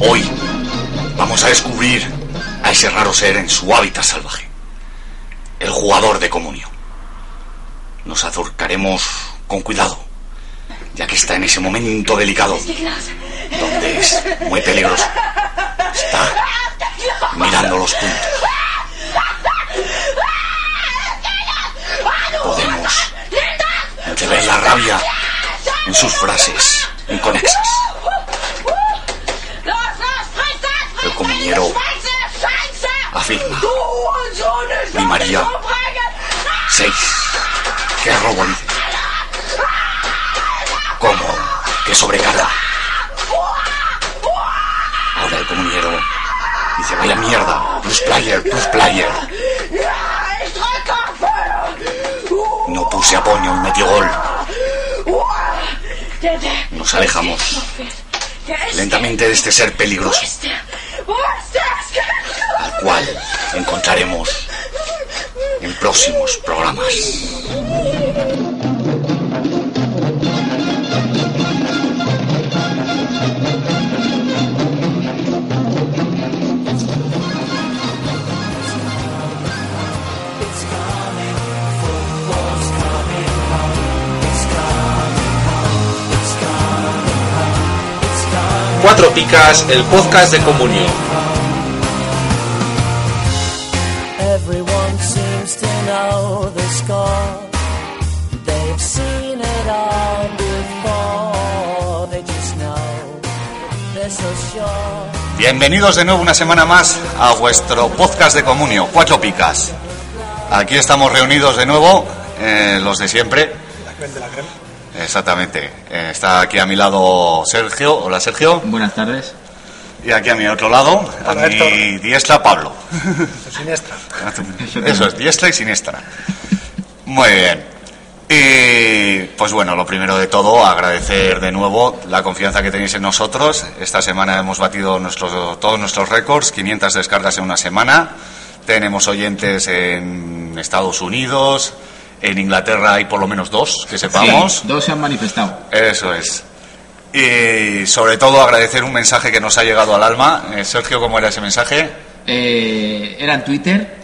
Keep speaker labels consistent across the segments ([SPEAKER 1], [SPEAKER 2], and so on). [SPEAKER 1] Hoy vamos a descubrir a ese raro ser en su hábitat salvaje, el jugador de comunio. Nos acercaremos con cuidado, ya que está en ese momento delicado donde es muy peligroso. Está mirando los puntos. Podemos ver la rabia en sus frases inconexas.
[SPEAKER 2] Los, los, Freitag,
[SPEAKER 1] El comunero
[SPEAKER 2] Scheiße, Scheiße!
[SPEAKER 1] afirma
[SPEAKER 2] Du Hurensohn,
[SPEAKER 1] Mi María. Seis. Que robo dice. Como que sobrecarga. Ahora el comunero dice, vaya mierda. Plus player, plus player. No puse a Poño y metió gol.
[SPEAKER 2] der, der,
[SPEAKER 1] Nos alejamos
[SPEAKER 2] der ist,
[SPEAKER 1] lentamente de este ser peligroso,
[SPEAKER 2] ist der, wo ist der?
[SPEAKER 1] al cual encontraremos en próximos programas.
[SPEAKER 3] Cuatro Picas, el podcast de Comunio.
[SPEAKER 4] Everyone seems to know the score. They've seen it all before. They just know they're so sure.
[SPEAKER 1] Bienvenidos de nuevo una semana más a vuestro podcast de comunio, Cuatro Picas. Aquí estamos reunidos de nuevo, eh, los de siempre. Exactamente. Eh, está aquí a mi lado Sergio. Hola Sergio.
[SPEAKER 5] Buenas tardes.
[SPEAKER 1] Y aquí a mi otro lado, a
[SPEAKER 6] Hola,
[SPEAKER 1] mi
[SPEAKER 6] Héctor.
[SPEAKER 1] diestra, Pablo.
[SPEAKER 6] Siniestra.
[SPEAKER 1] Eso es, diestra y siniestra. Muy bien. Y pues bueno, lo primero de todo, agradecer de nuevo la confianza que tenéis en nosotros. Esta semana hemos batido nuestros, todos nuestros récords, 500 descargas en una semana. Tenemos oyentes en Estados Unidos, en Inglaterra hay por lo menos dos, que sepamos.
[SPEAKER 5] Sí, dos se han manifestado.
[SPEAKER 1] Eso es. Y sobre todo agradecer un mensaje que nos ha llegado al alma. Eh, Sergio, ¿cómo era ese mensaje?
[SPEAKER 5] Eh, era en Twitter,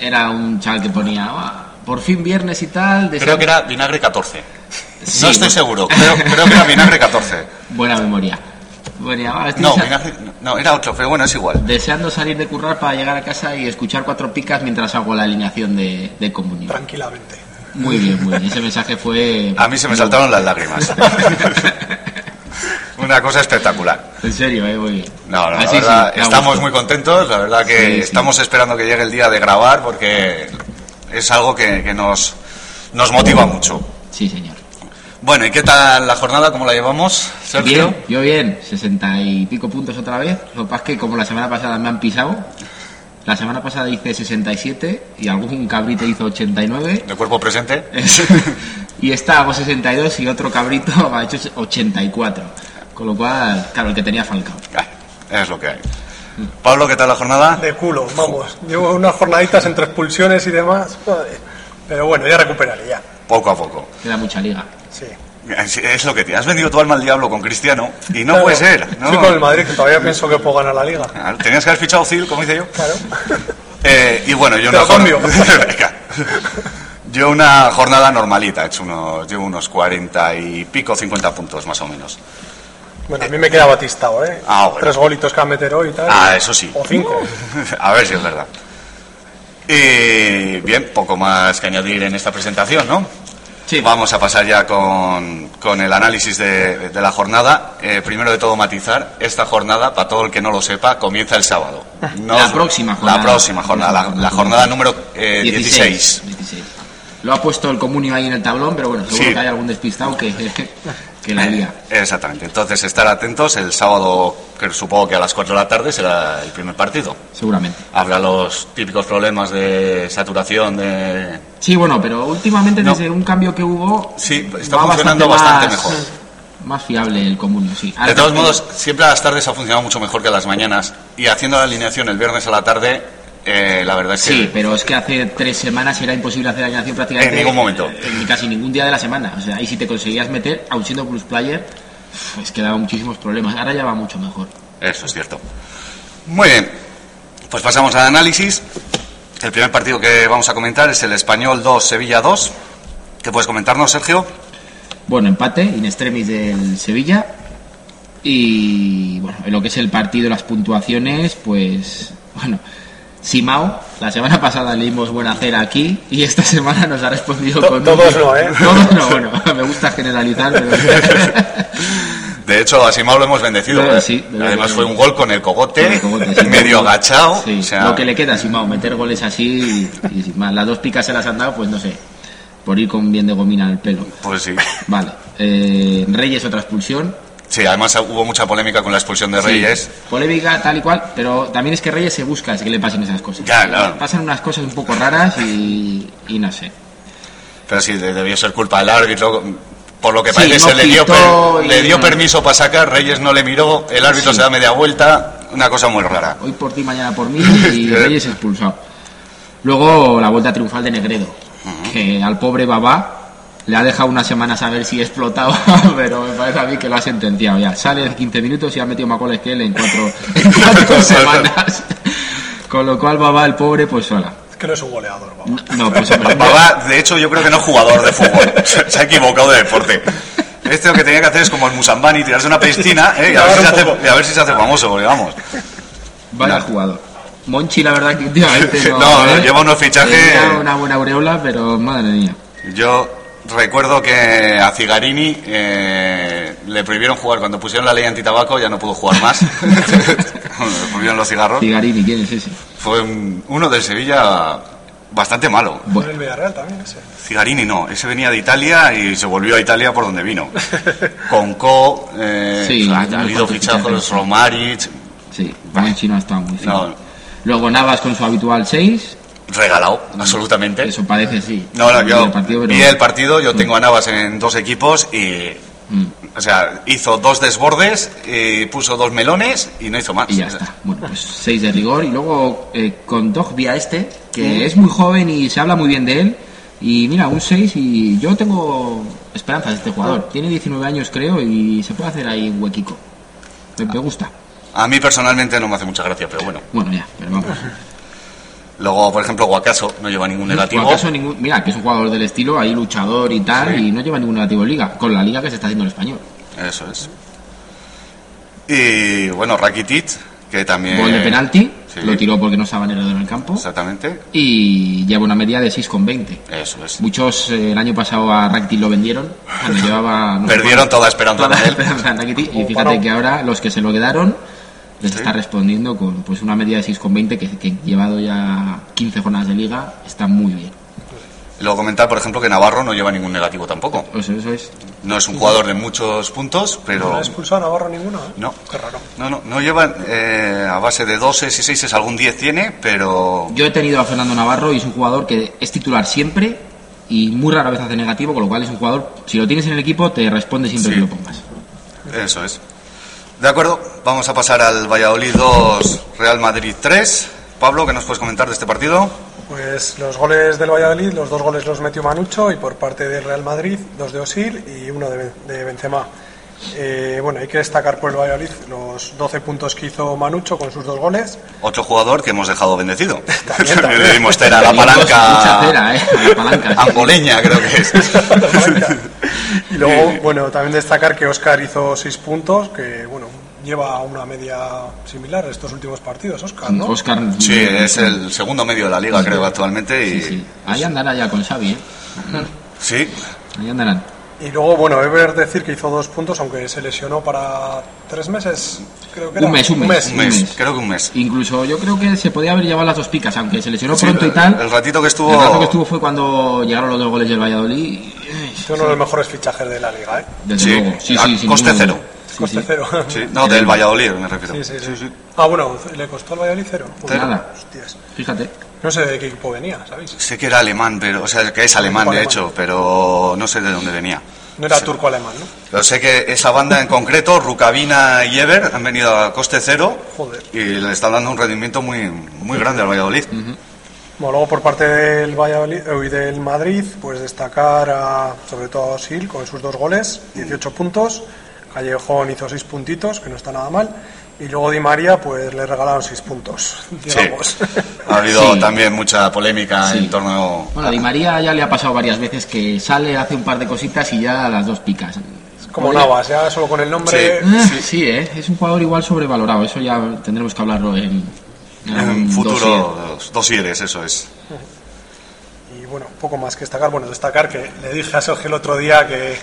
[SPEAKER 5] era un chaval que ponía, "Ah, por fin viernes y tal. de
[SPEAKER 1] Creo
[SPEAKER 5] San-
[SPEAKER 1] que era Vinagre 14.
[SPEAKER 5] Sí,
[SPEAKER 1] no estoy
[SPEAKER 5] bu-
[SPEAKER 1] seguro, creo, creo que era Vinagre 14.
[SPEAKER 5] Buena memoria. Ponía, "Ah, estoy
[SPEAKER 1] No,
[SPEAKER 5] desa-
[SPEAKER 1] Vinagre, no, era otro, pero bueno, es igual.
[SPEAKER 5] Deseando salir de currar para llegar a casa y escuchar cuatro picas mientras hago la alineación de, de comunión.
[SPEAKER 6] Tranquilamente.
[SPEAKER 5] Muy bien, muy bien. Ese mensaje fue.
[SPEAKER 1] A mí se me saltaron las lágrimas. Una cosa espectacular.
[SPEAKER 5] En serio, eh, muy bien.
[SPEAKER 1] No, no, la
[SPEAKER 5] Así sí,
[SPEAKER 1] verdad,
[SPEAKER 5] me ha
[SPEAKER 1] estamos
[SPEAKER 5] gustado.
[SPEAKER 1] muy contentos, la verdad que
[SPEAKER 5] Sí, sí.
[SPEAKER 1] estamos esperando que llegue el día de grabar porque es algo que, que nos, nos motiva mucho.
[SPEAKER 5] Sí, señor.
[SPEAKER 1] Bueno, ¿y qué tal la jornada? ¿Cómo la llevamos, Sergio?
[SPEAKER 5] Bien, yo bien, 60 y pico puntos otra vez. Lo que pasa es que como la semana pasada me han pisado, la semana pasada hice 67 y algún cabrito hizo 89.
[SPEAKER 1] ¿De cuerpo presente?
[SPEAKER 5] Eh. y esta hago 62 y otro cabrito ha hecho 84. Con lo cual, claro, el que tenía Falcao.
[SPEAKER 1] Ah, Es lo que hay. Pablo, ¿qué tal la jornada?
[SPEAKER 6] De culo, vamos. Llevo unas jornaditas entre expulsiones y demás. Joder. Pero bueno, ya recuperaré, ya.
[SPEAKER 1] Poco a poco.
[SPEAKER 5] Queda mucha liga.
[SPEAKER 6] Sí.
[SPEAKER 1] Es es lo que te has vendido tu alma al diablo con Cristiano y no
[SPEAKER 6] Claro,
[SPEAKER 1] puede ser. ¿no?
[SPEAKER 6] Estoy con el Madrid, que todavía pienso que puedo ganar la liga.
[SPEAKER 1] Claro, Tenías que haber fichado Zil, como hice yo.
[SPEAKER 6] Claro.
[SPEAKER 1] Eh, y bueno, yo
[SPEAKER 6] Te
[SPEAKER 1] una,
[SPEAKER 6] lo cambio.
[SPEAKER 1] jornada, yo una jornada normalita, he hecho unos, llevo unos 40 y pico, 50 puntos más o menos.
[SPEAKER 6] Bueno, a mí me queda Batista, ¿eh?
[SPEAKER 1] Ah, bueno.
[SPEAKER 6] Tres golitos que va a meter hoy y tal.
[SPEAKER 1] Ah, eso sí.
[SPEAKER 6] O cinco.
[SPEAKER 1] A ver si es verdad. Y bien, poco más que añadir en esta presentación, ¿no?
[SPEAKER 5] Sí,
[SPEAKER 1] Vamos a pasar ya con, con el análisis de, de la jornada. Eh, primero de todo, matizar, esta jornada, para todo el que no lo sepa, comienza el sábado. No-
[SPEAKER 5] La próxima jornada.
[SPEAKER 1] La próxima jornada, la, la jornada número eh, 16.
[SPEAKER 5] 16. Lo ha puesto el comunio ahí en el tablón, pero bueno, seguro
[SPEAKER 1] Sí.
[SPEAKER 5] que hay algún despistado que, que la lía.
[SPEAKER 1] Exactamente, entonces estar atentos, el sábado, que supongo que a las 4 de la tarde será el primer partido.
[SPEAKER 5] Seguramente.
[SPEAKER 1] Habrá los típicos problemas de saturación de...
[SPEAKER 5] Sí, bueno, pero últimamente
[SPEAKER 1] No.
[SPEAKER 5] desde un cambio que hubo...
[SPEAKER 1] Sí, está
[SPEAKER 5] va
[SPEAKER 1] funcionando bastante mejor.
[SPEAKER 5] Más fiable el comunio, sí.
[SPEAKER 1] De
[SPEAKER 5] Ahora
[SPEAKER 1] todos
[SPEAKER 5] también-
[SPEAKER 1] modos, siempre a las tardes ha funcionado mucho mejor que a las mañanas y haciendo la alineación el viernes a la tarde eh, la verdad es que
[SPEAKER 5] Sí, pero es que hace tres semanas era imposible hacer alineación prácticamente.
[SPEAKER 1] En ningún momento.
[SPEAKER 5] En casi ningún día de la semana. O sea, ahí si te conseguías meter, aun siendo plus player, es que daba muchísimos problemas. Ahora ya va mucho mejor.
[SPEAKER 1] Eso es cierto. Muy bien, pues pasamos al análisis. El primer partido que vamos a comentar es el Español 2, Sevilla 2. ¿Qué puedes comentarnos, Sergio?
[SPEAKER 5] Bueno, empate in extremis del Sevilla. Y bueno, en lo que es el partido, las puntuaciones, pues bueno, Simao, la semana pasada le dimos buena cera aquí y esta semana nos ha respondido
[SPEAKER 6] To-
[SPEAKER 5] con. un-
[SPEAKER 6] todos no, ¿eh?
[SPEAKER 5] Todos no, bueno, me gusta generalizar, pero.
[SPEAKER 1] De hecho, a Simao lo hemos bendecido. ¿eh?
[SPEAKER 5] Claro, sí, de verdad
[SPEAKER 1] Además,
[SPEAKER 5] que-
[SPEAKER 1] fue un gol con el cogote,
[SPEAKER 5] Como te- sí,
[SPEAKER 1] medio
[SPEAKER 5] como-
[SPEAKER 1] agachado.
[SPEAKER 5] sí,
[SPEAKER 1] o sea,
[SPEAKER 5] Lo que le queda, sin más, meter goles así y, y sin más. Las dos picas se las han dado, pues no sé, por ir con bien de gomina al pelo.
[SPEAKER 1] Pues sí.
[SPEAKER 5] Vale, eh, Reyes otra expulsión.
[SPEAKER 1] Sí, además hubo mucha polémica con la expulsión de
[SPEAKER 5] Sí,
[SPEAKER 1] Reyes.
[SPEAKER 5] polémica tal y cual, pero también es que Reyes se busca es que le pasen esas cosas.
[SPEAKER 1] Ya, claro.
[SPEAKER 5] Pasan unas cosas un poco raras y, y no sé.
[SPEAKER 1] Pero sí, de- debió ser culpa del árbitro. Por lo que
[SPEAKER 5] Sí,
[SPEAKER 1] parece,
[SPEAKER 5] no
[SPEAKER 1] se le dio,
[SPEAKER 5] pitó
[SPEAKER 1] per-
[SPEAKER 5] y-
[SPEAKER 1] le dio permiso para sacar, Reyes no le miró, el árbitro
[SPEAKER 5] Sí.
[SPEAKER 1] se da media vuelta, una cosa muy rara.
[SPEAKER 5] Hoy por ti, mañana por mí y Reyes expulsado. Luego la vuelta triunfal de Negredo, que al pobre Babá le ha dejado una semana saber si explotaba, pero me parece a mí que lo ha sentenciado ya. Sale en 15 minutos y ha metido más goles que él en cuatro, en cuatro semanas. Con lo cual Babá, el pobre, pues sola.
[SPEAKER 6] Es que no es un goleador, vamos.
[SPEAKER 5] No, pues hombre,
[SPEAKER 1] Baba, de hecho, yo creo que no es jugador de fútbol. Se ha equivocado de deporte. Este lo que tenía que hacer es como el Musambani, tirarse a una piscina ¿eh? y, a ver si se hace, y a ver si se hace famoso, porque vamos.
[SPEAKER 5] vaya jugador. Monchi, la verdad que últimamente no...
[SPEAKER 1] No, no,
[SPEAKER 5] ¿eh?
[SPEAKER 1] lleva unos
[SPEAKER 5] Le
[SPEAKER 1] fichajes.
[SPEAKER 5] da Una buena aureola, pero madre mía.
[SPEAKER 1] Yo recuerdo que a Cigarini eh, le prohibieron jugar. Cuando pusieron la ley antitabaco ya no pudo jugar más. le prohibieron los cigarros.
[SPEAKER 5] Cigarini, ¿quién es ese?
[SPEAKER 1] Fue un- uno del Sevilla bastante malo.
[SPEAKER 6] Bueno.
[SPEAKER 5] Bueno.
[SPEAKER 6] El Villarreal también, ese.
[SPEAKER 1] Cigarini no, ese venía de Italia y se volvió a Italia por donde vino. Con Co, eh,
[SPEAKER 5] Sí,
[SPEAKER 1] ha, ha
[SPEAKER 5] unos
[SPEAKER 1] habido
[SPEAKER 5] cuantos
[SPEAKER 1] fichazos,
[SPEAKER 5] fichajes.
[SPEAKER 1] Romaric,
[SPEAKER 5] Sí, Monchi no ha estado muy fino.
[SPEAKER 1] No.
[SPEAKER 5] Luego Navas con su habitual 6.
[SPEAKER 1] regalado, absolutamente.
[SPEAKER 5] Eso parece, sí.
[SPEAKER 1] No, no,
[SPEAKER 5] Vi
[SPEAKER 1] yo
[SPEAKER 5] el partido, pero-
[SPEAKER 1] vi el partido, yo tengo a Navas en dos equipos y...
[SPEAKER 5] Mm.
[SPEAKER 1] O sea, hizo dos desbordes, eh, puso dos melones y no hizo más.
[SPEAKER 5] Y ya está. Bueno, pues 6 de rigor. Y luego eh, con Dogbia este, que es muy joven y se habla muy bien de él. Y mira, un 6 y yo tengo esperanzas de este jugador. Tiene 19 años, creo, y se puede hacer ahí un huequico. Me, me gusta.
[SPEAKER 1] A mí personalmente no me hace mucha gracia, pero bueno.
[SPEAKER 5] Bueno, ya, pero vamos.
[SPEAKER 1] Luego, por ejemplo, Guacaso no lleva ningún negativo.
[SPEAKER 5] Por acaso ningún- mira, que es un jugador del estilo, ahí luchador y tal,
[SPEAKER 1] Sí.
[SPEAKER 5] y no lleva ningún negativo en liga. Con la liga que se está haciendo en español.
[SPEAKER 1] Eso es. Y bueno, Rakitic, que también...
[SPEAKER 5] Gol de penalti,
[SPEAKER 1] Eh, sí.
[SPEAKER 5] lo tiró porque no estaba Negredo en el campo.
[SPEAKER 1] Exactamente.
[SPEAKER 5] y lleva una media de 6,20.
[SPEAKER 1] Eso es.
[SPEAKER 5] Muchos eh, el año pasado a Rakitic lo vendieron, cuando llevaba... no sé
[SPEAKER 1] Perdieron toda esperanza
[SPEAKER 5] cuánto, toda
[SPEAKER 1] con
[SPEAKER 5] la
[SPEAKER 1] él.
[SPEAKER 5] esperanza en Rakitic, y
[SPEAKER 6] Como
[SPEAKER 5] fíjate
[SPEAKER 6] parón.
[SPEAKER 5] que ahora los que se lo quedaron les está respondiendo con pues una media de 6,20 que, que llevado ya 15 jornadas de liga, está muy bien.
[SPEAKER 1] Luego comentar, por ejemplo, que Navarro no lleva ningún negativo tampoco.
[SPEAKER 5] O sea, eso es...
[SPEAKER 1] No es un jugador de muchos puntos,
[SPEAKER 6] No
[SPEAKER 1] pero...
[SPEAKER 6] ha expulsado a Navarro ninguno, ¿eh?
[SPEAKER 1] No.
[SPEAKER 6] Qué raro.
[SPEAKER 1] No, no, no lleva eh, a base de 12 y 6 algún 10 tiene, pero...
[SPEAKER 5] Yo he tenido a Fernando Navarro y es un jugador que es titular siempre y muy rara vez hace negativo, con lo cual es un jugador, si lo tienes en el equipo, te responde siempre
[SPEAKER 1] Sí.
[SPEAKER 5] que lo pongas.
[SPEAKER 1] Eso es. De acuerdo, vamos a pasar al Valladolid 2, Real Madrid 3. Pablo, ¿qué nos puedes comentar de este partido?
[SPEAKER 6] Pues los goles del Valladolid, los dos goles los metió Manucho y por parte del Real Madrid, dos de Osil y uno de, Ben- de Benzema. Eh, bueno, hay que destacar por el Valladolid los 12 puntos que hizo Manucho con sus dos goles.
[SPEAKER 1] Otro jugador que hemos dejado bendecido.
[SPEAKER 6] También, también.
[SPEAKER 1] Le dimos cera, la
[SPEAKER 5] Tenemos
[SPEAKER 1] palanca...
[SPEAKER 5] Mucha cera, ¿eh? La palanca. sí.
[SPEAKER 1] Angoleña, creo que es.
[SPEAKER 6] y luego, bueno, también destacar que Oscar hizo 6 puntos, que bueno, lleva una media similar a estos últimos partidos, Oscar, ¿no?
[SPEAKER 5] Oscar.
[SPEAKER 1] Sí, es el segundo medio de la liga, creo, actualmente. Y...
[SPEAKER 5] Sí, sí. Ahí andará ya con Xavi, ¿eh?
[SPEAKER 1] Sí,
[SPEAKER 5] Ahí andarán.
[SPEAKER 6] Y luego, bueno, Ever decir que hizo dos puntos, aunque se lesionó para tres meses, creo que
[SPEAKER 5] Un
[SPEAKER 6] era.
[SPEAKER 5] mes, un mes.
[SPEAKER 1] un mes,
[SPEAKER 5] mes.
[SPEAKER 1] creo que un mes.
[SPEAKER 5] Incluso yo creo que se podía haber llevado las dos picas, aunque se lesionó
[SPEAKER 1] Sí,
[SPEAKER 5] pronto y tal.
[SPEAKER 1] el ratito que estuvo-
[SPEAKER 5] El rato que estuvo fue cuando llegaron los dos goles del Valladolid. y, eh,
[SPEAKER 6] Es uno de los mejores fichajes de la liga, ¿eh?
[SPEAKER 5] Desde
[SPEAKER 1] Sí,
[SPEAKER 5] luego. Sí,
[SPEAKER 1] a
[SPEAKER 5] sí, sin
[SPEAKER 1] coste
[SPEAKER 5] ningún-
[SPEAKER 1] cero.
[SPEAKER 5] Sí,
[SPEAKER 6] Coste
[SPEAKER 5] sí.
[SPEAKER 6] cero.
[SPEAKER 1] Sí, no, del Valladolid, me refiero.
[SPEAKER 6] Sí, sí, sí. Ah, bueno, le costó al Valladolid cero. Uy,
[SPEAKER 5] Cero. Nada.
[SPEAKER 6] Hostias.
[SPEAKER 5] Fíjate.
[SPEAKER 6] No sé de qué equipo venía, ¿sabéis?
[SPEAKER 1] Sé que era alemán, pero, o sea, que es alemán, de hecho, pero no sé de dónde venía.
[SPEAKER 6] No era turco-alemán, ¿no?
[SPEAKER 1] Yo sé que esa banda en concreto, Rucabina y Ever, han venido a coste cero
[SPEAKER 6] Joder.
[SPEAKER 1] y le están dando un rendimiento muy, muy grande al Valladolid.
[SPEAKER 6] Bueno, luego por parte del Valladolid eh, y del Madrid, pues destacar a, sobre todo a Osil con sus dos goles, 18 puntos. Callejón hizo 6 puntitos, que no está nada mal. Y luego Di María, pues le regalaron 6 puntos, digamos.
[SPEAKER 1] Ha habido
[SPEAKER 5] Sí.
[SPEAKER 1] también mucha polémica
[SPEAKER 5] Sí.
[SPEAKER 1] en torno
[SPEAKER 5] Bueno, a Di María ya le ha pasado varias veces que sale, hace un par de cositas y ya las dos picas.
[SPEAKER 6] Como
[SPEAKER 5] Oye,
[SPEAKER 6] Navas, ya solo con el nombre.
[SPEAKER 1] Sí.
[SPEAKER 5] eh, sí. ¿eh? es un jugador igual sobrevalorado, eso ya tendremos que hablarlo en, en
[SPEAKER 1] en
[SPEAKER 5] un dossier.
[SPEAKER 1] futuros dosieres, eso es.
[SPEAKER 6] Y bueno, poco más que destacar. Bueno, destacar que le dije a Sergio el otro día que,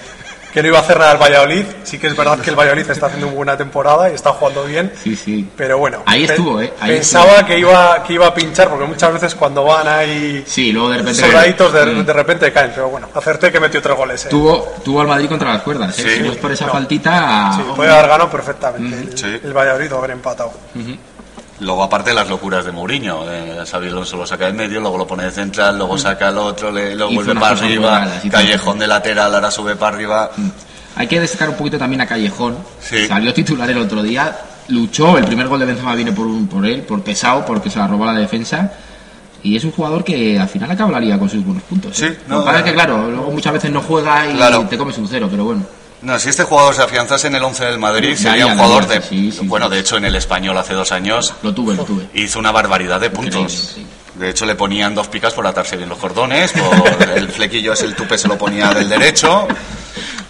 [SPEAKER 6] que no iba a hacer nada al Valladolid. Sí que es verdad que el Valladolid está haciendo una buena temporada y está jugando bien.
[SPEAKER 5] Sí, sí.
[SPEAKER 6] Pero bueno,
[SPEAKER 5] Ahí
[SPEAKER 6] pe-
[SPEAKER 5] estuvo, ¿eh? Ahí
[SPEAKER 6] pensaba
[SPEAKER 5] estuvo.
[SPEAKER 6] Que, iba, que iba a pinchar, porque muchas veces cuando van ahí
[SPEAKER 5] Sí, luego de repente...
[SPEAKER 6] sobraditos, de,
[SPEAKER 5] Mm.
[SPEAKER 6] de repente caen. Pero bueno, acerté que metió tres goles. ¿eh?
[SPEAKER 5] Tuvo, tuvo al Madrid contra las cuerdas, ¿eh?
[SPEAKER 1] Sí.
[SPEAKER 5] Si no es por esa
[SPEAKER 6] No.
[SPEAKER 5] faltita...
[SPEAKER 6] Sí,
[SPEAKER 5] hombre.
[SPEAKER 6] puede haber ganado
[SPEAKER 5] Mm.
[SPEAKER 6] perfectamente el,
[SPEAKER 1] sí.
[SPEAKER 6] el Valladolid o haber empatado.
[SPEAKER 1] Luego aparte las locuras de Mourinho, eh, Xabi Alonso lo saca de medio, luego lo pone de central,
[SPEAKER 5] Mm.
[SPEAKER 1] luego saca al otro, le, lo
[SPEAKER 5] Hizo
[SPEAKER 1] vuelve
[SPEAKER 5] unas
[SPEAKER 1] para
[SPEAKER 5] cosas muy
[SPEAKER 1] arriba,
[SPEAKER 5] raras, hizo
[SPEAKER 1] callejón
[SPEAKER 5] unas-
[SPEAKER 1] de lateral, ahora sube para arriba.
[SPEAKER 5] Hay que destacar un poquito también a Callejón.
[SPEAKER 1] Sí.
[SPEAKER 5] Salió titular el otro día, luchó, el primer gol de Benzema viene por, un- por él, por pesado, porque se la robó la defensa. Y es un jugador que al final acaba la liga con sus buenos puntos. ¿eh?
[SPEAKER 1] Sí, no,
[SPEAKER 5] Lo que pasa
[SPEAKER 1] no.
[SPEAKER 5] es que, claro, luego muchas veces no juega y
[SPEAKER 1] Claro.
[SPEAKER 5] te comes un cero, pero bueno.
[SPEAKER 1] No, si este jugador se afíanzase en el 11 del Madrid,
[SPEAKER 5] Ya,
[SPEAKER 1] sería
[SPEAKER 5] ya,
[SPEAKER 1] un jugador
[SPEAKER 5] ya,
[SPEAKER 1] de...
[SPEAKER 5] sí, sí,
[SPEAKER 1] bueno,
[SPEAKER 5] sí.
[SPEAKER 1] de hecho en el español hace dos años
[SPEAKER 5] Lo tuve, lo tuve.
[SPEAKER 1] hizo una barbaridad de puntos.
[SPEAKER 5] Increíble,
[SPEAKER 1] De hecho, le ponían dos picas por atarse bien los cordones, por el flequillo es el tupe, se lo ponía del derecho.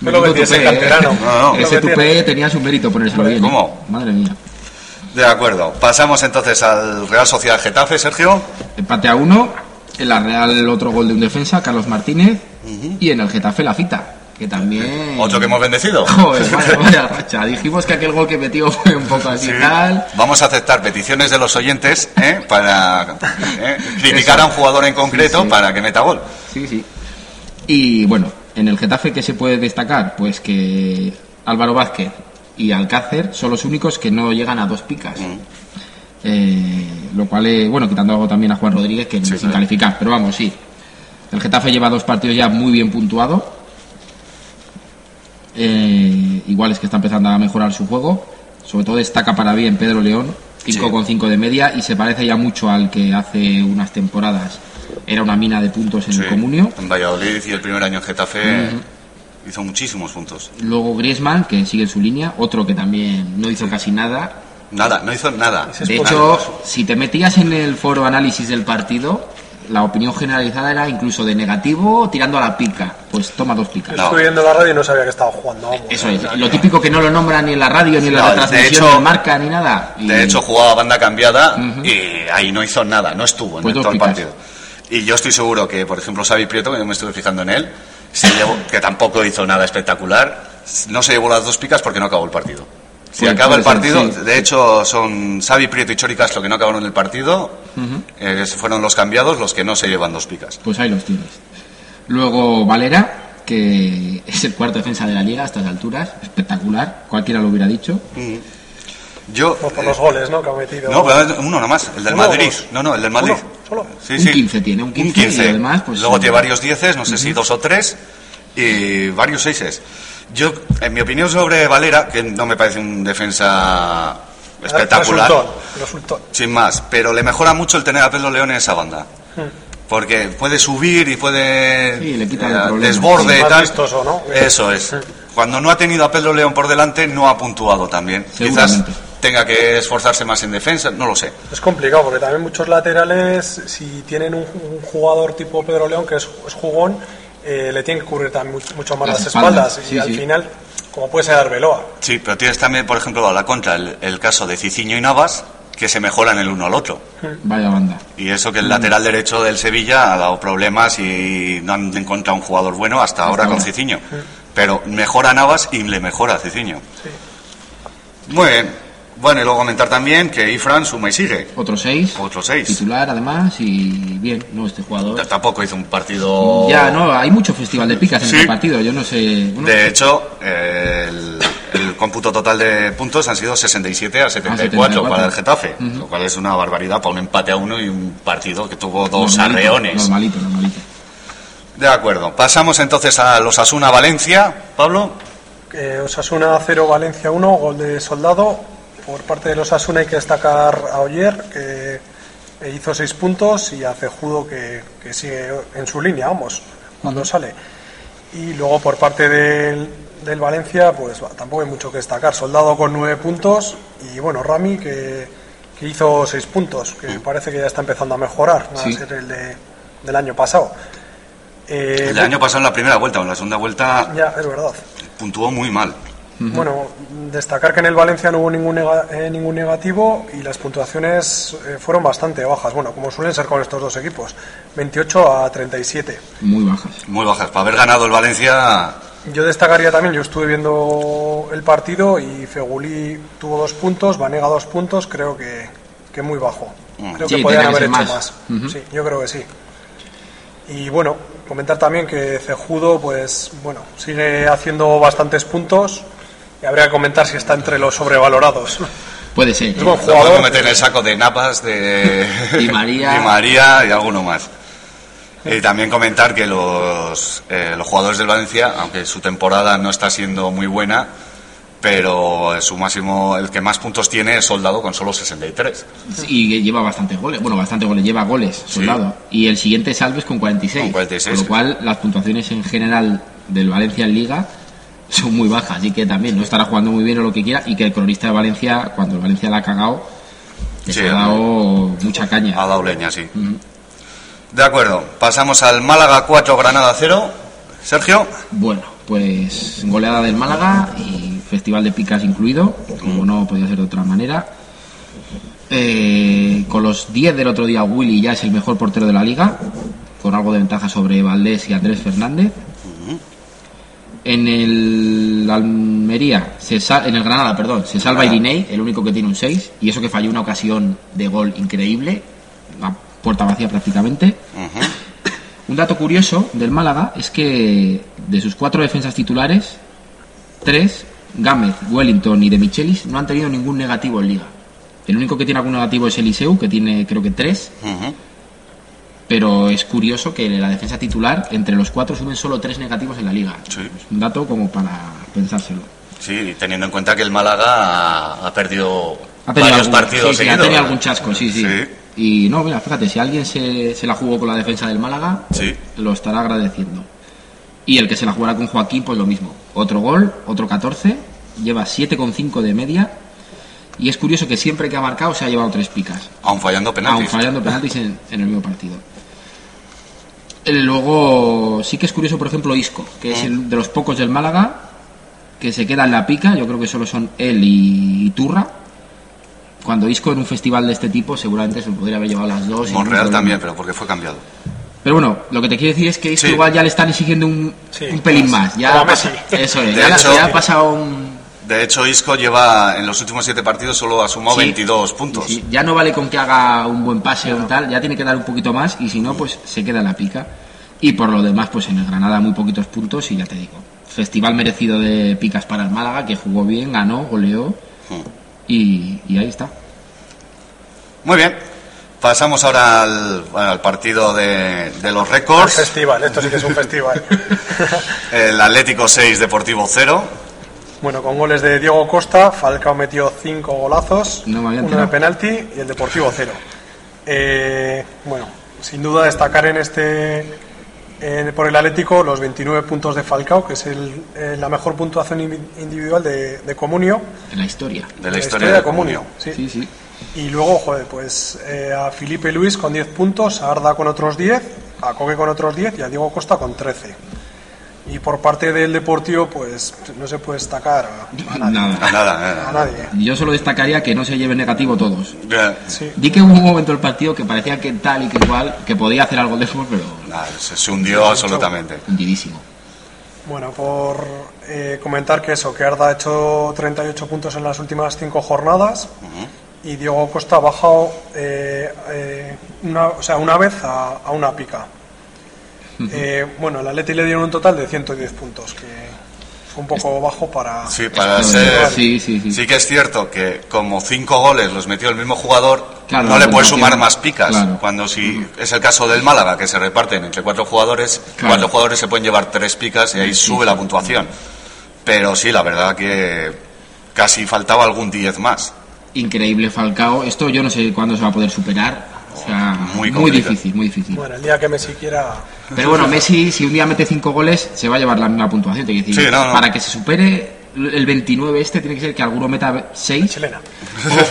[SPEAKER 6] Me lo vendí ese
[SPEAKER 5] Menudo tupé, ¿eh?
[SPEAKER 6] canterano.
[SPEAKER 1] No, no.
[SPEAKER 6] Me lo
[SPEAKER 5] Ese
[SPEAKER 6] vendí.
[SPEAKER 5] tupé tenía su mérito ponérselo bien. ¿eh?
[SPEAKER 1] ¿Cómo?
[SPEAKER 5] Madre mía.
[SPEAKER 1] De acuerdo. Pasamos entonces al Real Sociedad Getafe, Sergio.
[SPEAKER 5] Empate a uno, en la Real otro gol de un defensa, Carlos Martínez, y en el Getafe la fita, que también...
[SPEAKER 1] Otro que hemos bendecido.
[SPEAKER 5] Joder, vaya, vaya racha. Dijimos que aquel gol que metió fue un poco así
[SPEAKER 1] Sí.
[SPEAKER 5] tal.
[SPEAKER 1] Vamos a aceptar peticiones de los oyentes ¿eh? para ¿eh? criticar a un jugador en concreto
[SPEAKER 5] Sí, sí.
[SPEAKER 1] para que meta gol.
[SPEAKER 5] Sí, sí. Y bueno, en el Getafe, ¿qué se puede destacar? Pues que Álvaro Vázquez y Alcácer son los únicos que no llegan a dos picas. Eh, lo cual, es, bueno, quitando algo también a Juan Rodríguez, que sin
[SPEAKER 1] claro.
[SPEAKER 5] calificar, pero vamos, sí. El Getafe lleva dos partidos ya muy bien puntuado. Eh, igual es que está empezando a mejorar su juego. Sobre todo destaca para bien Pedro León, 5,5 de media, y se parece ya mucho al que hace unas temporadas era una mina de puntos en
[SPEAKER 1] Sí.
[SPEAKER 5] el Comunio. Mm.
[SPEAKER 1] En Valladolid y el primer año en Getafe hizo muchísimos puntos.
[SPEAKER 5] Luego Griezmann, que sigue en su línea, otro que también no hizo casi nada.
[SPEAKER 1] Nada, no hizo nada.
[SPEAKER 5] De
[SPEAKER 1] Nada.
[SPEAKER 5] hecho, si te metías en el foro análisis del partido, la opinión generalizada era incluso de negativo tirando a la pica. Pues toma dos picas.
[SPEAKER 1] No.
[SPEAKER 6] Estuve viendo la radio y no sabía que estaba jugando. vamos.
[SPEAKER 5] Eso es, lo típico que no lo nombran ni en la radio, ni en
[SPEAKER 1] No,
[SPEAKER 5] la
[SPEAKER 1] de
[SPEAKER 5] retransmisión,
[SPEAKER 1] hecho-
[SPEAKER 5] ni en marca, ni nada. Y-
[SPEAKER 1] De hecho, jugaba banda cambiada y ahí no hizo nada, no estuvo en
[SPEAKER 5] Pues dos
[SPEAKER 1] todo el
[SPEAKER 5] picas.
[SPEAKER 1] partido. Y yo estoy seguro que, por ejemplo, Xavi Prieto, que yo me estuve fijando en él, se llevó- que tampoco hizo nada espectacular, no se llevó las dos picas porque no acabó el partido. Si
[SPEAKER 5] Puede-
[SPEAKER 1] acaba el
[SPEAKER 5] puede ser,
[SPEAKER 1] partido,
[SPEAKER 5] pues, sí.
[SPEAKER 1] de hecho son Xavi Prieto y Chori Castro que no acabaron el partido, eh, fueron los cambiados los que no se llevan dos picas.
[SPEAKER 5] Pues ahí los tienes. Luego Valera, que es el cuarto defensa de la liga a estas alturas. Espectacular, cualquiera lo hubiera dicho.
[SPEAKER 1] Yo...
[SPEAKER 6] Pues por
[SPEAKER 1] eh,
[SPEAKER 6] los goles, ¿no? Que ha metido.
[SPEAKER 1] no, pero uno nomás, el del
[SPEAKER 6] Uno o
[SPEAKER 1] Madrid.
[SPEAKER 6] dos.
[SPEAKER 1] No, no, el del Madrid.
[SPEAKER 6] Uno, solo.
[SPEAKER 1] Sí,
[SPEAKER 5] Un
[SPEAKER 1] sí.
[SPEAKER 5] 15 tiene, un 15 y además, pues,
[SPEAKER 1] Luego
[SPEAKER 5] eh,
[SPEAKER 1] tiene varios 10, no sé si dos o tres, y varios seises. Yo, en mi opinión sobre Valera, que no me parece un defensa espectacular,
[SPEAKER 6] Resultón, resultón.
[SPEAKER 1] sin más, pero le mejora mucho el tener a Pedro León en esa banda. Porque puede subir y puede eh,
[SPEAKER 5] Sí, le quita el problema.
[SPEAKER 1] desborde
[SPEAKER 6] Sí,
[SPEAKER 1] y
[SPEAKER 6] más
[SPEAKER 1] tal. Eh,
[SPEAKER 6] vistoso, ¿no?
[SPEAKER 1] Eso es.
[SPEAKER 6] Sí.
[SPEAKER 1] Cuando no ha tenido a Pedro León por delante, no ha puntuado también. Quizás
[SPEAKER 5] Seguramente.
[SPEAKER 1] tenga que esforzarse más en defensa, no lo sé.
[SPEAKER 6] Es complicado porque también muchos laterales, si tienen un, un jugador tipo Pedro León que es, es jugón, eh, le tienen que cubrir también mucho, mucho más las,
[SPEAKER 5] Las
[SPEAKER 6] espaldas.
[SPEAKER 5] espaldas,
[SPEAKER 6] y
[SPEAKER 5] sí,
[SPEAKER 6] al
[SPEAKER 5] sí.
[SPEAKER 6] final, como puede ser Arbeloa,
[SPEAKER 1] Sí, pero tienes también, por ejemplo, a la contra el, el caso de Ciciño y Navas, que se mejoran el uno al otro.
[SPEAKER 5] Vaya banda.
[SPEAKER 1] Y eso que el lateral derecho del Sevilla ha dado problemas y no han encontrado un jugador bueno hasta ahora Mm. con
[SPEAKER 5] ahora.
[SPEAKER 1] Ciciño. Pero mejora a Navas y le mejora a Ciciño. Muy bien. Bueno, y luego comentar también que Ifran suma y sigue.
[SPEAKER 5] Otro 6.
[SPEAKER 1] Otro seis.
[SPEAKER 5] Titular, además, y bien, ¿no? Este jugador.
[SPEAKER 1] Tampoco hizo un partido...
[SPEAKER 5] Ya, no, hay mucho festival de picas en
[SPEAKER 1] Sí.
[SPEAKER 5] este partido, yo no sé. bueno,
[SPEAKER 1] De hecho, eh, el, el cómputo total de puntos han sido 67 a 74
[SPEAKER 5] A 74.
[SPEAKER 1] para el Getafe, lo cual es una barbaridad para un empate a uno y un partido que tuvo dos
[SPEAKER 5] normalito,
[SPEAKER 1] arreones.
[SPEAKER 5] Normalito, normalito.
[SPEAKER 1] De
[SPEAKER 7] De acuerdo. Pasamos entonces a los Asuna Valencia. Pablo.
[SPEAKER 6] Eh, Osasuna 0, Valencia 1, gol de Soldado. Por parte de los Osasuna hay que destacar a Oyer, que hizo 6 puntos, y a Cejudo, que, que sigue en su línea, vamos, cuando sale. Y luego por parte del, del Valencia, pues va, tampoco hay mucho que destacar. Soldado con 9 puntos, y bueno, Rami, que, que hizo 6 puntos, que parece que ya está empezando a mejorar, va
[SPEAKER 5] Sí.
[SPEAKER 6] a ser el de- del año pasado. Eh,
[SPEAKER 7] El año pasado en la primera vuelta o en la segunda vuelta
[SPEAKER 6] Ya, es verdad.
[SPEAKER 7] puntuó muy mal.
[SPEAKER 6] Bueno, destacar que en el Valencia no hubo ningún, nega- eh, ningún negativo y las puntuaciones eh, fueron bastante bajas, bueno, como suelen ser con estos dos equipos, 28 a 37.
[SPEAKER 5] Muy bajas.
[SPEAKER 7] Muy bajas. Para haber ganado el Valencia,
[SPEAKER 6] Yo destacaría también, yo estuve viendo el partido y Fegulí tuvo dos puntos, Vanega dos puntos, creo que, que muy bajo. Creo
[SPEAKER 5] Mm. Sí,
[SPEAKER 6] que podían
[SPEAKER 5] tenía que
[SPEAKER 6] haber
[SPEAKER 5] ser
[SPEAKER 6] hecho
[SPEAKER 5] más.
[SPEAKER 6] más. Sí, yo creo que sí. Y bueno, comentar también que Cejudo, pues bueno, sigue haciendo bastantes puntos y habría que comentar si está entre los sobrevalorados.
[SPEAKER 5] Puede ser.
[SPEAKER 6] Es buen
[SPEAKER 7] lo podemos
[SPEAKER 6] jugador.
[SPEAKER 7] meter en el saco de Napas, de
[SPEAKER 5] Di María.
[SPEAKER 7] Di María y alguno más. Y también comentar que los, eh, los jugadores del Valencia, aunque su temporada no está siendo muy buena, pero su máximo, el que más puntos tiene es Soldado con solo 63.
[SPEAKER 5] Y que lleva bastantes goles. Bueno, bastantes goles. Lleva goles, soldado. Y el siguiente es Alves con 46.
[SPEAKER 7] Con 46,
[SPEAKER 5] Con
[SPEAKER 7] sí.
[SPEAKER 5] lo cual, las puntuaciones en general del Valencia en Liga son muy bajas. Así que también no estará jugando muy bien o lo que quiera. Y que el cronista de Valencia, cuando el Valencia la ha cagado, les
[SPEAKER 7] Sí,
[SPEAKER 5] ha dado mucha caña.
[SPEAKER 7] A Dauleña, sí. De acuerdo, pasamos al Málaga 4, Granada 0. Sergio,
[SPEAKER 5] Bueno, pues goleada del Málaga y festival de picas incluido, como no podía ser de otra manera. Eh, con los 10 del otro día, Willy ya es el mejor portero de la liga, con algo de ventaja sobre Valdés y Andrés Fernández. En el Almería, se sal- en el Granada, perdón, se salva Irinei, el único que tiene un 6, y eso que falló una ocasión de gol increíble, la puerta vacía prácticamente. Un dato curioso del Málaga es que de sus cuatro defensas titulares, tres, Gámez, Wellington y de Michelis, no han tenido ningún negativo en liga. El único que tiene algún negativo es Eliseu, que tiene creo que tres, pero es curioso que la defensa titular, entre los cuatro, suben solo tres negativos en la liga.
[SPEAKER 7] Sí.
[SPEAKER 5] Es un dato como para pensárselo.
[SPEAKER 7] sí, teniendo en cuenta que el Málaga ha, ha perdido
[SPEAKER 5] Ha tenido
[SPEAKER 7] varios
[SPEAKER 5] algún-
[SPEAKER 7] partidos
[SPEAKER 5] sí, sí, ha
[SPEAKER 7] seguidos.
[SPEAKER 5] tenido algún chasco, sí, sí,
[SPEAKER 7] Sí.
[SPEAKER 5] Y no, mira, fíjate, si alguien se, se la jugó con la defensa del Málaga,
[SPEAKER 7] Sí.
[SPEAKER 5] lo estará agradeciendo. Y el que se la jugará con Joaquín, pues lo mismo. Otro gol, otro 14, lleva 7,5 de media. Y es curioso que siempre que ha marcado se ha llevado tres picas,
[SPEAKER 7] Aún fallando
[SPEAKER 5] aun
[SPEAKER 7] penaltis.
[SPEAKER 5] fallando penaltis en, en el mismo partido. Eh, Luego, sí que es curioso, por ejemplo, Isco, que
[SPEAKER 7] Eh.
[SPEAKER 5] es el de los pocos del Málaga, que se queda en la pica. Yo creo que solo son él y Turra. Cuando Isco en un festival de este tipo, seguramente se podría haber llevado las dos. sin ningún
[SPEAKER 7] Monreal
[SPEAKER 5] problema.
[SPEAKER 7] también, pero porque fue cambiado.
[SPEAKER 5] Pero bueno, lo que te quiero decir es que esto
[SPEAKER 7] Sí.
[SPEAKER 5] igual ya le están exigiendo un,
[SPEAKER 6] Sí,
[SPEAKER 5] un pelín más. Ya
[SPEAKER 6] como
[SPEAKER 5] ha
[SPEAKER 6] a Messi.
[SPEAKER 5] pasado- Eso es,
[SPEAKER 7] De
[SPEAKER 5] ya, la-
[SPEAKER 7] hecho-
[SPEAKER 5] ya ha pasado un.
[SPEAKER 7] De hecho, Isco lleva en los últimos siete partidos solo ha sumado
[SPEAKER 5] sí.
[SPEAKER 7] 22 puntos.
[SPEAKER 5] Sí, sí. Ya no vale con que haga un buen pase o un tal, ya tiene que dar un poquito más y si no, pues se queda en la pica. Y por lo demás, pues en el Granada muy poquitos puntos y ya te digo. Festival merecido de picas para el Málaga, que jugó bien, ganó, goleó y, y ahí está.
[SPEAKER 7] Muy bien. Pasamos ahora al, bueno, al partido de, de los
[SPEAKER 6] Un
[SPEAKER 7] récords.
[SPEAKER 6] festival, esto sí que es un festival.
[SPEAKER 7] El Atlético 6, Deportivo 0.
[SPEAKER 6] bueno, con goles de Diego Costa, Falcao metió cinco golazos,
[SPEAKER 5] No me había
[SPEAKER 6] uno de
[SPEAKER 5] enterado.
[SPEAKER 6] penalti y el Deportivo cero. Eh, bueno, sin duda destacar en este en- por el Atlético los 29 puntos de Falcao, que es el- eh, la mejor puntuación in- individual de, de Comunio.
[SPEAKER 5] En la historia.
[SPEAKER 7] De la historia de Comunio.
[SPEAKER 6] sí.
[SPEAKER 5] Sí, sí.
[SPEAKER 6] Y luego, joder, pues eh, a Felipe Luis con 10 puntos, a Arda con otros 10, a Coque con otros 10 y a Diego Costa con 13. Y por parte del Deportivo, pues no se puede destacar a, a nadie.
[SPEAKER 5] Nada.
[SPEAKER 7] Nada, nada.
[SPEAKER 6] A nadie.
[SPEAKER 5] Yo solo destacaría que no se lleven negativo todos.
[SPEAKER 7] Eh,
[SPEAKER 6] Sí.
[SPEAKER 5] Di que hubo un momento del partido que parecía que tal y que igual, que podía hacer algo de fútbol, pero
[SPEAKER 7] nada, se, se hundió absolutamente.
[SPEAKER 5] hundidísimo.
[SPEAKER 6] Bueno, por eh, comentar que eso, que Arda ha hecho 38 puntos en las últimas 5 jornadas y Diego Costa ha bajado eh, eh, una, o sea, una vez a, a una pica. Eh, bueno, al Atleti le dieron un total de 110 puntos, que Fue un poco bajo para.
[SPEAKER 7] Sí, para
[SPEAKER 5] Esto-
[SPEAKER 7] ser.
[SPEAKER 5] sí, sí, sí.
[SPEAKER 7] que es cierto que como cinco goles los metió el mismo jugador,
[SPEAKER 5] Claro,
[SPEAKER 7] no
[SPEAKER 5] la
[SPEAKER 7] le puedes
[SPEAKER 5] puntuación.
[SPEAKER 7] sumar más picas.
[SPEAKER 5] Claro. Mm.
[SPEAKER 7] Cuando si es el caso del Málaga, que se reparten entre cuatro jugadores,
[SPEAKER 5] Claro.
[SPEAKER 7] cuatro jugadores se pueden llevar tres picas y ahí sube la puntuación. Pero sí, la verdad que casi faltaba algún 10 más.
[SPEAKER 5] Increíble Falcao. Esto yo no sé cuándo se va a poder superar. O sea, muy,
[SPEAKER 7] Muy complicado.
[SPEAKER 5] difícil, muy difícil.
[SPEAKER 6] Bueno, el día que Messi quiera.
[SPEAKER 5] Pero bueno, Messi, si un día mete 5 goles, se va a llevar la misma puntuación. Te quiero decir,
[SPEAKER 7] Sí, no, no.
[SPEAKER 5] para que se supere el 29 este, tiene que ser que alguno meta 6
[SPEAKER 6] Chilena.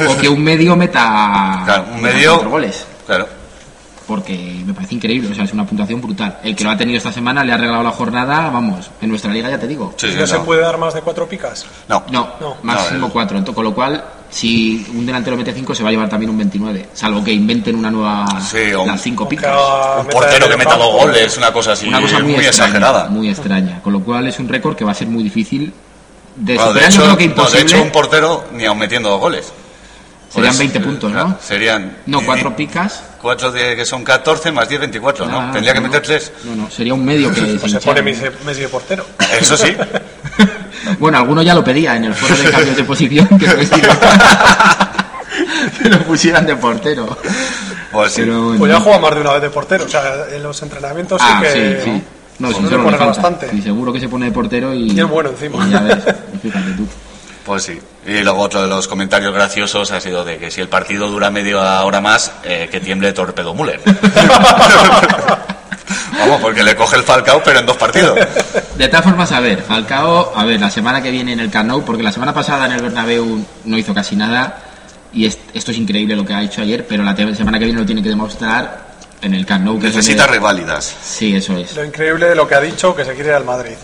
[SPEAKER 5] o, o que un medio meta
[SPEAKER 7] Claro, un
[SPEAKER 5] meta
[SPEAKER 7] medio-
[SPEAKER 5] cuatro goles.
[SPEAKER 7] Claro.
[SPEAKER 5] Porque me parece increíble, o sea, es una puntuación brutal. El que lo ha tenido esta semana le ha regalado la jornada, vamos, en nuestra liga ya te digo.
[SPEAKER 7] Sí, sí,
[SPEAKER 6] no se
[SPEAKER 7] no.
[SPEAKER 6] puede dar más de cuatro picas.
[SPEAKER 7] No.
[SPEAKER 5] No,
[SPEAKER 6] No.
[SPEAKER 7] No,
[SPEAKER 5] máximo
[SPEAKER 7] el-
[SPEAKER 5] 4. Con lo cual, si un delantero mete 5, se va a llevar también un 29. Salvo que inventen una nueva.
[SPEAKER 7] Sí, o un-
[SPEAKER 5] las 5
[SPEAKER 6] Aunque
[SPEAKER 5] picas.
[SPEAKER 6] haga
[SPEAKER 7] Un
[SPEAKER 6] meta
[SPEAKER 7] portero
[SPEAKER 6] de
[SPEAKER 7] que meta dos
[SPEAKER 6] campo.
[SPEAKER 7] goles, una cosa así
[SPEAKER 5] Una cosa muy, extraña,
[SPEAKER 7] exagerada.
[SPEAKER 5] Muy extraña. Con lo cual, es un récord que va a ser muy difícil de
[SPEAKER 7] Bueno, de,
[SPEAKER 5] superar.
[SPEAKER 7] hecho,
[SPEAKER 5] yo creo que
[SPEAKER 7] no, de
[SPEAKER 5] imposible.
[SPEAKER 7] hecho, un portero ni aun metiendo dos goles.
[SPEAKER 5] Serían
[SPEAKER 7] Pues,
[SPEAKER 5] 20 puntos,
[SPEAKER 7] claro,
[SPEAKER 5] ¿no?
[SPEAKER 7] Serían.
[SPEAKER 5] No, 4
[SPEAKER 7] picas.
[SPEAKER 5] picas.
[SPEAKER 7] 4 de que son 14 más 10, 24, ¿no?
[SPEAKER 5] Ah,
[SPEAKER 7] Tendría que
[SPEAKER 5] no,
[SPEAKER 7] meter 3.
[SPEAKER 5] No, no, sería un medio que.
[SPEAKER 6] Pues se
[SPEAKER 5] hinchara.
[SPEAKER 6] pone Messi, Messi de portero.
[SPEAKER 7] Eso sí.
[SPEAKER 5] Bueno, alguno ya lo pedía en el foro de cambios de posición que, lo pusieran- que lo pusieran de portero.
[SPEAKER 7] Pues sí.
[SPEAKER 5] Pero bueno.
[SPEAKER 6] Pues ya juega más de una vez de portero. O sea, en los entrenamientos
[SPEAKER 5] ah,
[SPEAKER 6] Pues sí que.
[SPEAKER 5] sí, sí. No,
[SPEAKER 6] Pues
[SPEAKER 5] sin solo
[SPEAKER 6] no le
[SPEAKER 5] le
[SPEAKER 6] pone
[SPEAKER 5] falta.
[SPEAKER 6] bastante.
[SPEAKER 5] Sí, seguro que se pone de portero y.
[SPEAKER 6] Y es bueno encima.
[SPEAKER 5] y ya ves, fíjate tú.
[SPEAKER 7] Pues sí. Y luego otro de los comentarios graciosos ha sido de que si el partido dura media hora más, eh, que tiemble Torpedo Müller. Vamos, porque le coge el Falcao, pero en dos partidos.
[SPEAKER 5] De todas formas, a ver, Falcao, a ver, la semana que viene en el Camp Nou, porque la semana pasada en el Bernabéu no hizo casi nada, y es- esto es increíble lo que ha hecho ayer, pero la te- semana que viene lo tiene que demostrar en el Camp Nou. que es
[SPEAKER 7] Necesita
[SPEAKER 5] donde-
[SPEAKER 7] reválidas.
[SPEAKER 5] Sí, eso es.
[SPEAKER 6] Lo increíble de lo que ha dicho que se quiere ir al Madrid.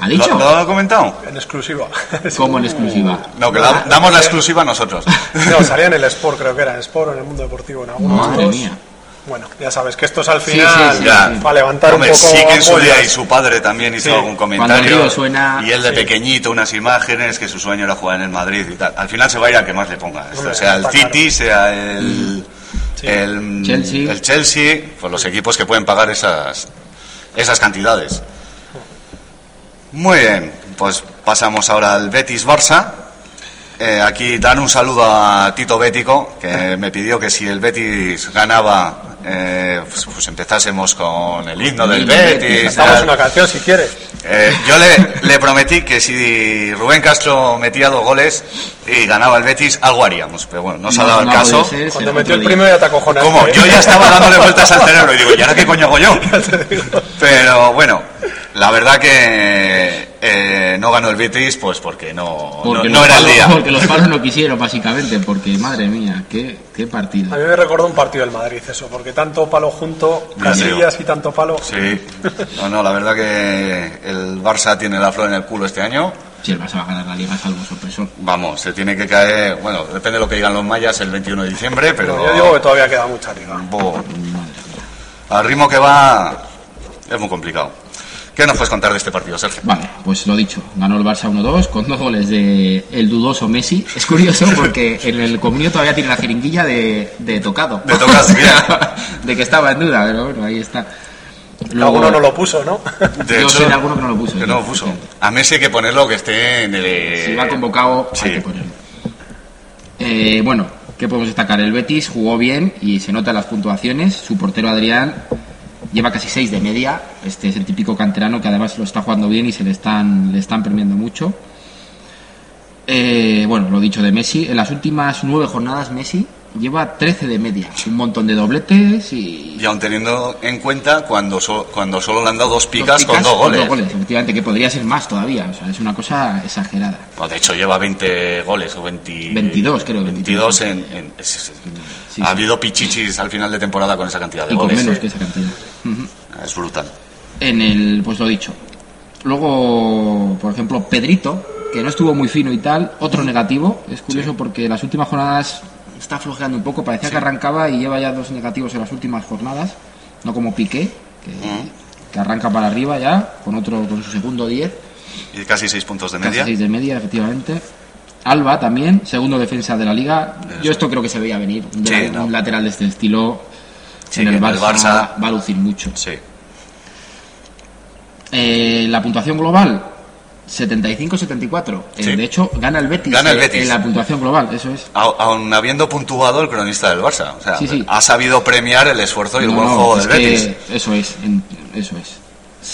[SPEAKER 5] ¿Ha
[SPEAKER 7] ¿Lo,
[SPEAKER 5] dicho?
[SPEAKER 7] ¿Lo ha comentado?
[SPEAKER 6] En exclusiva.
[SPEAKER 5] Como en exclusiva.
[SPEAKER 7] No, que la- damos la exclusiva nosotros.
[SPEAKER 6] No, salía en el Sport, creo que era. En Sport o en el mundo deportivo. En algunos
[SPEAKER 5] Ah, Madre
[SPEAKER 6] otros.
[SPEAKER 5] mía.
[SPEAKER 6] Bueno, ya sabes que esto es al
[SPEAKER 5] Sí,
[SPEAKER 6] final.
[SPEAKER 5] sí, sí,
[SPEAKER 7] Ya.
[SPEAKER 5] sí.
[SPEAKER 6] Para levantar
[SPEAKER 7] Hombre,
[SPEAKER 6] un poco.
[SPEAKER 7] sí que en su día
[SPEAKER 6] ampollas.
[SPEAKER 7] y su padre también hizo
[SPEAKER 6] Sí.
[SPEAKER 7] algún
[SPEAKER 5] el
[SPEAKER 7] comentario.
[SPEAKER 5] río suena-
[SPEAKER 7] Y él de
[SPEAKER 6] Sí.
[SPEAKER 7] pequeñito, unas imágenes, que su sueño era jugar en el Madrid y tal. Al final se va a ir al que más le ponga. Esto,
[SPEAKER 6] Hombre,
[SPEAKER 7] sea el
[SPEAKER 6] está claro.
[SPEAKER 7] City, sea el,
[SPEAKER 6] Sí.
[SPEAKER 7] el
[SPEAKER 5] Chelsea.
[SPEAKER 7] el Chelsea, pues los equipos que pueden pagar esas, esas cantidades. Muy bien, pues pasamos ahora al Betis Barça. Eh, aquí dan un saludo a Tito Bético, que me pidió que si el Betis ganaba, eh, pues, pues empezásemos con el himno del
[SPEAKER 5] himno del Betis,
[SPEAKER 7] Betis.
[SPEAKER 6] Damos
[SPEAKER 7] tal.
[SPEAKER 6] una canción si quieres.
[SPEAKER 7] Eh, yo le, le prometí que si Rubén Castro metía dos goles y ganaba el Betis, algo haríamos. Pero bueno, no se ha dado el
[SPEAKER 5] No, no puede
[SPEAKER 7] caso.
[SPEAKER 5] ser, será
[SPEAKER 6] Cuando
[SPEAKER 5] otro
[SPEAKER 6] metió el
[SPEAKER 5] día.
[SPEAKER 6] primero ya te acojonaste.
[SPEAKER 7] Como
[SPEAKER 6] ¿eh?
[SPEAKER 7] yo ya estaba dándole vueltas al cerebro y digo, ¿y ahora qué coño hago yo? Pero bueno, la verdad que eh, no ganó el Betis, pues porque no,
[SPEAKER 5] Porque
[SPEAKER 7] no, no
[SPEAKER 5] los
[SPEAKER 7] era el
[SPEAKER 5] palos-
[SPEAKER 7] día.
[SPEAKER 5] Porque los palos no quisieron, básicamente, porque madre mía, qué, qué
[SPEAKER 6] A
[SPEAKER 5] partido.
[SPEAKER 6] mí me recordó un partido del Madrid, eso, porque tanto palo junto,
[SPEAKER 7] Ya
[SPEAKER 6] casillas y tanto palo.
[SPEAKER 7] Sí, no, no, la verdad que el Barça tiene la flor en el culo este año.
[SPEAKER 5] Si el Barça va a ganar la liga es algo sorpresor.
[SPEAKER 7] Vamos, se tiene que caer, bueno, depende de lo que digan los mayas el 21 de diciembre, pero...
[SPEAKER 6] Pero yo digo que todavía queda mucha liga.
[SPEAKER 7] Bo- al ritmo que va es muy complicado. ¿Qué nos puedes contar de este partido, Sergio?
[SPEAKER 5] Vale, pues lo dicho, ganó el Barça 1-2 con dos goles de el dudoso Messi. Es curioso porque en el comunio todavía tiene la jeringuilla de, de tocado.
[SPEAKER 7] De tocado,
[SPEAKER 5] O sea,
[SPEAKER 7] mira.
[SPEAKER 5] de que estaba en duda, pero bueno, ahí está.
[SPEAKER 6] Alguno no lo puso, ¿no?
[SPEAKER 7] De
[SPEAKER 5] yo
[SPEAKER 7] hecho,
[SPEAKER 5] sé de alguno que no lo puso.
[SPEAKER 7] que no lo puso.
[SPEAKER 5] Sí.
[SPEAKER 7] A Messi hay que ponerlo que esté en el...
[SPEAKER 5] Si va convocado,
[SPEAKER 7] Eh, Sí.
[SPEAKER 5] hay que ponerlo. Eh, bueno, ¿qué podemos destacar? El Betis jugó bien y se notan las puntuaciones. Su portero Adrián lleva casi 6 de media. Este es el típico canterano que además lo está jugando bien y se le están, le están premiando mucho. Eh, bueno, lo dicho de Messi. En las últimas 9 jornadas, Messi lleva 13 de media. Un montón de dobletes y.
[SPEAKER 7] Y aún teniendo en cuenta cuando, so- cuando solo le han dado dos picas,
[SPEAKER 5] dos
[SPEAKER 7] con dos goles.
[SPEAKER 5] Efectivamente, que podría ser más todavía. O sea, es una cosa exagerada.
[SPEAKER 7] Bueno, de hecho, lleva 20 goles o 20
[SPEAKER 5] 22, creo, 22
[SPEAKER 7] 22 en... en- es- es-
[SPEAKER 5] Sí,
[SPEAKER 7] ha
[SPEAKER 5] sí.
[SPEAKER 7] habido pichichis al final de temporada con esa cantidad de
[SPEAKER 5] Y con
[SPEAKER 7] goles.
[SPEAKER 5] menos
[SPEAKER 7] eh.
[SPEAKER 5] que esa cantidad. Ujú.
[SPEAKER 7] Es brutal.
[SPEAKER 5] en el, pues lo dicho. Luego, por ejemplo, Pedrito, que no estuvo muy fino y tal, otro negativo. Es curioso porque las últimas jornadas está flojeando un poco, parecía que arrancaba y lleva ya dos negativos en las últimas jornadas, no como Piqué, que,
[SPEAKER 7] Mm.
[SPEAKER 5] que arranca para arriba ya, con otro, con su segundo 10,
[SPEAKER 7] Y casi seis puntos de
[SPEAKER 5] casi
[SPEAKER 7] media.
[SPEAKER 5] 6 de media, efectivamente. Alba también, segundo defensa de la liga. Yo esto creo que se veía venir. Un,
[SPEAKER 7] Sí,
[SPEAKER 5] dela-
[SPEAKER 7] no.
[SPEAKER 5] un lateral de este estilo
[SPEAKER 7] Sí,
[SPEAKER 5] en
[SPEAKER 7] que
[SPEAKER 5] el
[SPEAKER 7] en el
[SPEAKER 5] Barça,
[SPEAKER 7] Barça-
[SPEAKER 5] va a lucir mucho.
[SPEAKER 7] Sí.
[SPEAKER 5] Eh, la puntuación global, 75-74. Eh,
[SPEAKER 7] Sí.
[SPEAKER 5] De hecho, gana el Betis,
[SPEAKER 7] Gana el
[SPEAKER 5] eh,
[SPEAKER 7] Betis.
[SPEAKER 5] en la puntuación global, eso es.
[SPEAKER 7] Au- Aun habiendo puntuado el cronista del Barça. O sea,
[SPEAKER 5] Sí, sí.
[SPEAKER 7] ha sabido premiar el esfuerzo y el
[SPEAKER 5] No,
[SPEAKER 7] buen
[SPEAKER 5] no,
[SPEAKER 7] juego
[SPEAKER 5] es
[SPEAKER 7] del
[SPEAKER 5] que
[SPEAKER 7] Betis.
[SPEAKER 5] Eso es, en- eso es.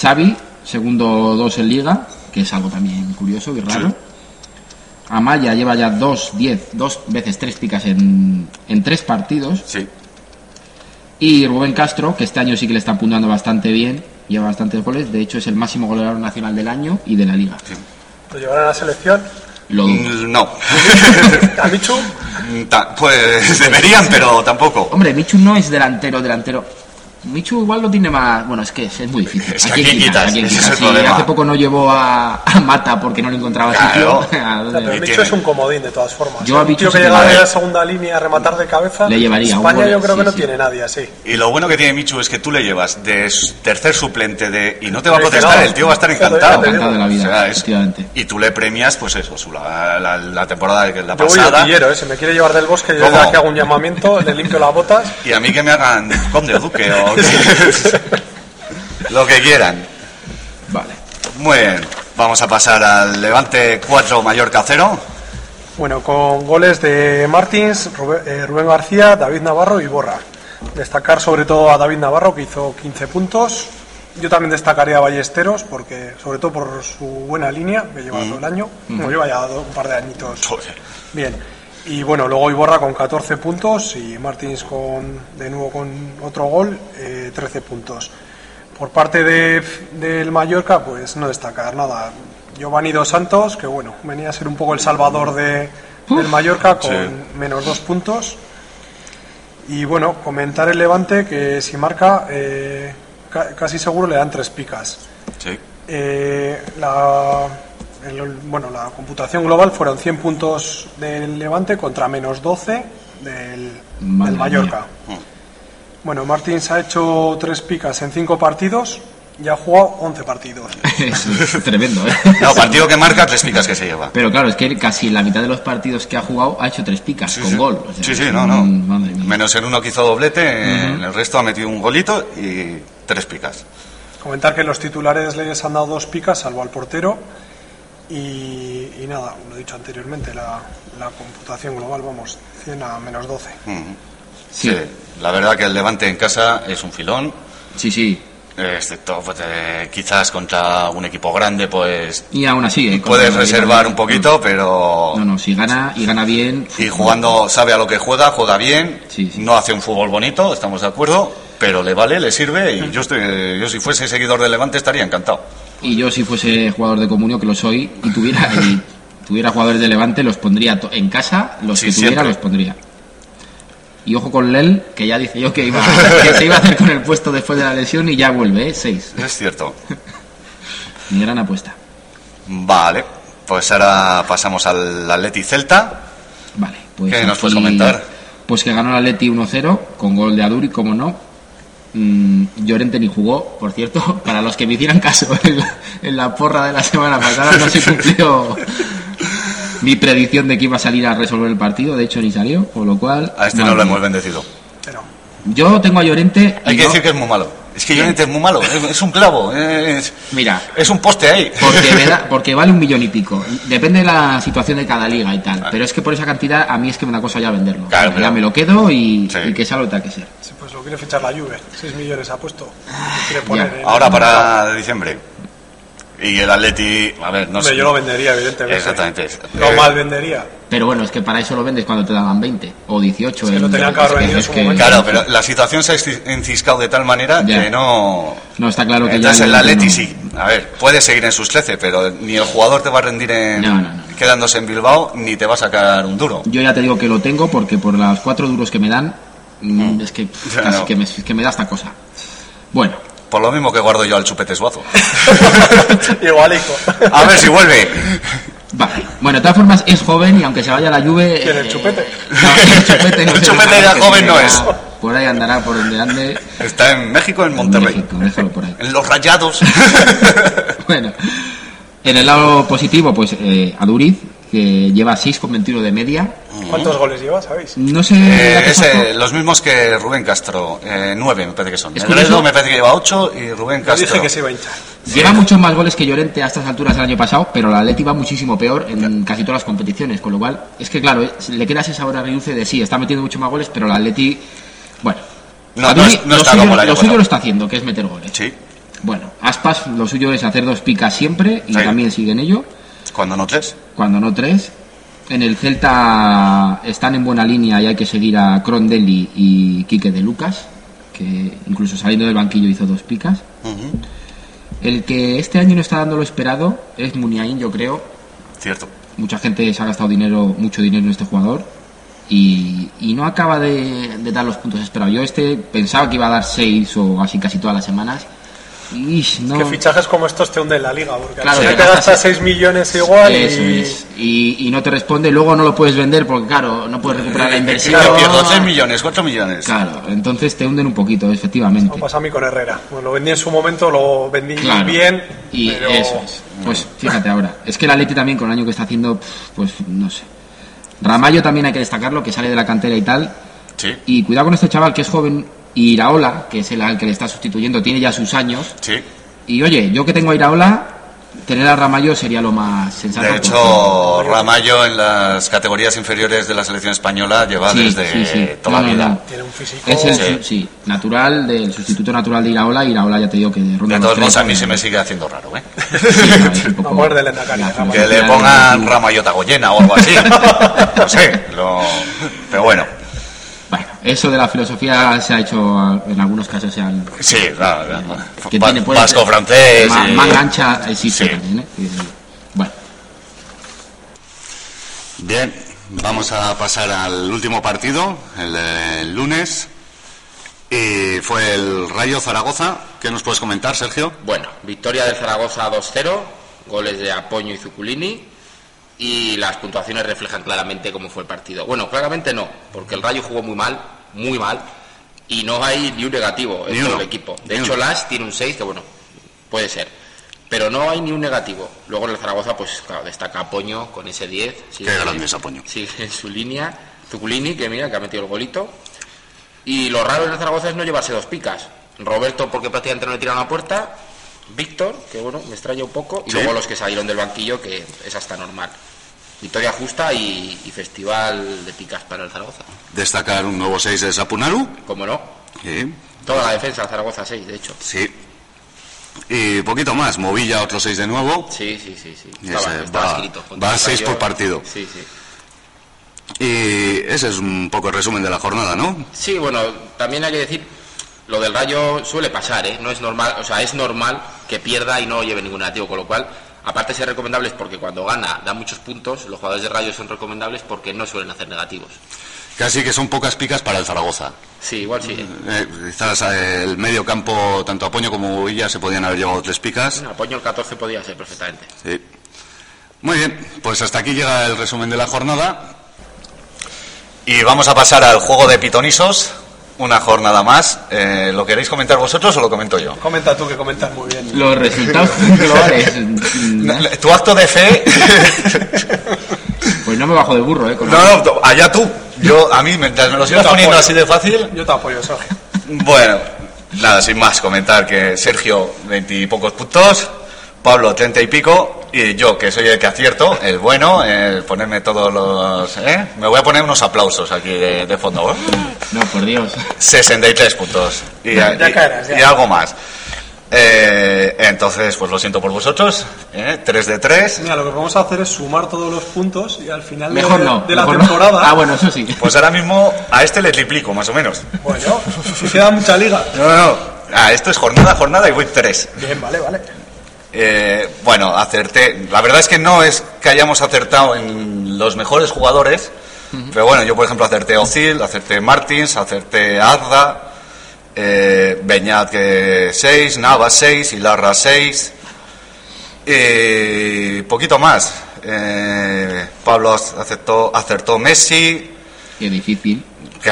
[SPEAKER 5] Xavi, segundo dos en Liga, que es algo también curioso y raro.
[SPEAKER 7] Sí.
[SPEAKER 5] Amaya lleva ya dos, diez, dos veces tres picas en, en tres partidos.
[SPEAKER 7] Sí.
[SPEAKER 5] Y Rubén Castro, que este año sí que le están puntuando bastante bien, lleva bastantes goles. De hecho, es el máximo goleador nacional del año y de la Liga.
[SPEAKER 6] ¿Lo llevarán a la selección?
[SPEAKER 5] Lo dudo.
[SPEAKER 7] Mm, No.
[SPEAKER 6] ¿A Michu?
[SPEAKER 7] Mm, ta- pues deberían, pero tampoco.
[SPEAKER 5] Hombre, Michu no es delantero, delantero. Michu igual lo tiene más. Bueno, es que es, es muy difícil.
[SPEAKER 7] Es que ¿a quién quitas? Ese es el
[SPEAKER 5] Sí,
[SPEAKER 7] problema.
[SPEAKER 5] hace poco no llevó a, a Mata porque no le encontraba
[SPEAKER 7] Claro.
[SPEAKER 5] sitio. ¿A dónde?
[SPEAKER 6] Pero
[SPEAKER 7] Y
[SPEAKER 6] Michu
[SPEAKER 7] tiene.
[SPEAKER 6] es un comodín de todas formas.
[SPEAKER 5] Yo a
[SPEAKER 6] un
[SPEAKER 5] Michu
[SPEAKER 6] tío
[SPEAKER 5] sí
[SPEAKER 6] que
[SPEAKER 5] que
[SPEAKER 6] llega
[SPEAKER 7] le-
[SPEAKER 6] de la segunda línea a rematar de cabeza.
[SPEAKER 5] Le llevaría un
[SPEAKER 6] España
[SPEAKER 5] gol,
[SPEAKER 6] yo creo que
[SPEAKER 5] sí,
[SPEAKER 6] no
[SPEAKER 5] sí.
[SPEAKER 6] tiene nadie así.
[SPEAKER 7] Y lo bueno que tiene Michu es que tú le llevas de s- tercer suplente de y no te va a
[SPEAKER 6] Pero es que
[SPEAKER 7] protestar,
[SPEAKER 6] no.
[SPEAKER 7] el tío va a estar
[SPEAKER 6] Joder,
[SPEAKER 7] encantado.
[SPEAKER 6] ya te
[SPEAKER 5] Encantado de la vida,
[SPEAKER 7] O sea, es-
[SPEAKER 5] efectivamente.
[SPEAKER 7] y tú le premias, pues eso, su- la, la- la temporada que la
[SPEAKER 6] Yo voy de
[SPEAKER 7] pasada.
[SPEAKER 6] pillero, ¿eh? Si me quiere llevar del bosque, yo
[SPEAKER 7] ¿Cómo?
[SPEAKER 6] desde aquí hago un llamamiento, le limpio las botas.
[SPEAKER 7] Y a mí que me hagan Conde o Duque o lo que quieran.
[SPEAKER 5] Vale.
[SPEAKER 7] Muy bien, vamos a pasar al Levante 4 Mallorca 0.
[SPEAKER 6] Bueno, con goles de Martins, Rubén, eh, Rubén García, David Navarro y Borra. Destacar sobre todo a David Navarro, que hizo 15 puntos. Yo también destacaría a Ballesteros, porque, sobre todo por su buena línea, que
[SPEAKER 5] Mm.
[SPEAKER 6] lleva todo el año. Bueno, lleva ya do- un par de añitos.
[SPEAKER 7] Joder.
[SPEAKER 6] Bien. Y bueno, luego Iborra con 14 puntos y Martins con, de nuevo con otro gol, eh, 13 puntos. Por parte de, del Mallorca, pues no destacar nada. Giovanni Dos Santos, que bueno, venía a ser un poco el salvador de, del Mallorca con
[SPEAKER 7] Sí.
[SPEAKER 6] menos dos puntos. Y bueno, comentar el Levante que si marca, eh, ca- casi seguro le dan tres picas.
[SPEAKER 7] Sí.
[SPEAKER 6] Eh, la, el- bueno, la computación global fueron 100 puntos del Levante contra menos 12 del,
[SPEAKER 5] Madre
[SPEAKER 6] del Mallorca.
[SPEAKER 7] mía.
[SPEAKER 6] Bueno, Martins ha hecho tres picas en cinco partidos y ha jugado 11 partidos.
[SPEAKER 5] Eso es tremendo, ¿eh?
[SPEAKER 7] No, partido que marca, tres picas que se lleva.
[SPEAKER 5] Pero claro, es que casi la mitad de los partidos que ha jugado ha hecho tres picas con
[SPEAKER 7] sí.
[SPEAKER 5] gol. O sea,
[SPEAKER 7] Sí, sí, no, no.
[SPEAKER 5] mm, madre mía.
[SPEAKER 7] Menos en uno que hizo doblete, en el resto ha metido un golito y tres picas.
[SPEAKER 6] Comentar que los titulares les han dado dos picas, salvo al portero. Y, y nada, lo he dicho anteriormente, la, la computación global, vamos, 100 a menos 12.
[SPEAKER 5] Sí.
[SPEAKER 7] Sí, La verdad que el Levante en casa es un filón,
[SPEAKER 5] sí, sí.
[SPEAKER 7] eh, excepto pues, eh, quizás contra un equipo grande, pues
[SPEAKER 5] Y aún así, ¿eh? Con-
[SPEAKER 7] puedes reservar un poquito, pero...
[SPEAKER 5] Mm. No, no, si gana y gana bien.
[SPEAKER 7] Y jugando, sabe a lo que juega, juega bien,
[SPEAKER 5] Sí, sí.
[SPEAKER 7] no hace un fútbol bonito, estamos de acuerdo, pero le vale, le sirve
[SPEAKER 5] Mm.
[SPEAKER 7] y yo, estoy, yo si fuese seguidor del Levante estaría encantado.
[SPEAKER 5] Y yo si fuese jugador de comunio, que lo soy, y tuviera, y tuviera jugadores de Levante, los pondría to- en casa, los
[SPEAKER 7] Sí,
[SPEAKER 5] que tuviera
[SPEAKER 7] siempre.
[SPEAKER 5] los pondría. Y ojo con Lel, que ya dice yo que, iba, que se iba a hacer con el puesto después de la lesión y ya vuelve, ¿eh? Seis.
[SPEAKER 7] Es cierto.
[SPEAKER 5] Mi gran apuesta.
[SPEAKER 7] Vale, pues ahora pasamos al Atleti Celta.
[SPEAKER 5] Vale. Pues
[SPEAKER 7] ¿Qué nos puedes comentar?
[SPEAKER 5] Pues que ganó el Atleti 1-0 con gol de Aduri, como no. Mm, Llorente ni jugó, por cierto. Para los que me hicieran caso en la, en la porra de la semana pasada, no se cumplió mi predicción de que iba a salir a resolver el partido. De hecho, ni salió, con lo cual.
[SPEAKER 7] A este no
[SPEAKER 5] madre
[SPEAKER 7] lo
[SPEAKER 5] mía.
[SPEAKER 7] hemos bendecido.
[SPEAKER 6] Pero
[SPEAKER 5] Yo tengo a Llorente. y
[SPEAKER 7] Hay que
[SPEAKER 5] no-
[SPEAKER 7] decir que es muy malo. Es que Llorente es muy malo, es, es un clavo, es,
[SPEAKER 5] Mira,
[SPEAKER 7] es un poste ahí.
[SPEAKER 5] Porque, me da- porque vale un millón y pico. Depende de la situación de cada liga y tal. Pero es que por esa cantidad a mí es que me da cosa ya venderlo.
[SPEAKER 7] Ah. Claro,
[SPEAKER 5] ya
[SPEAKER 7] claro.
[SPEAKER 5] me lo quedo y,
[SPEAKER 7] Sí.
[SPEAKER 5] y que sea lo que tenga que ser.
[SPEAKER 6] sí, pues lo quiere fichar la Juve, 6 millones ha puesto. Lo quiere poner
[SPEAKER 5] Ya.
[SPEAKER 6] en-
[SPEAKER 7] Ahora para diciembre. Y el Atleti, a ver, no
[SPEAKER 6] Hombre,
[SPEAKER 7] sé.
[SPEAKER 6] yo lo vendería, evidentemente.
[SPEAKER 7] Exactamente.
[SPEAKER 6] Lo
[SPEAKER 7] Eh,
[SPEAKER 6] mal vendería.
[SPEAKER 5] Pero bueno, es que para eso lo vendes cuando te daban 20 o 18.
[SPEAKER 6] Es que
[SPEAKER 5] en-
[SPEAKER 6] lo tenían que haber
[SPEAKER 5] es
[SPEAKER 6] vendido en
[SPEAKER 5] es
[SPEAKER 6] su momento.
[SPEAKER 7] Claro, pero la situación se ha encis- enciscado de tal manera
[SPEAKER 5] Ya.
[SPEAKER 7] que no...
[SPEAKER 5] No, está claro que
[SPEAKER 7] Entonces
[SPEAKER 5] ya...
[SPEAKER 7] el
[SPEAKER 5] ya
[SPEAKER 7] Atleti
[SPEAKER 5] no.
[SPEAKER 7] sí. A ver, puede seguir en sus 13, pero ni el jugador te va a rendir en...
[SPEAKER 5] No, no, no.
[SPEAKER 7] quedándose en Bilbao, ni te va a sacar un duro.
[SPEAKER 5] Yo ya te digo que lo tengo porque por las cuatro duros que me dan, mm, es que pff,
[SPEAKER 7] Ya
[SPEAKER 5] casi
[SPEAKER 7] no.
[SPEAKER 5] que, me, que me da esta cosa. Bueno,
[SPEAKER 7] Por lo mismo que guardo yo al chupete suazo.
[SPEAKER 6] Igualico.
[SPEAKER 7] A ver si vuelve.
[SPEAKER 5] vale. Bueno, de todas formas es joven y aunque se vaya a la lluvia...
[SPEAKER 6] ¿Quién, el Chupete?
[SPEAKER 5] No, el chupete, no
[SPEAKER 7] El
[SPEAKER 5] sé,
[SPEAKER 7] Chupete ya
[SPEAKER 5] que
[SPEAKER 7] joven no
[SPEAKER 5] andará-
[SPEAKER 7] es.
[SPEAKER 5] Por ahí andará por donde ande.
[SPEAKER 7] Está en México, en Monterrey.
[SPEAKER 5] México, déjalo por ahí.
[SPEAKER 7] En los rayados.
[SPEAKER 5] Bueno, en el lado positivo, pues eh, Aduriz, que lleva 6,21 de media.
[SPEAKER 6] ¿Cuántos goles lleva, sabéis?
[SPEAKER 5] No sé...
[SPEAKER 7] Eh,
[SPEAKER 5] la
[SPEAKER 7] es,
[SPEAKER 5] cosa-
[SPEAKER 7] eh, los mismos que Rubén Castro, eh, nueve me parece que son.
[SPEAKER 5] Es
[SPEAKER 7] Negredo
[SPEAKER 5] curioso.
[SPEAKER 7] me parece que lleva ocho y Rubén
[SPEAKER 6] Yo
[SPEAKER 7] Castro.
[SPEAKER 6] dije que se iba a hinchar.
[SPEAKER 5] Lleva muchos más goles que Llorente a estas alturas del año pasado, pero la Atleti va muchísimo peor en casi todas las competiciones, con lo cual es que claro, eh, le queda ese sabor agridulce de sí, está metiendo mucho más goles, pero la Atleti, bueno,
[SPEAKER 7] No,
[SPEAKER 5] a
[SPEAKER 7] no
[SPEAKER 5] mí
[SPEAKER 7] es- no
[SPEAKER 5] lo
[SPEAKER 7] está
[SPEAKER 5] suyo,
[SPEAKER 7] como el año
[SPEAKER 5] lo, suyo
[SPEAKER 7] pasado.
[SPEAKER 5] lo está haciendo, que es meter goles.
[SPEAKER 7] Sí,
[SPEAKER 5] Bueno, Aspas lo suyo es hacer dos picas siempre y
[SPEAKER 7] Sí.
[SPEAKER 5] también sigue en ello,
[SPEAKER 7] cuando no tres.
[SPEAKER 5] cuando no tres. En el Celta están en buena línea y hay que seguir a Crondelli y Quique de Lucas, que incluso saliendo del banquillo hizo dos picas.
[SPEAKER 7] Ujú,
[SPEAKER 5] El que este año no está dando lo esperado es Muniain, yo creo.
[SPEAKER 7] Cierto.
[SPEAKER 5] Mucha gente se ha gastado dinero, mucho dinero en este jugador y, y no acaba de, de dar los puntos esperados. Yo este pensaba que iba a dar seis o así casi todas las semanas. Y no,
[SPEAKER 6] Que fichajes como estos te hunden la liga, porque
[SPEAKER 5] Claro,
[SPEAKER 6] al final
[SPEAKER 5] te
[SPEAKER 6] te
[SPEAKER 5] gastas-
[SPEAKER 6] gastas 6 millones igual
[SPEAKER 5] Eso
[SPEAKER 6] y...
[SPEAKER 5] es. Y, y no te responde, luego no lo puedes vender porque, claro, no puedes recuperar la inversión.
[SPEAKER 7] Eh, Claro, pierdo 3 millones, 4 millones.
[SPEAKER 5] Claro, entonces te hunden un poquito, efectivamente.
[SPEAKER 6] Como pasa a mí con Herrera. Bueno, lo vendí en su momento, lo vendí
[SPEAKER 5] Claro.
[SPEAKER 6] bien,
[SPEAKER 5] Y
[SPEAKER 6] pero...
[SPEAKER 5] eso es. Pues fíjate ahora. Es que la Leti también, con el año que está haciendo, pf, pues no sé. Ramallo también hay que destacarlo, que sale de la cantera y tal.
[SPEAKER 7] Sí,
[SPEAKER 5] Y cuidado con este chaval que es joven. Y Iraola, que es el al que le está sustituyendo, tiene ya sus años.
[SPEAKER 7] sí.
[SPEAKER 5] Y oye, yo que tengo a Iraola, tener a Ramallo sería lo más sensato.
[SPEAKER 7] De hecho, Ramallo en las categorías inferiores de la selección española lleva
[SPEAKER 5] Sí,
[SPEAKER 7] desde
[SPEAKER 5] sí, sí. No,
[SPEAKER 7] toda la
[SPEAKER 5] no,
[SPEAKER 7] vida.
[SPEAKER 5] no.
[SPEAKER 6] Tiene un físico...
[SPEAKER 5] Es el,
[SPEAKER 7] Sí.
[SPEAKER 5] su- sí, natural, del sustituto natural de Iraola. Iraola ya te digo que ronda
[SPEAKER 7] De
[SPEAKER 5] los
[SPEAKER 7] todos modos,
[SPEAKER 5] tres.
[SPEAKER 7] a mí se me sigue haciendo raro, ¿eh?
[SPEAKER 5] Sí, no, es un poco-
[SPEAKER 6] No, muerde el Endacari,
[SPEAKER 5] la
[SPEAKER 6] Ramallo.
[SPEAKER 7] Que le
[SPEAKER 5] filosofía
[SPEAKER 7] pongan
[SPEAKER 5] del-
[SPEAKER 7] Ramallo Tagoyena o algo así. No sé, lo- pero bueno.
[SPEAKER 5] Bueno, eso de la filosofía se ha hecho en algunos casos, se han
[SPEAKER 7] Sí, claro, claro.
[SPEAKER 5] que
[SPEAKER 7] Va-
[SPEAKER 5] tiene, puede
[SPEAKER 7] vasco
[SPEAKER 5] ser.
[SPEAKER 7] francés.
[SPEAKER 5] Ma-
[SPEAKER 7] y-
[SPEAKER 5] Más gancha existe
[SPEAKER 7] Sí.
[SPEAKER 5] también, ¿eh? Y- Bueno,
[SPEAKER 7] Bien, vamos a pasar al último partido, el, eh, lunes. Y fue el Rayo Zaragoza. ¿Qué nos puedes comentar, Sergio?
[SPEAKER 8] Bueno, victoria del Zaragoza 2-0, goles de Apoño y Zuculini y las puntuaciones reflejan claramente cómo fue el partido. Bueno, claramente no, porque el Rayo jugó muy mal, muy mal y no hay ni un negativo
[SPEAKER 7] Ni
[SPEAKER 8] en todo
[SPEAKER 7] uno.
[SPEAKER 8] el equipo. De
[SPEAKER 7] Ni
[SPEAKER 8] hecho,
[SPEAKER 7] uno.
[SPEAKER 8] Lash tiene un 6 que bueno, puede ser. Pero no hay ni un negativo. Luego en el Zaragoza, pues claro, destaca Apoño con ese 10. sigue-
[SPEAKER 7] Qué grande es Apoño.
[SPEAKER 8] Sigue en su línea. Zuculini, que mira, que ha metido el golito. Y lo raro del Zaragoza es no llevarse dos picas. Roberto, porque prácticamente no le tiraron a puerta. Víctor, que bueno, me extraña un poco. Y
[SPEAKER 7] Sí.
[SPEAKER 8] luego los que salieron del banquillo, que es hasta normal. Victoria justa y, y festival de picas para el Zaragoza.
[SPEAKER 7] Destacar un nuevo 6 de Sapunaru.
[SPEAKER 8] Como no,
[SPEAKER 7] Sí,
[SPEAKER 8] toda la defensa del Zaragoza 6, de hecho.
[SPEAKER 7] sí. Y poquito más, Movilla otro 6 de nuevo.
[SPEAKER 8] Sí, sí, sí. sí.
[SPEAKER 7] Y
[SPEAKER 8] Estaba,
[SPEAKER 7] ese
[SPEAKER 8] estaba
[SPEAKER 7] va-
[SPEAKER 8] escrito.
[SPEAKER 7] va
[SPEAKER 8] el
[SPEAKER 7] a seis
[SPEAKER 8] Rayo-
[SPEAKER 7] por partido.
[SPEAKER 8] Sí, sí.
[SPEAKER 7] Y ese es un poco el resumen de la jornada, ¿no?
[SPEAKER 8] Sí, bueno, también hay que decir, lo del rayo suele pasar, ¿eh? No es normal, o sea, es normal que pierda y no lleve ningún negativo, con lo cual, aparte de ser recomendables porque cuando gana da muchos puntos, los jugadores de rayo son recomendables porque no suelen hacer negativos.
[SPEAKER 7] Casi que son pocas picas para el Zaragoza.
[SPEAKER 8] Sí, igual sí. ¿eh?
[SPEAKER 7] Eh, quizás eh, el medio campo, tanto Apoño como Movilla, se podían haber llevado tres picas.
[SPEAKER 8] Un apoyo el 14 podía ser perfectamente.
[SPEAKER 7] Sí. Muy bien, pues hasta aquí llega el resumen de la jornada. Y vamos a pasar al juego de pitonisos, una jornada más. Eh, ¿Lo queréis comentar vosotros o lo comento yo?
[SPEAKER 6] Comenta tú, que comentas muy bien.
[SPEAKER 5] los resultados globales. mm,
[SPEAKER 7] No, Tu acto de fe,
[SPEAKER 5] Pues no me bajo de burro, ¿eh? Con la-
[SPEAKER 7] no, no, allá tú. Yo, a mí, mientras me lo sigas poniendo así de fácil,
[SPEAKER 6] Yo te apoyo, Sergio.
[SPEAKER 7] Bueno, nada, sin más, comentar que Sergio, veintipocos puntos, Pablo, treinta y pico, y yo, que soy el que acierto, el bueno, el ponerme todos los... ¿eh? Me voy a poner unos aplausos aquí de, de fondo, ¿eh?
[SPEAKER 5] No, por Dios.
[SPEAKER 7] 63 puntos. Y,
[SPEAKER 6] Ya- ya
[SPEAKER 7] y-
[SPEAKER 6] caerás, ya.
[SPEAKER 7] y algo más. Eh, entonces, pues lo siento por vosotros, ¿eh? 3 de 3.
[SPEAKER 6] Mira, lo que vamos a hacer es sumar todos los puntos y al final de-
[SPEAKER 5] Mejor
[SPEAKER 6] de,
[SPEAKER 5] no.
[SPEAKER 6] la
[SPEAKER 5] mejor no.
[SPEAKER 6] temporada...
[SPEAKER 5] Ah, bueno, eso sí.
[SPEAKER 7] Pues ahora mismo a este le triplico, más o menos.
[SPEAKER 6] Bueno, si queda mucha liga.
[SPEAKER 7] No, no, no. Ah, esto es jornada, jornada y voy 3.
[SPEAKER 6] Bien, vale, vale.
[SPEAKER 7] Eh, bueno, acerté. La verdad es que no es que hayamos acertado en los mejores jugadores. Pero bueno, yo por ejemplo acerté a Ozil, acerté Martins, acerté a Arda, eh, Beñat que 6, Nava 6, Hilarra 6. Y poquito más. Eh, Pablo acertó, acertó Messi.
[SPEAKER 5] Qué difícil.
[SPEAKER 7] que-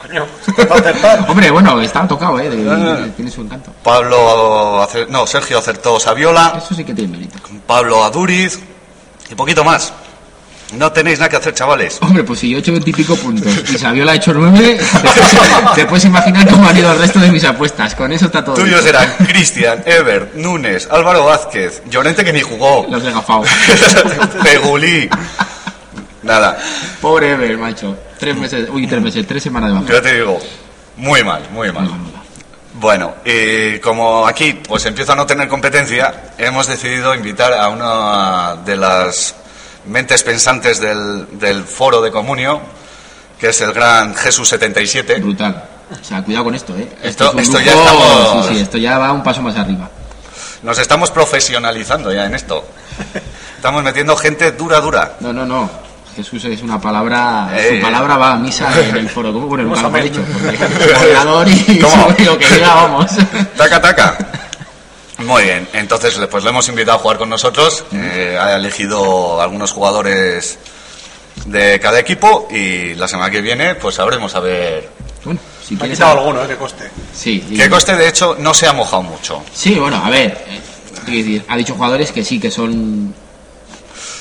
[SPEAKER 6] Coño, pues va a acertar.
[SPEAKER 5] Hombre, bueno, está tocado, ¿eh? de-
[SPEAKER 6] Ah.
[SPEAKER 5] de- tiene su encanto.
[SPEAKER 7] Pablo, acer- no, Sergio acertó Saviola.
[SPEAKER 5] Eso sí que tiene mérito.
[SPEAKER 7] Pablo Aduriz y poquito más. No tenéis nada que hacer, chavales.
[SPEAKER 5] Hombre, pues si yo he hecho 20 y pico puntos y Saviola ha hecho 9, te puedes, te puedes imaginar cómo han ido el resto de mis apuestas. Con eso está todo.
[SPEAKER 7] Tuyos
[SPEAKER 5] dicho.
[SPEAKER 7] eran Cristian, Ebert, Núñez, Álvaro Vázquez, Llorente que ni jugó,
[SPEAKER 5] Los de Gafao.
[SPEAKER 7] Pegulí. Nada,
[SPEAKER 5] Pobre Ever, macho. Tres meses, uy, tres meses, tres semanas de baja.
[SPEAKER 7] yo te digo, muy mal, muy mal.
[SPEAKER 5] Mm.
[SPEAKER 7] Bueno, eh, como aquí pues empiezo a no tener competencia, hemos decidido invitar a una de las mentes pensantes del, del foro de Comunio, que es el gran Jesús 77.
[SPEAKER 5] Brutal. O sea, cuidado con esto, ¿eh?
[SPEAKER 7] Esto-
[SPEAKER 5] es
[SPEAKER 7] esto
[SPEAKER 5] un
[SPEAKER 7] ya
[SPEAKER 5] grupo-
[SPEAKER 7] estamos-
[SPEAKER 5] Sí, sí, esto ya va un paso más arriba.
[SPEAKER 7] Nos estamos profesionalizando ya en esto. Estamos metiendo gente dura, dura.
[SPEAKER 5] No, no, no. Jesús es una palabra.
[SPEAKER 7] Eh.
[SPEAKER 5] Su palabra va a misa en el foro. ¿Cómo? Bueno, nunca lo hemos
[SPEAKER 6] Vamos
[SPEAKER 5] dicho.
[SPEAKER 6] a
[SPEAKER 5] Porque moderador y
[SPEAKER 7] ¿Cómo?
[SPEAKER 5] sobre lo que diga, vamos.
[SPEAKER 7] Taca, taca. Muy bien, entonces le- pues lo hemos invitado a jugar con nosotros.
[SPEAKER 5] Mm.
[SPEAKER 7] Eh, ha elegido algunos jugadores de cada equipo y la semana que viene pues sabremos a ver.
[SPEAKER 5] Bueno, si
[SPEAKER 6] Me ha
[SPEAKER 5] quieres.
[SPEAKER 6] quitado alguno, eh, que coste.
[SPEAKER 5] Sí, y-
[SPEAKER 7] Que coste de hecho no se ha mojado mucho.
[SPEAKER 5] sí, bueno, a ver. eh, quiero decir, ha dicho jugadores que sí, que son.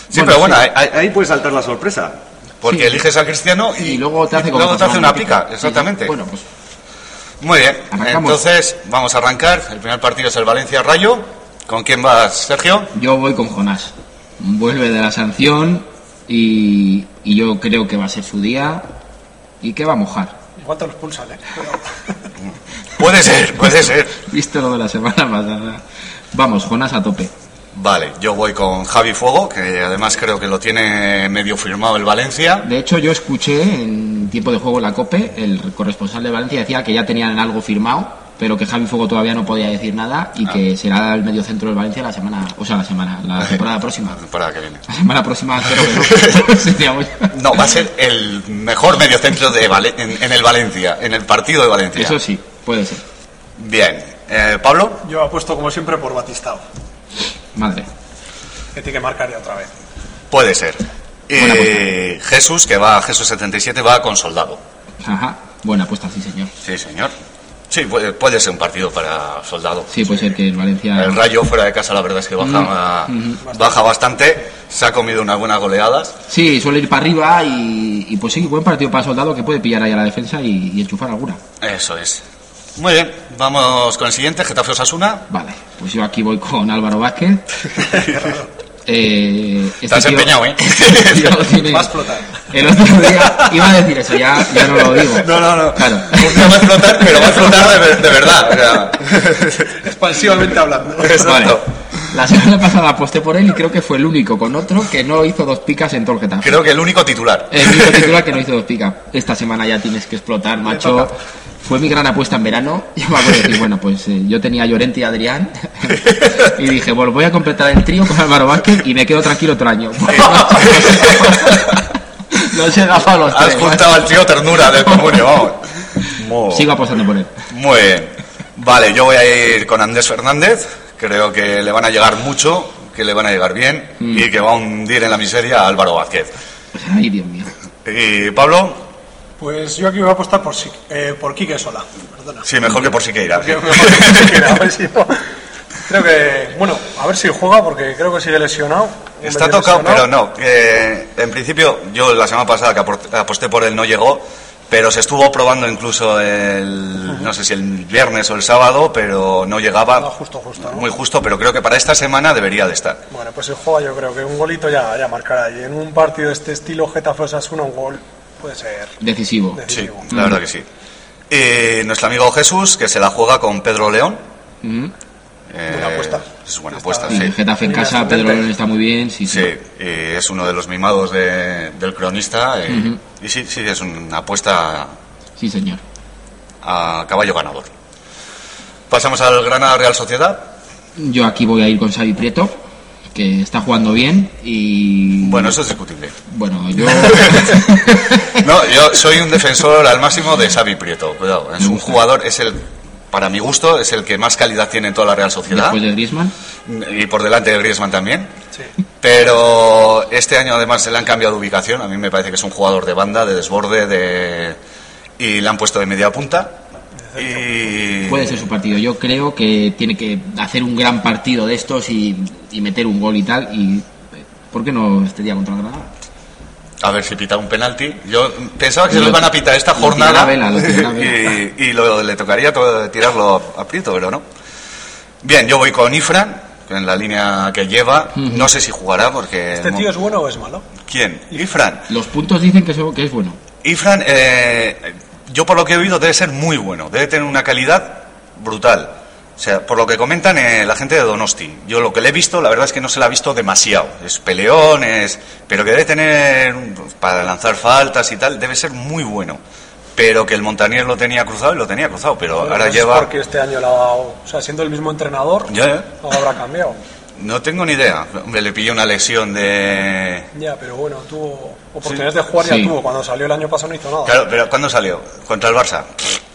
[SPEAKER 7] Sí, pero bueno, ahí, ahí-
[SPEAKER 9] puede saltar la sorpresa.
[SPEAKER 7] porque
[SPEAKER 5] Sí.
[SPEAKER 7] eliges a Cristiano y,
[SPEAKER 5] Y luego te hace,
[SPEAKER 7] y
[SPEAKER 5] como
[SPEAKER 7] luego te
[SPEAKER 5] Paco
[SPEAKER 7] hace
[SPEAKER 5] Ramón,
[SPEAKER 7] una pica,
[SPEAKER 5] Sí,
[SPEAKER 7] exactamente.
[SPEAKER 5] Bueno, pues
[SPEAKER 7] Muy bien,
[SPEAKER 5] Arrancamos.
[SPEAKER 7] entonces vamos a arrancar. El primer partido es el Valencia-Rayo. ¿Con quién vas, Sergio?
[SPEAKER 5] yo voy con Jonás. Vuelve de la sanción y, y yo creo que va a ser su día y que va a mojar.
[SPEAKER 6] Igual te los pulsan, eh. Pero-
[SPEAKER 7] Puede ser, puede ser.
[SPEAKER 5] Visto lo de la semana pasada. Vamos, Jonás a tope.
[SPEAKER 7] Vale, yo voy con Javi Fuego, que además creo que lo tiene medio firmado el Valencia.
[SPEAKER 5] De hecho, yo escuché en tiempo de juego en la COPE, el corresponsal de Valencia decía que ya tenían algo firmado, pero que Javi Fuego todavía no podía decir nada
[SPEAKER 7] Ah.
[SPEAKER 5] y que será el mediocentro del Valencia la semana, o sea, la semana, la temporada próxima.
[SPEAKER 7] Para que viene.
[SPEAKER 5] La semana próxima creo que no. Sería muy-
[SPEAKER 7] No, va a ser el mejor mediocentro de Vale- en, en el Valencia, en el partido de Valencia.
[SPEAKER 5] Eso sí, puede ser.
[SPEAKER 7] Bien, Eh, Pablo,
[SPEAKER 6] Yo apuesto, como siempre, por Batistao,
[SPEAKER 5] Madre.
[SPEAKER 6] que tiene que marcar ya otra vez.
[SPEAKER 7] puede ser.
[SPEAKER 5] Buena
[SPEAKER 7] Eh, Jesús, que va, Jesús 77, va con soldado.
[SPEAKER 5] Ajá. Buena apuesta, sí, señor.
[SPEAKER 7] Sí, señor. Sí, puede, puede ser un partido para soldado.
[SPEAKER 5] Sí, puede ser que el Valencia.
[SPEAKER 7] El Rayo fuera de casa, la verdad es que baja, baja bastante. Se ha comido unas buenas goleadas.
[SPEAKER 5] Sí, suele ir para arriba y, y pues sí, buen partido para Soldado que puede pillar ahí a la defensa y, y enchufar alguna.
[SPEAKER 7] Eso es. Muy bien, vamos con el siguiente, Getafe Osasuna.
[SPEAKER 5] Vale, pues yo aquí voy con Álvaro Vázquez. Eh, este
[SPEAKER 7] Estás
[SPEAKER 5] tío-
[SPEAKER 7] empeñado, ¿eh?
[SPEAKER 5] este tío tiene-
[SPEAKER 6] Va a explotar.
[SPEAKER 5] El otro día iba a decir eso, ya, ya no lo digo.
[SPEAKER 7] No, no, no.
[SPEAKER 5] Claro.
[SPEAKER 7] No va a explotar, pero va a explotar de, ver- de verdad. o sea.
[SPEAKER 6] Expansivamente hablando.
[SPEAKER 7] Exacto.
[SPEAKER 5] Vale. La semana pasada aposté por él y creo que fue el único con otro que no hizo dos picas en todo el Getafe.
[SPEAKER 7] Creo que el único titular.
[SPEAKER 5] El único titular que no hizo dos picas. Esta semana ya tienes que explotar, macho. Fue mi gran apuesta en verano. Yo me acuerdo de decir, bueno, pues eh, yo tenía a Llorente y a Adrián. y dije, bueno, voy a completar el trío con Álvaro Vázquez y me quedo tranquilo otro año. Porque, macho, no se gafado los
[SPEAKER 7] Has
[SPEAKER 5] tres. macho.
[SPEAKER 7] juntado al tío ternura del comunio, vamos. Muy,
[SPEAKER 5] Sigo apostando por él.
[SPEAKER 7] muy bien. Vale, yo voy a ir con Andrés Fernández. Creo que le van a llegar mucho, que le van a llegar bien y que va a hundir en la miseria a Álvaro Vázquez.
[SPEAKER 5] Ay, Dios mío.
[SPEAKER 7] Y Pablo,
[SPEAKER 6] Pues yo aquí voy a apostar por, Si- eh, por Quique Sola. Perdona.
[SPEAKER 7] sí, mejor que por Siqueira.
[SPEAKER 6] Yo creo que se queda, a ver si no. Creo que, bueno, a ver si juega porque creo que sigue lesionado.
[SPEAKER 7] Está
[SPEAKER 6] Medio
[SPEAKER 7] tocado, pero no.
[SPEAKER 6] lesionado.
[SPEAKER 7] Eh, en principio, yo la semana pasada que apor- aposté por él no llegó, pero se estuvo probando incluso el, no sé si el viernes o el sábado, pero no llegaba.
[SPEAKER 6] No, Ah, justo, justo, ¿no?
[SPEAKER 7] Muy justo, pero creo que para esta semana debería de estar.
[SPEAKER 6] Bueno, pues si juega yo creo que un golito ya, ya marcará. Y en un partido de este estilo, Getafe Osasuna, un gol puede ser
[SPEAKER 5] Decisivo.
[SPEAKER 7] Sí,
[SPEAKER 6] decisivo.
[SPEAKER 7] la verdad que sí. Eh, nuestro amigo Jesús, que se la juega con Pedro León.
[SPEAKER 5] Mm.
[SPEAKER 7] Eh,
[SPEAKER 6] Buena apuesta.
[SPEAKER 7] Es buena
[SPEAKER 6] Está-
[SPEAKER 7] apuesta,
[SPEAKER 5] Y
[SPEAKER 7] sí.
[SPEAKER 5] el Getafe en
[SPEAKER 6] Mira,
[SPEAKER 5] casa,
[SPEAKER 6] sorprendente.
[SPEAKER 5] Pedro León está muy bien. Sí, sí.
[SPEAKER 7] Sí, eh, es uno de los mimados de- del cronista. eh, Y sí, sí, es una apuesta
[SPEAKER 5] Sí, señor.
[SPEAKER 7] a caballo ganador. Pasamos al Granada Real Sociedad.
[SPEAKER 5] Yo aquí voy a ir con Xavi Prieto, que está jugando bien y...
[SPEAKER 7] Bueno, eso es discutible.
[SPEAKER 5] Bueno, yo...
[SPEAKER 7] No, yo soy un defensor al máximo de Xavi Prieto. Cuidado, ¿eh? es un jugador, es el, para mi gusto, es el que más calidad tiene en toda la Real Sociedad
[SPEAKER 5] Después de Griezmann.
[SPEAKER 7] y por delante de Griezmann también.
[SPEAKER 6] Sí.
[SPEAKER 7] Pero este año además se le han cambiado de ubicación. A mí me parece que es un jugador de banda, de desborde, de y le han puesto de media punta. Y
[SPEAKER 5] Puede ser su partido. Yo creo que tiene que hacer un gran partido de estos y, y meter un gol y tal. Y ¿Por qué no este día contra el Granada?
[SPEAKER 7] a ver si pita un penalti. Yo pensaba que
[SPEAKER 5] Y
[SPEAKER 7] se lo
[SPEAKER 5] lo-
[SPEAKER 7] iban a pitar esta
[SPEAKER 5] lo tiró
[SPEAKER 7] jornada
[SPEAKER 5] la vela, lo tiró la vela.
[SPEAKER 7] y, y lo- le tocaría to- tirarlo a Prieto, pero no. Bien, yo voy con Ifran, en la línea que lleva. No sé si jugará porque...
[SPEAKER 6] ¿Este tío es bueno o es malo?
[SPEAKER 7] ¿Quién? Ifran.
[SPEAKER 5] Los puntos dicen que, eso, que es bueno.
[SPEAKER 7] Ifran, eh, yo por lo que he oído, debe ser muy bueno. Debe tener una calidad brutal. O sea, por lo que comentan eh, la gente de Donosti. Yo lo que le he visto, la verdad es que no se la ha visto demasiado. Es peleón, es- pero que debe tener, pues, para lanzar faltas y tal, debe ser muy bueno. Pero que el Montanier lo tenía cruzado y lo tenía cruzado, pero
[SPEAKER 6] Bueno,
[SPEAKER 7] ahora
[SPEAKER 6] no sé
[SPEAKER 7] lleva...
[SPEAKER 6] Porque este año lo ha dado. O sea, siendo el mismo entrenador,
[SPEAKER 7] Ya, ya.
[SPEAKER 6] no habrá cambiado.
[SPEAKER 7] No tengo ni idea. Hombre, le pilló una lesión de...
[SPEAKER 6] Ya, pero bueno, tuvo oportunidades de jugar,
[SPEAKER 5] Sí.
[SPEAKER 6] ya tuvo. Cuando salió el año pasado no hizo nada.
[SPEAKER 7] Claro, pero ¿cuándo salió? Contra el Barça.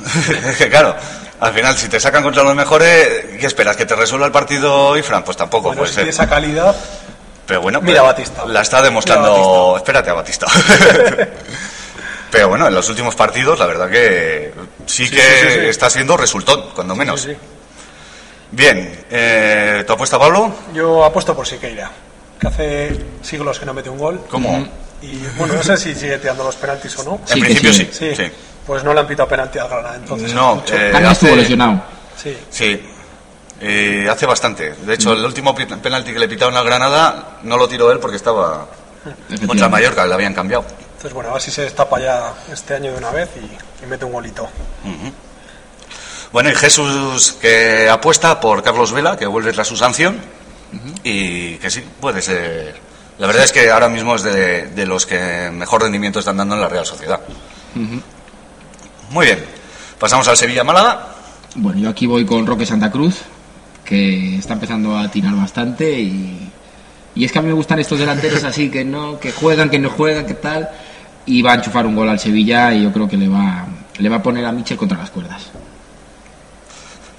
[SPEAKER 7] Es que claro, al final, si te sacan contra los mejores, ¿qué esperas? ¿Que te resuelva el partido Ifran? Pues tampoco
[SPEAKER 6] Bueno,
[SPEAKER 7] puede
[SPEAKER 6] si
[SPEAKER 7] ser.
[SPEAKER 6] tiene esa calidad,
[SPEAKER 7] Pero bueno,
[SPEAKER 6] Mira
[SPEAKER 7] pero
[SPEAKER 6] a Batista.
[SPEAKER 7] La está demostrando.
[SPEAKER 6] Mira a
[SPEAKER 7] Espérate a Batista. pero bueno, en los últimos partidos, la verdad que sí, que
[SPEAKER 6] sí, sí, sí.
[SPEAKER 7] está siendo resultón, cuando menos.
[SPEAKER 6] pues sí, sí.
[SPEAKER 7] Bien, eh, ¿tu apuesta, Pablo?
[SPEAKER 6] yo apuesto por Siqueira, que hace siglos que no mete un gol.
[SPEAKER 7] ¿Cómo?
[SPEAKER 6] Y bueno, no sé si sigue tirando los penaltis o no.
[SPEAKER 5] Sí,
[SPEAKER 7] en
[SPEAKER 5] que
[SPEAKER 7] principio
[SPEAKER 5] sí.
[SPEAKER 7] sí.
[SPEAKER 6] Sí, pues no le han pitado penalti al Granada, entonces.
[SPEAKER 7] No,
[SPEAKER 6] mucho.
[SPEAKER 7] eh,
[SPEAKER 5] También estuvo
[SPEAKER 7] hace-
[SPEAKER 5] lesionado.
[SPEAKER 6] Sí.
[SPEAKER 7] Sí, Eh, hace bastante. De hecho, el último pi- penalti que le pitaron a Granada no lo tiró él porque estaba contra el Mallorca, le habían cambiado.
[SPEAKER 6] Entonces, bueno, a ver si se destapa ya este año de una vez y, y mete un golito.
[SPEAKER 7] Bueno, y Jesús que apuesta por Carlos Vela, que vuelve tras su sanción, y que sí, puede ser. La verdad es que ahora mismo es de, de los que mejor rendimiento están dando en la Real Sociedad. Muy bien, pasamos al Sevilla-Málaga.
[SPEAKER 5] Bueno, yo aquí voy con Roque Santa Cruz, que está empezando a tirar bastante y, y es que a mí me gustan estos delanteros así que no, que juegan, que no juegan, que tal, y va a enchufar un gol al Sevilla y yo creo que le va, le va a poner a Michel contra las cuerdas.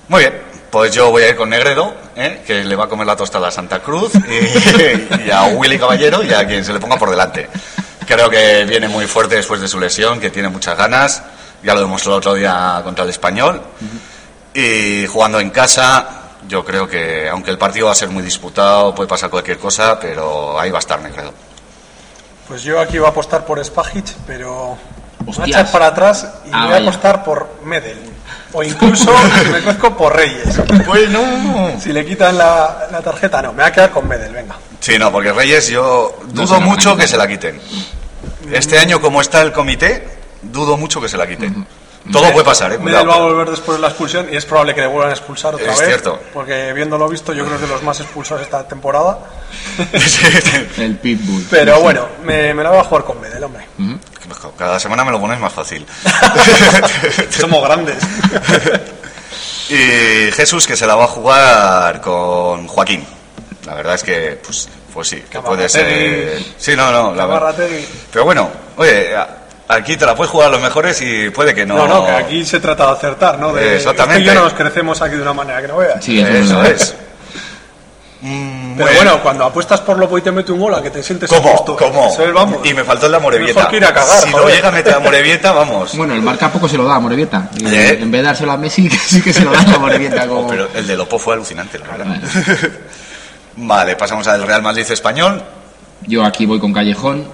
[SPEAKER 7] Muy bien, pues yo voy a ir con Negredo, ¿eh? que le va a comer la tostada a Santa Cruz y, y a Willy Caballero y a quien se le ponga por delante. Creo que viene muy fuerte después de su lesión, que tiene muchas ganas, ya lo demostró el otro día contra el español. Y jugando en casa, yo creo que aunque el partido va a ser muy disputado, puede pasar cualquier cosa, pero ahí va a estar Negredo.
[SPEAKER 6] Pues yo aquí voy a apostar por Spajic, pero me voy a
[SPEAKER 5] Hostias.
[SPEAKER 6] echar para atrás y
[SPEAKER 5] Ah,
[SPEAKER 6] voy a
[SPEAKER 5] vaya.
[SPEAKER 6] apostar por Medel. O incluso me crezco por Reyes.
[SPEAKER 7] Bueno.
[SPEAKER 6] Si le quitan la, la tarjeta, no, me voy a quedar con Medel, venga.
[SPEAKER 7] Sí, no, porque Reyes yo dudo
[SPEAKER 5] se la
[SPEAKER 7] mucho
[SPEAKER 5] van a
[SPEAKER 7] que se la quiten. Este año, como está el comité, dudo mucho que se la quiten. Todo puede pasar, ¿eh?
[SPEAKER 6] Medel va a
[SPEAKER 7] Cuidado.
[SPEAKER 6] volver después de la expulsión y es probable que le vuelvan a expulsar otra
[SPEAKER 7] Es
[SPEAKER 6] vez.
[SPEAKER 7] cierto.
[SPEAKER 6] Porque viéndolo visto, yo creo que es de los más expulsados esta temporada.
[SPEAKER 5] El Pitbull.
[SPEAKER 6] Pero bueno, me, me la voy a jugar con Medel, hombre.
[SPEAKER 7] Cada semana me lo pones más fácil.
[SPEAKER 6] Somos grandes.
[SPEAKER 7] Y Jesús, que se la va a jugar con Joaquín. La verdad es que, pues, pues sí, que puede ser.
[SPEAKER 6] Camarrategui.
[SPEAKER 7] Sí, no, no, la verdad.
[SPEAKER 6] Amarrate y-
[SPEAKER 7] Pero bueno, oye, a- aquí te la puedes jugar a los mejores y puede que no. Eh,
[SPEAKER 6] No, no, que aquí se trata de acertar, ¿no? De,
[SPEAKER 7] Exactamente.
[SPEAKER 6] usted y yo nos crecemos aquí de una manera que no veas.
[SPEAKER 5] Sí, es
[SPEAKER 7] Eso
[SPEAKER 5] verdad.
[SPEAKER 7] es. Mm,
[SPEAKER 6] Pero bueno, cuando apuestas por Lopo y te mete un gol, a que te sientes a
[SPEAKER 7] ¿Cómo?
[SPEAKER 6] gusto.
[SPEAKER 7] ¿Cómo?
[SPEAKER 6] Eso es, vamos.
[SPEAKER 7] Y me faltó el de Amorebieta.
[SPEAKER 6] Mejor que ir a cagar,
[SPEAKER 7] si no
[SPEAKER 6] joder.
[SPEAKER 7] llega a meter a Amorebieta, vamos.
[SPEAKER 5] Bueno, el marca poco se lo da a Morevieta. Eh,
[SPEAKER 7] ¿Eh?
[SPEAKER 5] En vez de dárselo a Messi, que sí que se lo da a Morevieta.
[SPEAKER 7] Oh,
[SPEAKER 5] Como...
[SPEAKER 7] pero el de Lopo fue alucinante, la verdad. Vale, pasamos al Real Madrid español.
[SPEAKER 5] Yo aquí voy con Callejón.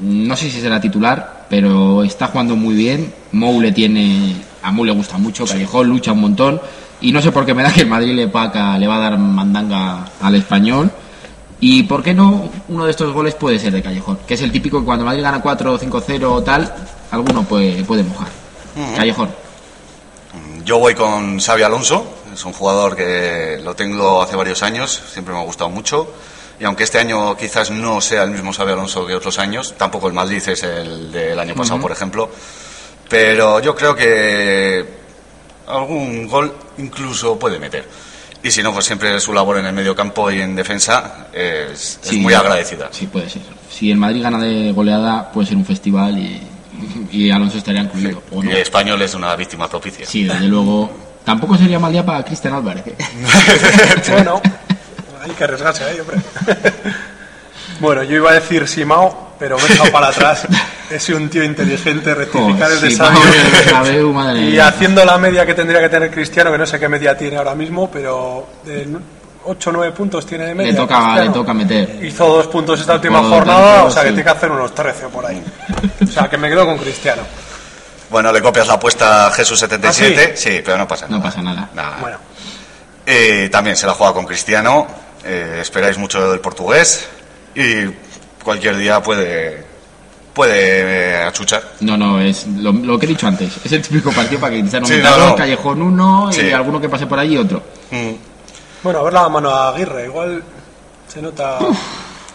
[SPEAKER 5] No sé si será titular, pero está jugando muy bien. Mou le tiene. A Mou le gusta mucho. Callejón lucha un montón. Y no sé por qué me da que el Madrid le, paca, le va a dar mandanga al español. Y por qué no uno de estos goles puede ser de Callejón, que es el típico que cuando Madrid gana 4 5-0 o tal, alguno puede, puede mojar. Callejón.
[SPEAKER 7] Yo voy con Xavi Alonso, es un jugador que lo tengo hace varios años, siempre me ha gustado mucho. Y aunque este año quizás no sea el mismo Xavi Alonso que otros años, tampoco el Madrid es el del año pasado, por ejemplo. Pero yo creo que algún gol incluso puede meter. Y si no, pues siempre su labor en el medio campo y en defensa es, es
[SPEAKER 5] Sí.
[SPEAKER 7] muy agradecida.
[SPEAKER 5] Sí, puede ser. Si el Madrid gana de goleada, puede ser un festival y, y Alonso estaría incluido. O
[SPEAKER 7] Y
[SPEAKER 5] no.
[SPEAKER 7] el español es una víctima propicia.
[SPEAKER 5] Sí, desde luego. Tampoco sería mal día para Cristian Álvarez. ¿eh?
[SPEAKER 6] Bueno, hay que arriesgarse ahí, hombre. Bueno, yo iba a decir Simao, pero me he echado para atrás. Es un tío inteligente, rectificar es de
[SPEAKER 5] Sí,
[SPEAKER 6] sabio.
[SPEAKER 5] vamos, el Bernabéu, madre
[SPEAKER 6] Y
[SPEAKER 5] mía.
[SPEAKER 6] haciendo la media que tendría que tener Cristiano, que no sé qué media tiene ahora mismo, pero eh, 8 o 9 puntos tiene de media.
[SPEAKER 5] Le toca, le
[SPEAKER 6] Cristiano.
[SPEAKER 5] toca meter.
[SPEAKER 6] Hizo dos puntos esta última
[SPEAKER 5] Por lo
[SPEAKER 6] jornada,
[SPEAKER 5] tanto,
[SPEAKER 6] o sea que
[SPEAKER 5] sí.
[SPEAKER 6] tiene que hacer unos 13 o por ahí. O sea que me quedo con Cristiano.
[SPEAKER 7] Bueno, le copias la apuesta a Jesús77.
[SPEAKER 6] ¿Ah,
[SPEAKER 7] sí? pero no pasa nada.
[SPEAKER 5] No pasa nada.
[SPEAKER 7] Nada.
[SPEAKER 6] Bueno,
[SPEAKER 7] Eh, también se la juega con Cristiano. eh, esperáis mucho del portugués. Y cualquier día puede, puede eh, achuchar.
[SPEAKER 5] No, no, es lo, lo que he dicho antes. Es el típico partido para que Cristiano
[SPEAKER 7] Sí,
[SPEAKER 5] meta
[SPEAKER 7] no,
[SPEAKER 5] dos,
[SPEAKER 7] no.
[SPEAKER 5] Callejón uno
[SPEAKER 7] Sí.
[SPEAKER 5] y alguno que pase por allí otro.
[SPEAKER 7] Mm.
[SPEAKER 6] bueno, a ver la mano a Aguirre, igual se nota.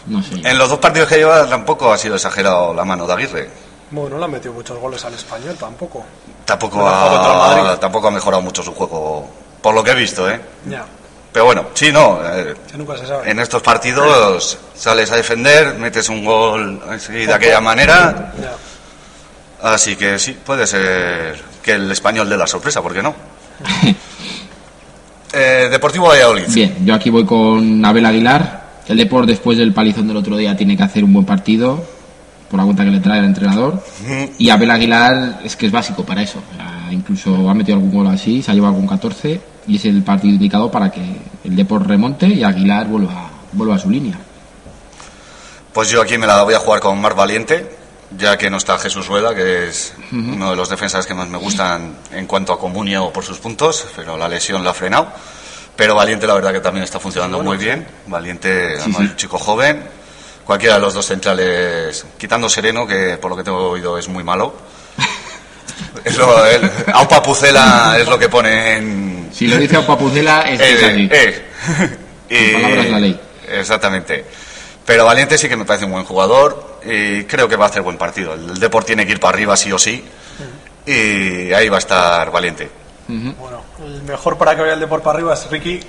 [SPEAKER 5] No sé.
[SPEAKER 7] En los dos partidos que lleva tampoco ha sido exagerado la mano de Aguirre.
[SPEAKER 6] Bueno, no le ha metido muchos goles al español tampoco.
[SPEAKER 7] Tampoco
[SPEAKER 6] Bueno, ha vuelto al
[SPEAKER 7] ha,
[SPEAKER 6] Madrid.
[SPEAKER 7] tampoco ha mejorado mucho su juego, por lo que he visto, ¿eh?
[SPEAKER 6] Ya,
[SPEAKER 7] Pero bueno, sí, no. eh,
[SPEAKER 6] que nunca se sabe.
[SPEAKER 7] en estos partidos sales a defender, metes un gol así de aquella manera.
[SPEAKER 6] Ya.
[SPEAKER 7] Así que sí, puede ser que el español dé la sorpresa, ¿por qué no? Eh, Deportivo Valladolid.
[SPEAKER 5] Bien, yo aquí voy con Abel Aguilar. El Depor después del palizón del otro día tiene que hacer un buen partido por la cuenta que le trae el entrenador. Y Abel Aguilar es que es básico para eso. O sea, Incluso ha metido algún gol así, se ha llevado algún 14 y es el partido indicado para que el Depor remonte y Aguilar vuelva, vuelva a su línea.
[SPEAKER 7] Pues yo aquí me la voy a jugar con Mar Valiente, ya que no está Jesús Rueda, que es uno de los defensas que más me gustan en cuanto a Comunio por sus puntos, pero la lesión lo ha frenado. Pero Valiente la verdad que también está funcionando muy bien. Valiente además, es un chico joven. Cualquiera de los dos centrales, quitando Sereno, que por lo que tengo oído es muy malo. Es lo- el- Aupa Pucela es lo que pone en,
[SPEAKER 5] Si lo dice a Papucela, es que es así.
[SPEAKER 7] eh, eh.
[SPEAKER 5] Con palabras la ley.
[SPEAKER 7] Exactamente. Pero Valiente sí que me parece un buen jugador y creo que va a hacer buen partido. El Deport tiene que ir para arriba sí o sí y ahí va a estar Valiente. ¿Mm?
[SPEAKER 6] Bueno, el mejor para que vaya el deporte para arriba es Ricky.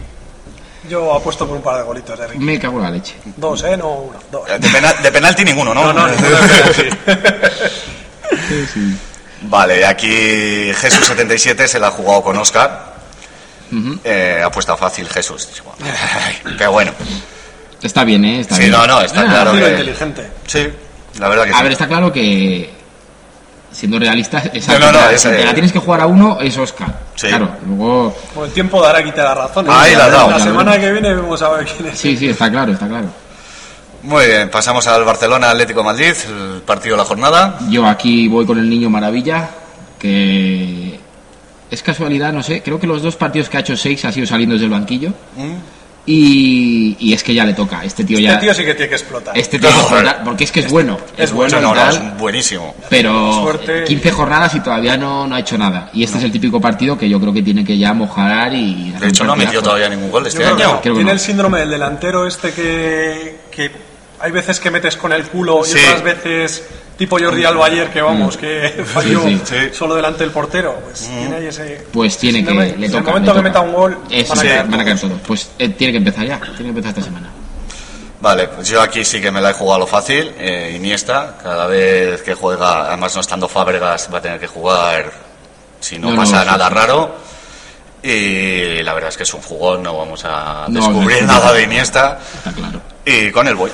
[SPEAKER 6] Yo apuesto por un par de golitos de Ricky.
[SPEAKER 5] Me cago en la leche.
[SPEAKER 6] Dos, ¿eh? No, uno, dos.
[SPEAKER 7] De, pena- de penalti ninguno, ¿Mm? ¿no?
[SPEAKER 6] No, ninguno de penalti.
[SPEAKER 7] Vale, aquí Jesús77 se la ha jugado con Oscar. Eh, apuesta fácil Jesús. Pero bueno,
[SPEAKER 5] Está bien, ¿eh? Está
[SPEAKER 7] Sí,
[SPEAKER 5] bien.
[SPEAKER 7] no, no, está
[SPEAKER 5] Ah,
[SPEAKER 7] claro.
[SPEAKER 6] Partido
[SPEAKER 7] que-
[SPEAKER 6] inteligente.
[SPEAKER 7] sí, la verdad que
[SPEAKER 5] A
[SPEAKER 6] Ah.
[SPEAKER 7] sí.
[SPEAKER 5] ver, está claro que siendo realista, esa
[SPEAKER 7] No, no, no,
[SPEAKER 5] si
[SPEAKER 7] esa-
[SPEAKER 5] te la tienes que jugar a uno es Oscar.
[SPEAKER 7] Sí.
[SPEAKER 5] Claro, luego
[SPEAKER 6] Con el tiempo dará quita la razón. ¿eh?
[SPEAKER 7] Ahí la ha dado.
[SPEAKER 6] La semana que viene vamos a ver quién es.
[SPEAKER 5] Sí, sí, está claro, está claro.
[SPEAKER 7] Muy bien, pasamos al Barcelona Atlético de Madrid, el partido de la jornada.
[SPEAKER 5] Yo aquí voy con el niño maravilla, que es casualidad, no sé, creo que los dos partidos que ha hecho seis ha sido saliendo desde el banquillo.
[SPEAKER 7] Mm.
[SPEAKER 5] Y, y es que ya le toca, este tío
[SPEAKER 6] Este
[SPEAKER 5] ya...
[SPEAKER 6] tío sí que tiene que explotar.
[SPEAKER 5] este tío
[SPEAKER 7] No,
[SPEAKER 5] va a
[SPEAKER 7] joder.
[SPEAKER 5] explotar, porque es que es bueno, es, bueno
[SPEAKER 7] No,
[SPEAKER 5] y
[SPEAKER 7] no,
[SPEAKER 5] tal,
[SPEAKER 7] es buenísimo.
[SPEAKER 5] pero
[SPEAKER 6] Suerte.
[SPEAKER 5] 15 jornadas y todavía no, no ha hecho nada. Y este es el típico partido que yo creo que tiene que ya mojar y... hacer
[SPEAKER 7] De
[SPEAKER 5] un
[SPEAKER 7] hecho, no ha metido
[SPEAKER 5] partidazo.
[SPEAKER 7] todavía ningún gol este
[SPEAKER 6] Yo creo que
[SPEAKER 7] año.
[SPEAKER 6] no.
[SPEAKER 5] Creo que
[SPEAKER 6] Tiene
[SPEAKER 5] no.
[SPEAKER 6] el síndrome del delantero este que, que hay veces que metes con el culo
[SPEAKER 7] Sí.
[SPEAKER 6] y otras veces tipo Jordi Alba ayer que vamos, que falló
[SPEAKER 5] mm. sí. Mm.
[SPEAKER 7] Sí.
[SPEAKER 6] solo delante del portero. Pues tiene ahí ese...
[SPEAKER 5] Pues tiene que.
[SPEAKER 6] síndrome.
[SPEAKER 5] le
[SPEAKER 6] En
[SPEAKER 5] toca,
[SPEAKER 6] el momento
[SPEAKER 5] le
[SPEAKER 6] que
[SPEAKER 5] toca.
[SPEAKER 6] meta un gol,
[SPEAKER 5] Eso,
[SPEAKER 6] van a
[SPEAKER 5] sí,
[SPEAKER 6] caer
[SPEAKER 5] van a caer
[SPEAKER 6] todos.
[SPEAKER 5] todos. Pues eh, tiene que empezar ya, tiene que empezar esta semana.
[SPEAKER 7] Vale, pues yo aquí sí que me la he jugado a lo fácil. eh, Iniesta, cada vez que juega, además no estando Fábregas, va a tener que jugar si no,
[SPEAKER 5] No, no,
[SPEAKER 7] pasa
[SPEAKER 5] sí,
[SPEAKER 7] nada
[SPEAKER 5] sí.
[SPEAKER 7] raro. Y la verdad es que es un jugón, no vamos a
[SPEAKER 5] No,
[SPEAKER 7] descubrir
[SPEAKER 5] no, no.
[SPEAKER 7] nada de Iniesta.
[SPEAKER 5] Está claro.
[SPEAKER 7] Y con el voy.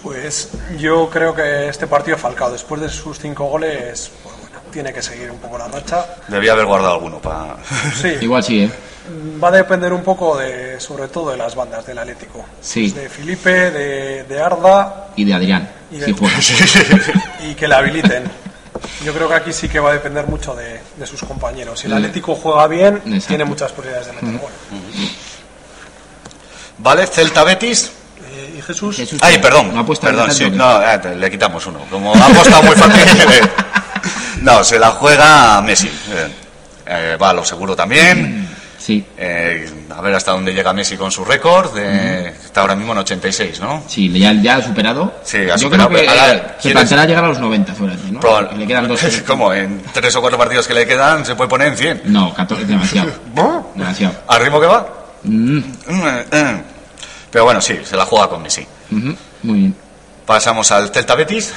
[SPEAKER 6] Pues yo creo que este partido Falcao, después de sus cinco goles, pues bueno, tiene que seguir un poco la racha.
[SPEAKER 7] Debía haber guardado alguno para.
[SPEAKER 6] Sí,
[SPEAKER 5] Igual sí, ¿eh?
[SPEAKER 6] va a depender un poco de, sobre todo de las bandas del Atlético.
[SPEAKER 5] Sí.
[SPEAKER 6] Pues de Felipe, de, de Arda
[SPEAKER 5] Y de Adrián.
[SPEAKER 6] Y de-
[SPEAKER 5] Sí, juega.
[SPEAKER 6] y que la habiliten. Yo creo que aquí sí que va a depender mucho de, de sus compañeros. Si el Atlético juega bien,
[SPEAKER 5] Exacto.
[SPEAKER 6] tiene muchas posibilidades de meter gol.
[SPEAKER 7] Vale, Celta Betis.
[SPEAKER 6] Eh, y Jesús,
[SPEAKER 5] Jesús,
[SPEAKER 7] Ay,
[SPEAKER 5] tío,
[SPEAKER 7] perdón.
[SPEAKER 5] No ha puesto
[SPEAKER 7] perdón,
[SPEAKER 5] el
[SPEAKER 7] sí,
[SPEAKER 5] tanto, ¿no?
[SPEAKER 7] no, eh, le quitamos uno. Como ha apostado muy fácil. no, se la juega Messi. Eh, eh, va a lo seguro también.
[SPEAKER 6] Mm.
[SPEAKER 5] Sí,
[SPEAKER 7] Eh, a ver hasta dónde llega Messi con su récord. eh, de- Está ahora mismo en 86, ¿no?
[SPEAKER 5] sí, ya, ya ha superado.
[SPEAKER 7] Sí, ha
[SPEAKER 5] Yo
[SPEAKER 7] superado,
[SPEAKER 5] creo que
[SPEAKER 7] pero ahora,
[SPEAKER 5] eh, se
[SPEAKER 7] ¿quién
[SPEAKER 5] planteará llegar a los 90, seguramente, ¿no?
[SPEAKER 7] Probable-
[SPEAKER 5] Le quedan dos.
[SPEAKER 7] ¿Cómo? En tres o cuatro partidos que le quedan se puede poner en 100.
[SPEAKER 5] No, 14, demasiado. demasiado.
[SPEAKER 7] ¿Al ritmo que va?
[SPEAKER 5] Mm,
[SPEAKER 7] Mm, eh, eh. Pero bueno, sí, se la juega con Messi.
[SPEAKER 5] mhm, Muy bien.
[SPEAKER 7] Pasamos al Celta Betis.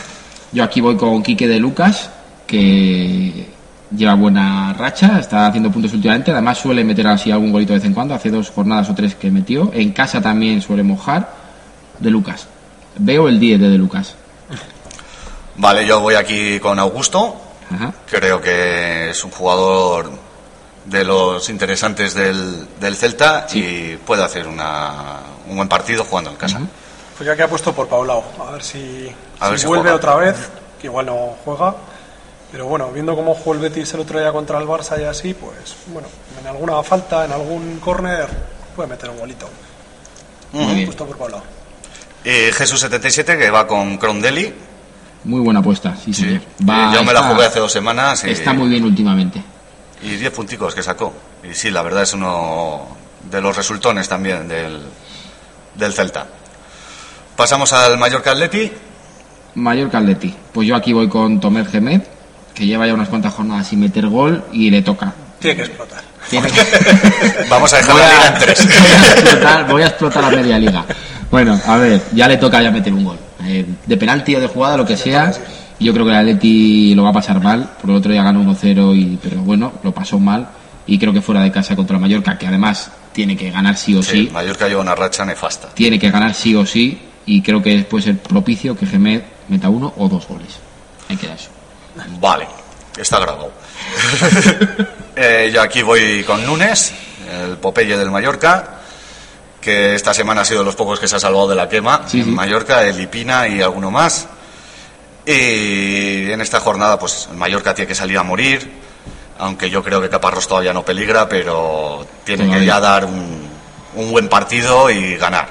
[SPEAKER 5] Yo aquí voy con Quique de Lucas, que lleva buena racha, está haciendo puntos últimamente, además suele meter así algún golito de vez en cuando, hace dos jornadas o tres que metió, en casa también suele mojar, de Lucas. Veo el 10 de de Lucas.
[SPEAKER 6] Mm.
[SPEAKER 7] Vale, yo voy aquí con Augusto.
[SPEAKER 5] Ajá.
[SPEAKER 7] Creo que es un jugador
[SPEAKER 1] de los interesantes del, del Celta
[SPEAKER 5] Sí.
[SPEAKER 1] y puede hacer una, un buen partido jugando en casa.
[SPEAKER 6] Pues ya que ha puesto por Paulao, a ver si,
[SPEAKER 1] A ver
[SPEAKER 6] si
[SPEAKER 1] si
[SPEAKER 6] vuelve
[SPEAKER 1] juega.
[SPEAKER 6] otra vez, que igual no juega. Pero bueno, viendo cómo jugó el Betis el otro día contra el Barça y así, pues bueno, en alguna falta, en algún córner, puede meter un golito.
[SPEAKER 5] Muy bien.
[SPEAKER 6] Puesto por Paulao.
[SPEAKER 1] Eh, Jesús 77 que va con Crondelli.
[SPEAKER 5] Muy buena apuesta, sí,
[SPEAKER 1] Sí.
[SPEAKER 5] señor. Va,
[SPEAKER 1] Eh, yo me la
[SPEAKER 5] está-
[SPEAKER 1] jugué hace dos semanas y,
[SPEAKER 5] Está muy bien últimamente.
[SPEAKER 1] y 10 punticos que sacó. Y sí, la verdad es uno de los resultones también del, del Celta. Pasamos al Mallorca Atleti.
[SPEAKER 5] Mallorca Atleti. Pues yo aquí voy con Tomer Gemet, que lleva ya unas cuantas jornadas sin meter gol y le toca.
[SPEAKER 6] Tiene que explotar.
[SPEAKER 5] Tiene que-
[SPEAKER 1] Vamos a dejar
[SPEAKER 5] voy,
[SPEAKER 1] la liga
[SPEAKER 5] a,
[SPEAKER 1] en tres.
[SPEAKER 5] voy a explotar, voy a explotar la media liga. Bueno, a ver, ya le toca ya meter un gol. Eh, de penalti o de jugada, lo que sea. Yo creo que el Atleti lo va a pasar mal, porque el otro día ganó 1-0, y, pero bueno, lo pasó mal. Y creo que fuera de casa contra el Mallorca, que además tiene que ganar sí o
[SPEAKER 1] Sí,
[SPEAKER 5] sí,
[SPEAKER 1] Mallorca lleva una racha nefasta.
[SPEAKER 5] tiene que ganar sí o sí. Y creo que puede ser propicio que Gemet meta uno o dos goles. Ahí queda eso.
[SPEAKER 1] Vale, está grabado. Eh, yo aquí voy con Nunes, el Popeye del Mallorca, que esta semana ha sido de los pocos que se ha salvado de la quema
[SPEAKER 5] Sí,
[SPEAKER 1] en
[SPEAKER 5] sí.
[SPEAKER 1] Mallorca, el Ipina y alguno más. Y en esta jornada, pues el Mallorca tiene que salir a morir, aunque yo creo que Caparrós todavía no peligra, pero tiene que
[SPEAKER 5] Todavía.
[SPEAKER 1] ya dar un, un buen partido y ganar,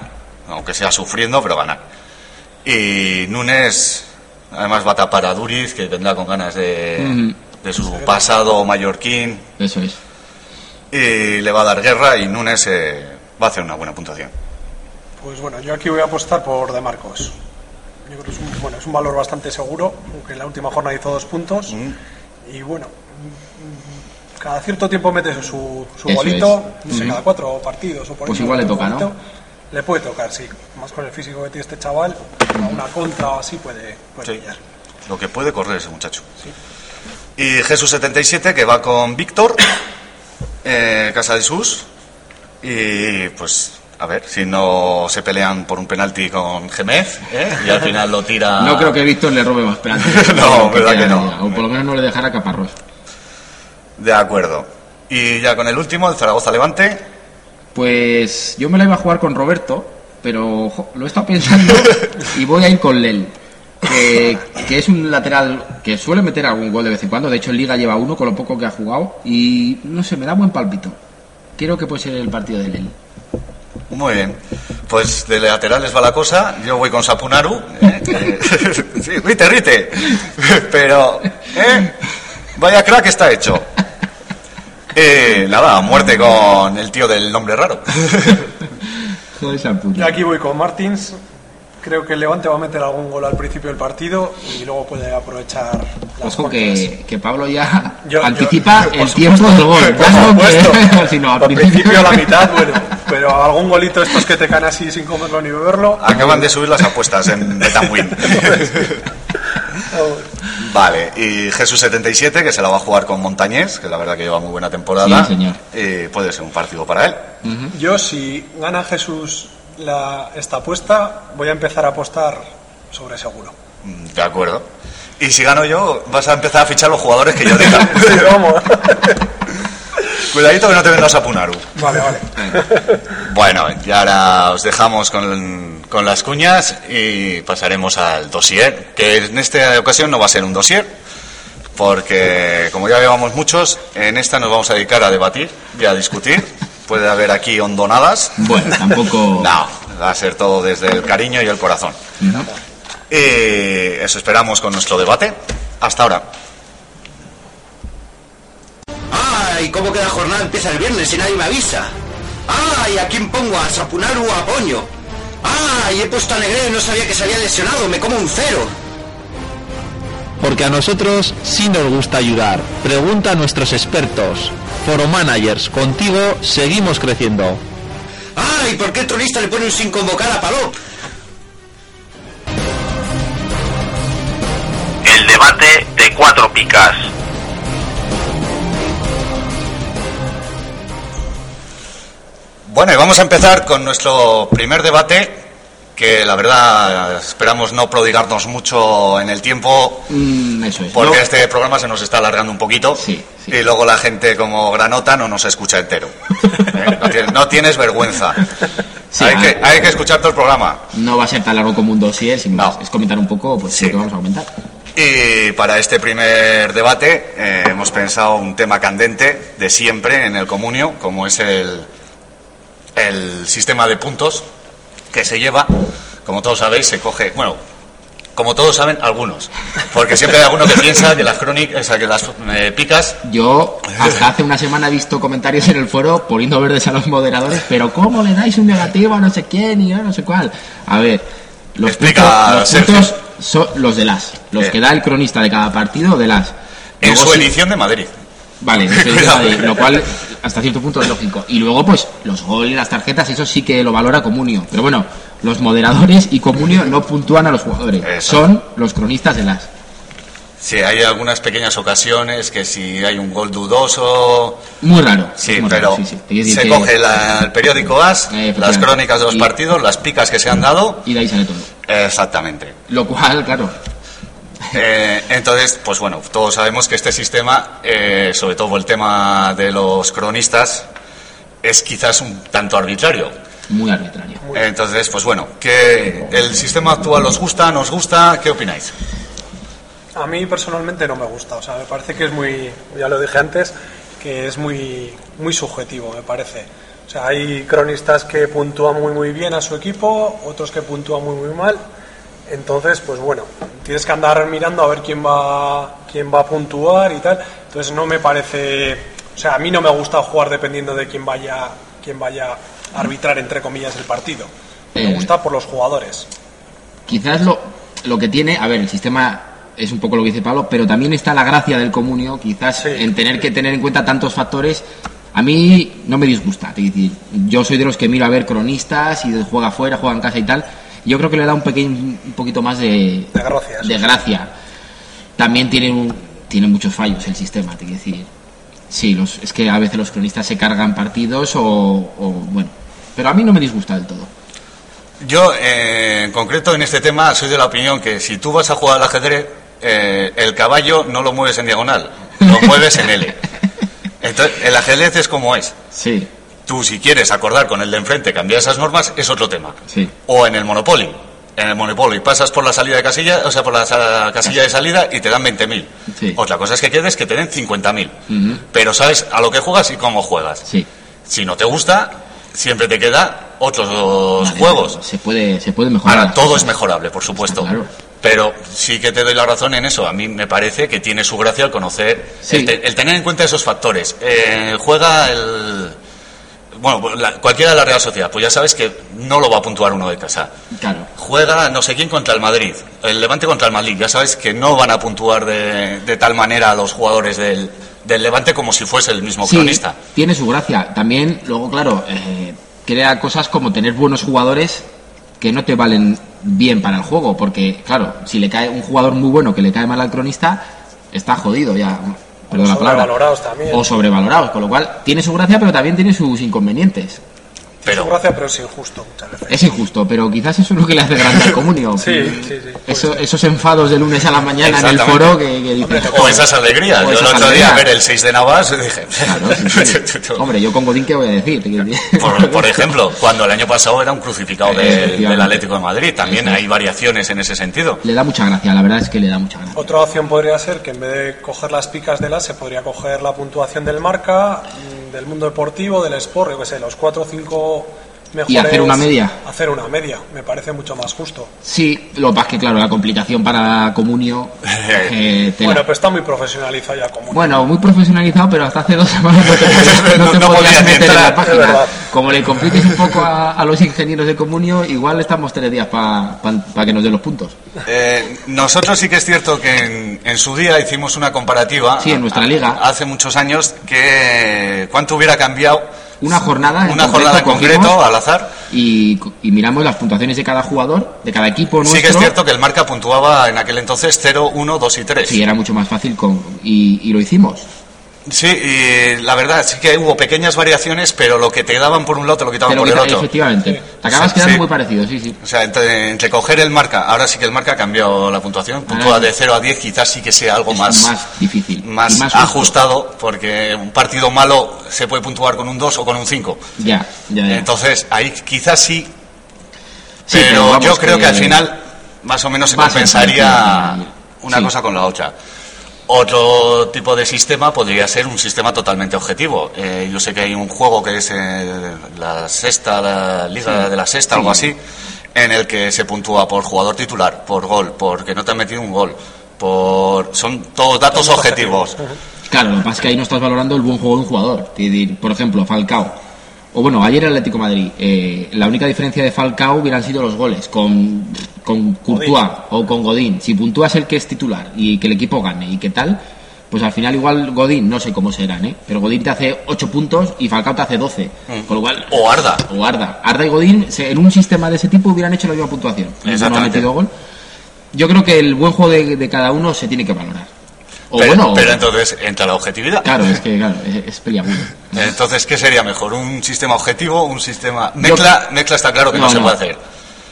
[SPEAKER 1] aunque sea sufriendo, pero ganar. Y Nunes, además, va a tapar a Duriz, que vendrá con ganas de,
[SPEAKER 5] Ujú.
[SPEAKER 1] de su pasado mallorquín,
[SPEAKER 5] Eso es.
[SPEAKER 1] y le va a dar guerra. Y Nunes eh, va a hacer una buena puntuación.
[SPEAKER 6] Pues bueno, yo aquí voy a apostar por De Marcos. Yo creo que es un, bueno, es un valor bastante seguro, aunque en la última jornada hizo dos puntos. Y bueno, mm, mm, cada cierto tiempo mete su, su
[SPEAKER 5] Eso
[SPEAKER 6] golito,
[SPEAKER 5] es.
[SPEAKER 6] no sé,
[SPEAKER 5] Ujú.
[SPEAKER 6] cada cuatro partidos o por
[SPEAKER 5] Pues
[SPEAKER 6] ahí,
[SPEAKER 5] igual le
[SPEAKER 6] mete un
[SPEAKER 5] toca, ¿no?
[SPEAKER 6] golito. Le puede tocar, sí. Más con el físico que tiene este chaval, a una contra o así puede, puede
[SPEAKER 1] Sí.
[SPEAKER 6] pillar.
[SPEAKER 1] Lo que puede correr ese muchacho. Y Jesús 77, que va con Víctor, eh, Casa de Sus. Y pues, a ver, si no se pelean por un penalti con Gemez, ¿eh? y al final lo tira.
[SPEAKER 5] No creo que Víctor le robe más penaltis.
[SPEAKER 1] Ah. No, verdad
[SPEAKER 5] tenga
[SPEAKER 1] que no.
[SPEAKER 5] liga, O por lo menos no le dejara caparros.
[SPEAKER 1] De acuerdo. Y ya con el último, el Zaragoza Levante.
[SPEAKER 5] Pues yo me la iba a jugar con Roberto, pero ojo, lo he estado pensando y voy a ir con Lel, que, que es un lateral que suele meter algún gol de vez en cuando. De hecho, en Liga lleva uno con lo poco que ha jugado y no sé, me da buen palpito. Creo que puede ser el partido de Lel.
[SPEAKER 1] Muy bien. Pues de laterales va la cosa. Yo voy con Sapunaru. ¿eh? Que- sí, rite, rite. Pero, ¿eh? Vaya crack está hecho. Eh, nada, a muerte con el tío del nombre raro.
[SPEAKER 5] Joder, esa puta.
[SPEAKER 6] Yo aquí voy con Martins. Creo que el Levante va a meter algún gol al principio del partido y luego puede aprovechar las
[SPEAKER 5] Ojo
[SPEAKER 6] contras.
[SPEAKER 5] que, que Pablo ya
[SPEAKER 6] Yo- yo-
[SPEAKER 5] anticipa
[SPEAKER 6] por
[SPEAKER 5] el
[SPEAKER 6] supuesto.
[SPEAKER 5] tiempo del gol.
[SPEAKER 1] Por
[SPEAKER 5] Ya no
[SPEAKER 1] supuesto.
[SPEAKER 5] que- sino al
[SPEAKER 6] Al
[SPEAKER 5] principio.
[SPEAKER 6] principio a la mitad, bueno, pero algún golito estos que te caen así sin comerlo ni beberlo. ah,
[SPEAKER 1] Acaban de subir las apuestas en Betwin. Vale, y Jesús 77, que se la va a jugar con Montañés, que la verdad que lleva muy buena temporada.
[SPEAKER 5] Sí, señor.
[SPEAKER 1] Eh, puede ser un partido para él.
[SPEAKER 6] Yo si gana Jesús la, esta apuesta, voy a empezar a apostar sobre seguro.
[SPEAKER 1] Mm, De acuerdo. Y si gano yo, vas a empezar a fichar los jugadores que yo diga.
[SPEAKER 6] Vamos.
[SPEAKER 1] Cuidadito que no te vendas a Punaru.
[SPEAKER 6] Vale, vale.
[SPEAKER 1] Bueno, y ahora os dejamos con, con las cuñas y pasaremos al dossier, que en esta ocasión no va a ser un dossier, porque como ya llevamos muchos, en esta nos vamos a dedicar a debatir y a discutir. Puede haber aquí hondonadas.
[SPEAKER 5] Bueno, tampoco.
[SPEAKER 1] No, va a ser todo desde el cariño y el corazón.
[SPEAKER 5] No.
[SPEAKER 1] Eh, eso esperamos con nuestro debate. Hasta ahora.
[SPEAKER 8] ¡Ay! ¿Cómo que la jornada empieza el viernes y nadie me avisa? ¡Ay! ¿A quién pongo? ¿A Sapunaru o a Poño? ¡Ay! He puesto a Negredo y no sabía que se había lesionado. ¡Me como un cero!
[SPEAKER 10] Porque a nosotros sí nos gusta ayudar. Pregunta a nuestros expertos. Foro Managers, contigo seguimos creciendo.
[SPEAKER 8] ¡Ay! ¿Por qué el tronista le pone un sin convocar a Palop?
[SPEAKER 11] El debate de cuatro picas.
[SPEAKER 1] Bueno, y vamos a empezar con nuestro primer debate, que la verdad esperamos no prodigarnos mucho en el tiempo
[SPEAKER 5] Mm, eso es.
[SPEAKER 1] porque
[SPEAKER 5] No-
[SPEAKER 1] este programa se nos está alargando un poquito
[SPEAKER 5] Sí, sí.
[SPEAKER 1] y luego la gente como granota no nos escucha entero. ¿Eh? No, tienes, no tienes vergüenza.
[SPEAKER 5] Sí,
[SPEAKER 1] hay,
[SPEAKER 5] ah,
[SPEAKER 1] que, hay que escuchar todo el programa.
[SPEAKER 5] No va a ser tan largo como un dossier, sino
[SPEAKER 1] No.
[SPEAKER 5] es comentar un poco pues,
[SPEAKER 1] Sí.
[SPEAKER 5] lo que vamos a comentar.
[SPEAKER 1] Y para este primer debate eh, hemos pensado un tema candente de siempre en el comunio, como es el, el sistema de puntos que se lleva. Como todos sabéis, se coge, bueno, como todos saben, algunos, porque siempre hay alguno que piensa que las crónicas, o sea, que las eh, picas
[SPEAKER 5] Yo hasta hace una semana he visto comentarios en el foro poniendo verdes a los moderadores, pero ¿cómo le dais un negativo a no sé quién y a no sé cuál? A ver, los
[SPEAKER 1] Explica,
[SPEAKER 5] puntos, los
[SPEAKER 1] Sergio.
[SPEAKER 5] puntos son los de las, los
[SPEAKER 1] Eh.
[SPEAKER 5] que da el cronista de cada partido de las.
[SPEAKER 1] en
[SPEAKER 5] Luego
[SPEAKER 1] su
[SPEAKER 5] sí-
[SPEAKER 1] edición de Madrid.
[SPEAKER 5] Vale, en su edición de
[SPEAKER 1] Cuidado.
[SPEAKER 5] Madrid, lo cual hasta cierto punto es lógico. Y luego, pues, los goles, las tarjetas, eso sí que lo valora Comunio. Pero bueno, los moderadores y Comunio no puntúan a los jugadores,
[SPEAKER 1] Eso.
[SPEAKER 5] son los cronistas de las.
[SPEAKER 1] Sí, hay algunas pequeñas ocasiones que si hay un gol dudoso,
[SPEAKER 5] Muy raro.
[SPEAKER 1] Sí,
[SPEAKER 5] es muy raro,
[SPEAKER 1] pero
[SPEAKER 5] sí, sí. Te quiero decir
[SPEAKER 1] se
[SPEAKER 5] que-
[SPEAKER 1] coge la- el periódico AS,
[SPEAKER 5] Eh,
[SPEAKER 1] las
[SPEAKER 5] efectivamente.
[SPEAKER 1] crónicas de los
[SPEAKER 5] Y-
[SPEAKER 1] partidos, las picas que se han dado.
[SPEAKER 5] Y de ahí sale todo.
[SPEAKER 1] Exactamente.
[SPEAKER 5] Lo cual, claro,
[SPEAKER 1] Eh, entonces, pues bueno, todos sabemos que este sistema, eh, sobre todo el tema de los cronistas, es quizás un tanto arbitrario.
[SPEAKER 5] muy arbitrario.
[SPEAKER 1] Entonces, pues bueno, que el sistema actual os gusta, nos gusta, ¿qué opináis?
[SPEAKER 6] A mí personalmente no me gusta, o sea, me parece que es muy, ya lo dije antes, que es muy, muy subjetivo, me parece. O sea, hay cronistas que puntúan muy muy bien a su equipo, otros que puntúan muy muy mal. Entonces, pues bueno, tienes que andar mirando a ver quién va, quién va a puntuar y tal. Entonces no me parece, o sea, a mí no me gusta jugar dependiendo de quién vaya, quién vaya a arbitrar entre comillas el partido. Me
[SPEAKER 5] Eh.
[SPEAKER 6] gusta por los jugadores.
[SPEAKER 5] Quizás lo, lo que tiene, a ver, el sistema es un poco lo que dice Pablo, pero también está la gracia del comunio, quizás
[SPEAKER 6] Sí.
[SPEAKER 5] en tener que tener en cuenta tantos factores. A mí no me disgusta, te decir, yo soy de los que miro a ver cronistas y de- juega afuera, juega en casa y tal. Yo creo que le da un pequeño, un poquito más de,
[SPEAKER 6] De gracia, eso
[SPEAKER 5] de
[SPEAKER 6] sí.
[SPEAKER 5] gracia. También tiene un- tiene muchos fallos el sistema, te quiero decir. Sí, los, es que a veces los cronistas se cargan partidos o, o bueno, pero a mí no me disgusta del todo.
[SPEAKER 1] Yo, eh, en concreto, en este tema, soy de la opinión que si tú vas a jugar al ajedrez, eh, el caballo no lo mueves en diagonal, lo mueves en L. Entonces, el ajedrez es como es.
[SPEAKER 5] Sí,
[SPEAKER 1] Tú, si quieres acordar con el de enfrente, cambiar esas normas, es otro tema.
[SPEAKER 5] sí.
[SPEAKER 1] O en el Monopoly. En el Monopoly pasas por la salida de casilla, o sea, por la sa- casilla de salida y te dan 20.000.
[SPEAKER 5] Sí.
[SPEAKER 1] Otra cosa es que quieres que te den 50.000.
[SPEAKER 5] Ujú.
[SPEAKER 1] Pero sabes a lo que juegas y cómo juegas.
[SPEAKER 5] Sí.
[SPEAKER 1] Si no te gusta, siempre te queda otros
[SPEAKER 5] Vale,
[SPEAKER 1] juegos.
[SPEAKER 5] pero Se puede, se puede mejorar.
[SPEAKER 1] Ahora,
[SPEAKER 5] las
[SPEAKER 1] todo
[SPEAKER 5] cosas.
[SPEAKER 1] es mejorable, por supuesto.
[SPEAKER 5] Está claro.
[SPEAKER 1] Pero sí que te doy la razón en eso. A mí me parece que tiene su gracia el conocer,
[SPEAKER 5] Sí.
[SPEAKER 1] el, te- el tener en cuenta esos factores. Eh, juega el. Bueno, pues, la- cualquiera de la Real Sociedad, pues ya sabes que no lo va a puntuar uno de casa.
[SPEAKER 5] Claro.
[SPEAKER 1] Juega no sé quién contra el Madrid, el Levante contra el Madrid. Ya sabes que no van a puntuar de, de tal manera a los jugadores del, del Levante como si fuese el mismo
[SPEAKER 5] Sí,
[SPEAKER 1] cronista.
[SPEAKER 5] tiene su gracia. También, luego, claro, eh, crea cosas como tener buenos jugadores que no te valen bien para el juego. Porque, claro, si le cae un jugador muy bueno que le cae mal al cronista, está jodido ya. Perdón la palabra.
[SPEAKER 6] Sobrevalorados también.
[SPEAKER 5] O sobrevalorados, con lo cual tiene su gracia, pero también tiene sus inconvenientes.
[SPEAKER 1] Pero,
[SPEAKER 6] Gracia, pero es injusto muchas veces.
[SPEAKER 5] Es injusto, pero quizás eso es lo que le hace grande al comunio.
[SPEAKER 6] Sí, sí, sí, puede
[SPEAKER 5] Eso-
[SPEAKER 6] ser.
[SPEAKER 5] esos enfados de lunes a la mañana en el
[SPEAKER 1] Exactamente.
[SPEAKER 5] foro que, que dices,
[SPEAKER 1] o esas alegrías.
[SPEAKER 5] O
[SPEAKER 1] Yo el
[SPEAKER 5] esas
[SPEAKER 1] otro día, a
[SPEAKER 5] alegrías.
[SPEAKER 1] ver el 6 de Navas, dije.
[SPEAKER 5] Claro, sí, sí. Hombre, yo con Godín, ¿qué voy a decir? Te quiero decir.
[SPEAKER 1] Por, por ejemplo, cuando el año pasado era un crucificado del- del
[SPEAKER 5] Efectivamente.
[SPEAKER 1] Atlético de Madrid, también
[SPEAKER 5] Eso es.
[SPEAKER 1] hay variaciones en ese sentido.
[SPEAKER 5] Le da mucha gracia, la verdad es que le da mucha gracia.
[SPEAKER 6] Otra opción podría ser que en vez de coger las picas de las, se podría coger la puntuación del marca, mm, del mundo deportivo, del sport, yo qué sé, los cuatro o cinco mejores.
[SPEAKER 5] hacer una media.
[SPEAKER 6] Hacer una media, me parece mucho más justo.
[SPEAKER 5] Sí, lo que pasa es que, claro, la complicación para Comunio. eh, tela.
[SPEAKER 6] Bueno, pero está muy profesionalizado ya como.
[SPEAKER 5] Bueno, muy profesionalizado, pero hasta hace dos semanas no te, podías- no te
[SPEAKER 1] No
[SPEAKER 5] podías
[SPEAKER 1] podías ni
[SPEAKER 5] meter en
[SPEAKER 1] entrar,
[SPEAKER 5] la
[SPEAKER 1] es
[SPEAKER 5] página.
[SPEAKER 6] verdad.
[SPEAKER 5] Como le compliques un poco a, a los ingenieros de Comunio, igual estamos tres días para que nos den los puntos.
[SPEAKER 1] Eh, nosotros sí que es cierto que en, en su día hicimos una comparativa.
[SPEAKER 5] Sí, en nuestra
[SPEAKER 1] a-
[SPEAKER 5] liga.
[SPEAKER 1] Hace muchos años que cuánto hubiera cambiado
[SPEAKER 5] Una jornada en
[SPEAKER 1] una jornada en
[SPEAKER 5] concreto,
[SPEAKER 1] concreto
[SPEAKER 5] cogimos
[SPEAKER 1] al azar.
[SPEAKER 5] y, y miramos las puntuaciones de cada jugador, de cada equipo nuestro.
[SPEAKER 1] Sí que es cierto que el marca puntuaba en aquel entonces 0, 1, 2 y 3.
[SPEAKER 5] Sí, era mucho más fácil con, y, y lo hicimos.
[SPEAKER 7] Sí, y la verdad, sí que hubo pequeñas variaciones, pero lo que te daban por un lado te lo quitaban
[SPEAKER 5] Pero
[SPEAKER 7] por
[SPEAKER 5] quizá-
[SPEAKER 7] el otro.
[SPEAKER 5] efectivamente, te acabas
[SPEAKER 7] Sí,
[SPEAKER 5] quedando
[SPEAKER 7] sí.
[SPEAKER 5] muy parecido, sí, sí.
[SPEAKER 7] O sea, entre, entre coger el marca, ahora sí que el marca cambió la puntuación, puntúa
[SPEAKER 5] Ah.
[SPEAKER 7] de 0 a 10, quizás sí que sea algo
[SPEAKER 5] Es
[SPEAKER 7] más,
[SPEAKER 5] más difícil.
[SPEAKER 7] más
[SPEAKER 5] y más justo.
[SPEAKER 7] ajustado, porque un partido malo se puede puntuar con un 2 o con un 5.
[SPEAKER 5] Ya, ya, ya.
[SPEAKER 7] Entonces, ahí quizás sí,
[SPEAKER 5] Sí,
[SPEAKER 7] pero
[SPEAKER 5] vamos,
[SPEAKER 7] yo creo que... al final más o menos se
[SPEAKER 5] va a ser
[SPEAKER 7] compensaría
[SPEAKER 5] parecido.
[SPEAKER 7] una
[SPEAKER 5] Sí.
[SPEAKER 7] cosa con la otra. Otro tipo de sistema podría ser un sistema totalmente objetivo. Eh, yo sé que hay un juego que es eh, la sexta, la liga de la sexta, algo así, en el que se puntúa por jugador titular, por gol, porque no te han metido un gol, por son todos datos objetivos.
[SPEAKER 5] Claro, lo que pasa es que ahí no estás valorando el buen juego de un jugador. Es decir, Por ejemplo, Falcao. O bueno, ayer el Atlético de Madrid. eh, la única diferencia de Falcao hubieran sido los goles con, con Courtois o con Godín. Si puntúas el que es titular y que el equipo gane y que tal, pues al final igual Godín, no sé cómo serán, ¿eh? Pero Godín te hace 8 puntos y Falcao te hace 12. Con lo cual...
[SPEAKER 7] Mm. O Arda.
[SPEAKER 5] O Arda. Arda y Godín, se- en un sistema de ese tipo hubieran hecho la misma puntuación. Ninguno ha
[SPEAKER 7] Exactamente.
[SPEAKER 5] metido gol. Yo creo que el buen juego de, de cada uno se tiene que valorar. O
[SPEAKER 7] pero,
[SPEAKER 5] bueno, o-
[SPEAKER 7] pero entonces entra la objetividad.
[SPEAKER 5] Claro, es que claro, es, es peliagudo.
[SPEAKER 7] Entonces, ¿qué sería mejor? ¿Un sistema objetivo? ¿Un sistema...? Mezcla, mezcla está claro que no,
[SPEAKER 5] No,
[SPEAKER 7] se
[SPEAKER 5] no.
[SPEAKER 7] puede hacer.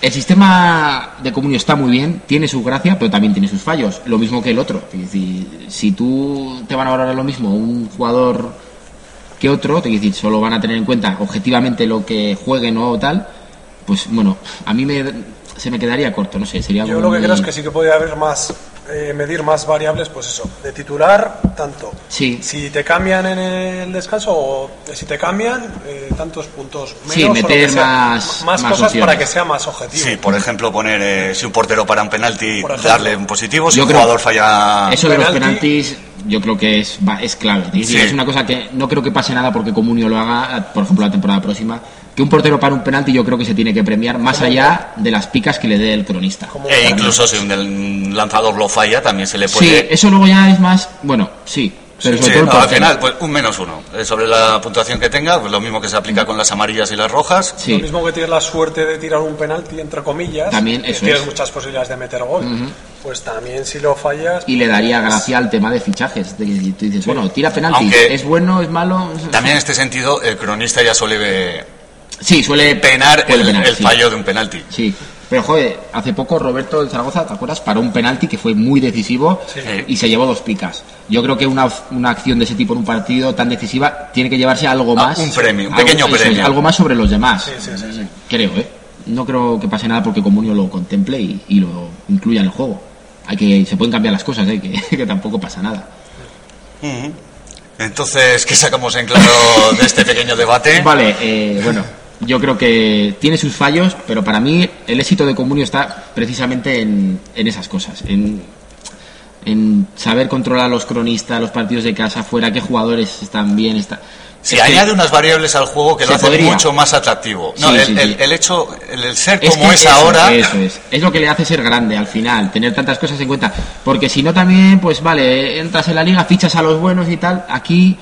[SPEAKER 5] El sistema de comunio está muy bien, tiene su gracia, pero también tiene sus fallos, lo mismo que el otro. Es decir, si tú te van a valorar lo mismo un jugador que otro, te decir, solo van a tener en cuenta objetivamente lo que juegue o tal, pues bueno, a mí me, se me quedaría corto, no sé, sería
[SPEAKER 6] Yo
[SPEAKER 5] como
[SPEAKER 6] lo que
[SPEAKER 5] muy-
[SPEAKER 6] creo es que sí que podría haber más, eh, medir más variables, pues eso, de titular, tanto.
[SPEAKER 5] Sí.
[SPEAKER 6] Si te cambian en el descanso o si te cambian, eh, tantos puntos menos.
[SPEAKER 5] Sí,
[SPEAKER 6] o lo que
[SPEAKER 5] meter
[SPEAKER 6] sea.
[SPEAKER 5] más-
[SPEAKER 6] más,
[SPEAKER 5] más
[SPEAKER 6] cosas para
[SPEAKER 5] opciones.
[SPEAKER 6] que sea más objetivo.
[SPEAKER 7] Sí, por ejemplo, poner eh, si un portero para un penalti,
[SPEAKER 6] Por ejemplo.
[SPEAKER 7] darle un positivo, si
[SPEAKER 5] Yo
[SPEAKER 7] un
[SPEAKER 5] creo-
[SPEAKER 7] jugador
[SPEAKER 1] Ah.
[SPEAKER 7] falla.
[SPEAKER 5] Eso de los
[SPEAKER 6] penalti-
[SPEAKER 5] penaltis yo creo que es, va- es clave. Es, decir,
[SPEAKER 7] Sí.
[SPEAKER 5] es una cosa que no creo que pase nada porque Comunio lo haga, eh, por ejemplo, la temporada próxima. Que un portero para un penalti yo creo que se tiene que premiar más allá de las picas que le dé el cronista.
[SPEAKER 6] Como-
[SPEAKER 7] E incluso si un del- lanzador lo falla, también se le
[SPEAKER 5] Sí,
[SPEAKER 7] puede.
[SPEAKER 5] eso luego ya es más... Bueno, sí. Pero
[SPEAKER 7] Sí,
[SPEAKER 5] sobre todo el
[SPEAKER 7] no, al
[SPEAKER 5] portero.
[SPEAKER 7] final, pues un menos uno. Eh, Sobre la puntuación que tenga, pues, lo mismo que se aplica con las amarillas y las rojas.
[SPEAKER 5] Sí.
[SPEAKER 6] Lo mismo que tienes la suerte de tirar un penalti, entre comillas,
[SPEAKER 5] También,
[SPEAKER 6] que
[SPEAKER 5] eso
[SPEAKER 6] tienes
[SPEAKER 5] es.
[SPEAKER 6] muchas posibilidades de meter gol. Pues también si lo fallas... pues,
[SPEAKER 5] Y le daría gracia al tema de fichajes. De que tú dices, bueno, tira penaltis.
[SPEAKER 7] Aunque-
[SPEAKER 5] ¿Es bueno? ¿Es malo?
[SPEAKER 7] También en este sentido, el cronista ya suele eh,
[SPEAKER 5] Sí, suele
[SPEAKER 7] penar
[SPEAKER 5] suele
[SPEAKER 7] el,
[SPEAKER 5] penar,
[SPEAKER 7] el
[SPEAKER 5] sí.
[SPEAKER 7] fallo de un penalti.
[SPEAKER 5] Sí, pero joder, hace poco Roberto del Zaragoza, ¿te acuerdas? Paró un penalti que fue muy decisivo y se llevó dos picas. Yo creo que una, una acción de ese tipo en un partido tan decisiva tiene que llevarse algo
[SPEAKER 7] Ah,
[SPEAKER 5] más.
[SPEAKER 7] un premio, un
[SPEAKER 5] algo-
[SPEAKER 7] pequeño
[SPEAKER 5] eso es,
[SPEAKER 7] premio.
[SPEAKER 5] algo más sobre los demás.
[SPEAKER 6] Sí, sí, sí, sí.
[SPEAKER 5] Creo, ¿eh? No creo que pase nada porque Comunio lo contemple y, y lo incluya en el juego. Hay que, se pueden cambiar las cosas, ¿eh? que, que tampoco pasa nada.
[SPEAKER 7] Entonces, ¿qué sacamos en claro de este pequeño debate?
[SPEAKER 5] Vale, eh, bueno, yo creo que tiene sus fallos, pero para mí el éxito de Comunio está precisamente en, en esas cosas, en, en saber controlar a los cronistas, los partidos de casa, fuera, qué jugadores están bien. Está...
[SPEAKER 7] Si
[SPEAKER 5] Es que-
[SPEAKER 7] añade unas variables al juego que lo
[SPEAKER 5] se
[SPEAKER 7] hace
[SPEAKER 5] podría.
[SPEAKER 7] mucho más atractivo. No,
[SPEAKER 5] Sí,
[SPEAKER 7] el,
[SPEAKER 5] sí, sí.
[SPEAKER 7] el- el hecho, el, el ser
[SPEAKER 5] es
[SPEAKER 7] como
[SPEAKER 5] que
[SPEAKER 7] es
[SPEAKER 5] eso,
[SPEAKER 7] ahora,
[SPEAKER 5] Eso es. Es lo que le hace ser grande al final, tener tantas cosas en cuenta. Porque si no también, pues vale, entras en la liga, fichas a los buenos y tal. Aquí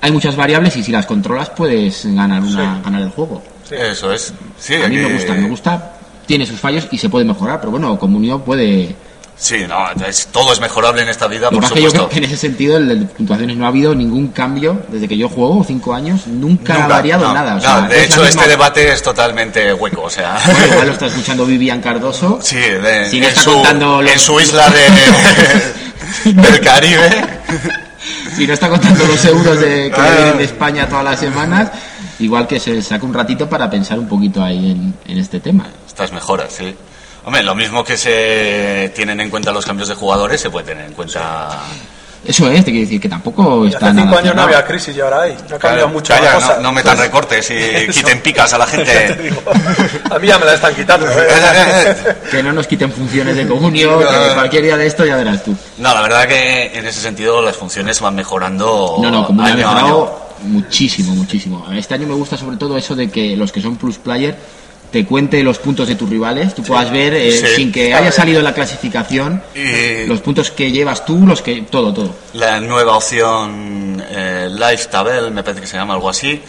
[SPEAKER 5] hay muchas variables y si las controlas puedes ganar, una, ganar el juego.
[SPEAKER 7] Eso es. Sí,
[SPEAKER 5] A mí me
[SPEAKER 7] aquí-
[SPEAKER 5] gusta, me gusta. Tiene sus fallos y se puede mejorar, pero bueno, Comunio puede.
[SPEAKER 7] Sí, no, es- todo es mejorable en esta vida,
[SPEAKER 5] Lo que
[SPEAKER 7] Ah, por
[SPEAKER 5] pasa es que yo
[SPEAKER 7] supuesto.
[SPEAKER 5] creo que en ese sentido, el de puntuaciones no ha habido ningún cambio desde que yo juego, cinco años, nunca, ha
[SPEAKER 7] Nunca,
[SPEAKER 5] variado
[SPEAKER 7] no,
[SPEAKER 5] nada. o
[SPEAKER 7] no,
[SPEAKER 5] sea,
[SPEAKER 7] de
[SPEAKER 5] es la
[SPEAKER 7] hecho,
[SPEAKER 5] misma-
[SPEAKER 7] este debate es totalmente hueco, o sea.
[SPEAKER 5] Bueno, igual lo está escuchando Vivian Cardoso.
[SPEAKER 7] Sí, de-
[SPEAKER 5] Si no
[SPEAKER 7] en,
[SPEAKER 5] está
[SPEAKER 7] su,
[SPEAKER 5] contando lo-
[SPEAKER 7] en su isla de, del Caribe.
[SPEAKER 5] Si no está contando los euros de, que le vienen
[SPEAKER 7] Ah.
[SPEAKER 5] de España todas las semanas, igual que se saca un ratito para pensar un poquito ahí en, en este tema.
[SPEAKER 7] Estas mejoras, sí. Hombre, lo mismo que se tienen en cuenta los cambios de jugadores, se puede tener en cuenta.
[SPEAKER 5] Eso es, te quiero decir que tampoco
[SPEAKER 6] Y
[SPEAKER 5] está
[SPEAKER 6] hace cinco
[SPEAKER 5] nada
[SPEAKER 6] años no
[SPEAKER 5] cerrado.
[SPEAKER 6] había crisis y ahora hay. No ha cambiado mucho
[SPEAKER 7] Calla,
[SPEAKER 6] la
[SPEAKER 7] no-
[SPEAKER 6] cosa.
[SPEAKER 7] no, metan recortes y quiten picas a la
[SPEAKER 6] Ya te
[SPEAKER 7] gente.
[SPEAKER 6] digo, a mí ya me la están quitando. ¿eh?
[SPEAKER 5] Que no nos quiten funciones de comunio, que cualquier día de esto ya verás tú.
[SPEAKER 7] No, la verdad que en ese sentido las funciones van mejorando.
[SPEAKER 1] Oh,
[SPEAKER 5] No, no, como ha
[SPEAKER 7] año a año.
[SPEAKER 5] mejorado muchísimo, muchísimo. Este año me gusta sobre todo eso de que los que son plus player te cuente los puntos de tus rivales, tú puedas ver eh,
[SPEAKER 7] Sí.
[SPEAKER 5] sin que haya salido en la clasificación
[SPEAKER 7] Y-
[SPEAKER 5] los puntos que llevas tú, los que todo, todo.
[SPEAKER 7] La nueva opción eh, Live Tabel, me parece que se llama algo así,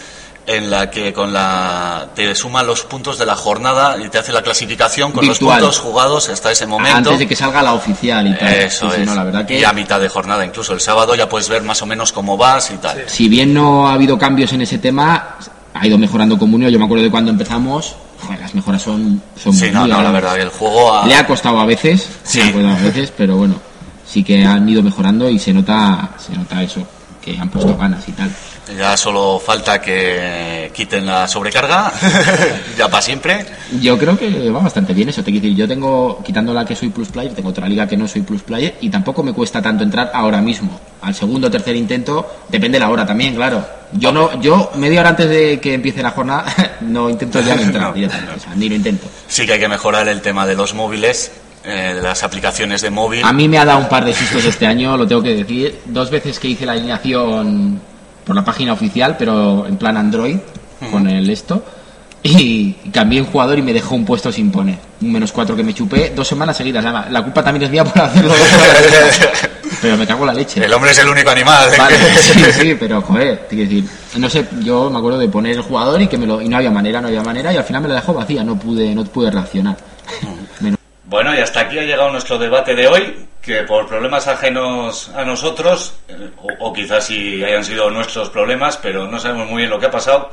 [SPEAKER 7] en la que con la te suma los puntos de la jornada y te hace la clasificación con
[SPEAKER 5] Virtual.
[SPEAKER 7] los puntos jugados hasta ese momento.
[SPEAKER 5] Antes de que salga la oficial y tal.
[SPEAKER 7] Eh, Eso
[SPEAKER 5] Sí, sí,
[SPEAKER 7] es.
[SPEAKER 5] no, la verdad que
[SPEAKER 7] Y a mitad de jornada, incluso el sábado ya puedes ver más o menos cómo vas y tal.
[SPEAKER 5] si bien no ha habido cambios en ese tema, ha ido mejorando Comunio. Yo me acuerdo de cuando empezamos, joder, las mejoras son, son
[SPEAKER 7] Sí, no,
[SPEAKER 5] muy
[SPEAKER 7] no, la
[SPEAKER 5] grandes.
[SPEAKER 7] verdad que el juego ha-
[SPEAKER 5] Le ha costado a veces,
[SPEAKER 7] Sí.
[SPEAKER 5] le ha costado a veces, pero bueno, sí que han ido mejorando y se nota, se nota eso, que han puesto ganas y tal.
[SPEAKER 7] ya solo falta que quiten la sobrecarga, ya para siempre.
[SPEAKER 5] Yo creo que va bastante bien eso. Te quiero decir, yo tengo, quitando la que soy plus player, tengo otra liga que no soy plus player y tampoco me cuesta tanto entrar ahora mismo. Al segundo o tercer intento, depende la hora también, claro. Yo no, yo media hora antes de que empiece la jornada, no intento ya no entrar
[SPEAKER 7] No,
[SPEAKER 5] directamente, o sea, ni lo intento.
[SPEAKER 7] Sí que hay que mejorar el tema de los móviles, eh, de las aplicaciones de móvil.
[SPEAKER 5] A mí me ha dado un par de sustos este año, lo tengo que decir. Dos veces que hice la alineación por la página oficial, pero en plan Android, con el esto. Y cambié un jugador y me dejó un puesto sin poner. Un menos cuatro que me chupé dos semanas seguidas. Ana, La culpa también es mía por hacerlo. dos semanas seguidas. pero me cago en la leche.
[SPEAKER 7] El hombre es el único animal. ¿eh?
[SPEAKER 5] Vale,
[SPEAKER 7] que-
[SPEAKER 5] sí, sí, pero joder, te quiero decir, no sé, yo me acuerdo de poner el jugador y que me lo, y no había manera, no había manera, y al final me lo dejó vacía, no pude, no pude reaccionar. Menos-
[SPEAKER 7] Bueno, y hasta aquí ha llegado nuestro debate de hoy, que por problemas ajenos a nosotros, eh, o, o quizás si hayan sido nuestros problemas, pero no sabemos muy bien lo que ha pasado,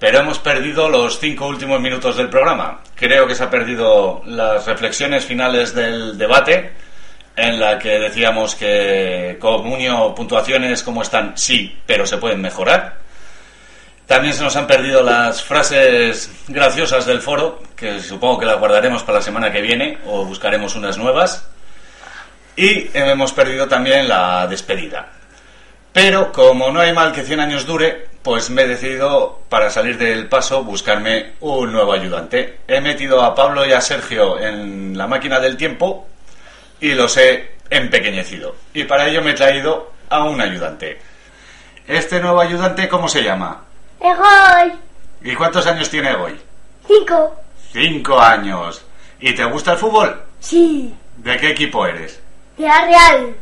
[SPEAKER 7] pero hemos perdido los cinco últimos minutos del programa. Creo que se ha perdido las reflexiones finales del debate, en la que decíamos que comunio puntuaciones como están, sí, pero se pueden mejorar. También se nos han perdido las frases graciosas del foro, que supongo que las guardaremos para la semana que viene o buscaremos unas nuevas. Y hemos perdido también la despedida. Pero como no hay mal que 100 años dure, pues me he decidido para salir del paso buscarme un nuevo ayudante. He metido a Pablo y a Sergio en la máquina del tiempo y los he empequeñecido. Y para ello me he traído a un ayudante. ¿Este nuevo ayudante cómo se llama?
[SPEAKER 12] Egoy,
[SPEAKER 7] ¿Y cuántos años tiene hoy?
[SPEAKER 12] cinco.
[SPEAKER 7] Cinco años. ¿Y te gusta el fútbol?
[SPEAKER 12] Sí,
[SPEAKER 7] ¿De qué equipo eres?
[SPEAKER 12] la real.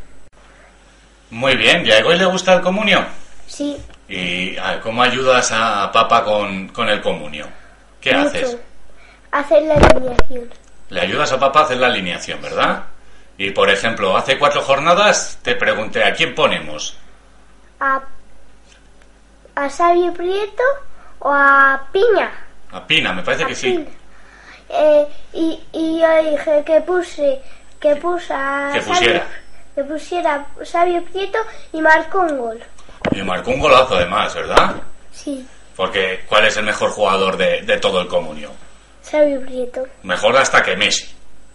[SPEAKER 7] Muy bien, ¿y a Egoy le gusta el comunio?
[SPEAKER 12] Sí,
[SPEAKER 7] ¿Y ah, cómo ayudas a papá con, con el comunio? ¿Qué
[SPEAKER 12] mucho.
[SPEAKER 7] haces?
[SPEAKER 12] Hacer la alineación.
[SPEAKER 7] Le ayudas a papá a hacer la alineación, ¿verdad? Y por ejemplo, hace cuatro jornadas te pregunté a quién ponemos.
[SPEAKER 12] A, a Sabio Prieto o a Piña.
[SPEAKER 7] A Pina, me parece
[SPEAKER 12] A
[SPEAKER 7] que sí.
[SPEAKER 12] Pina. Eh, y, y yo dije que puse, que puse a
[SPEAKER 7] Que
[SPEAKER 12] Sabio-
[SPEAKER 7] pusiera.
[SPEAKER 12] que pusiera Sabio Prieto y marcó un gol.
[SPEAKER 7] Y marcó un golazo además, ¿verdad?
[SPEAKER 12] Sí,
[SPEAKER 7] Porque ¿cuál es el mejor jugador de, de todo el comunio?
[SPEAKER 12] Sabio Prieto.
[SPEAKER 7] Mejor hasta que Messi.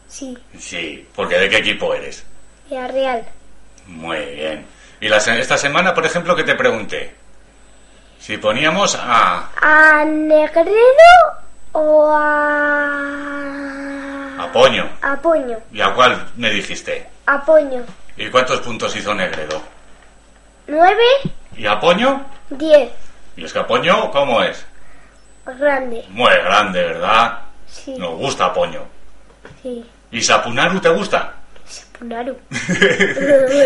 [SPEAKER 12] Sí,
[SPEAKER 7] Sí, porque ¿de qué equipo eres?
[SPEAKER 12] la real.
[SPEAKER 7] Muy bien. Y la se- esta semana, por ejemplo, que te pregunté si poníamos a,
[SPEAKER 12] ¿A Negredo o a...
[SPEAKER 7] a Poño.
[SPEAKER 12] A Poño.
[SPEAKER 7] ¿Y a cuál me dijiste?
[SPEAKER 12] A Poño.
[SPEAKER 7] ¿Y cuántos puntos hizo Negredo?
[SPEAKER 12] Nueve,
[SPEAKER 7] ¿Y a Poño?
[SPEAKER 12] diez.
[SPEAKER 7] ¿Y es que a Poño cómo es?
[SPEAKER 12] Grande.
[SPEAKER 7] Muy grande, ¿verdad?
[SPEAKER 12] Sí,
[SPEAKER 7] Nos gusta Poño.
[SPEAKER 12] sí.
[SPEAKER 7] ¿Y Sapunaru te gusta?
[SPEAKER 12] Punaru.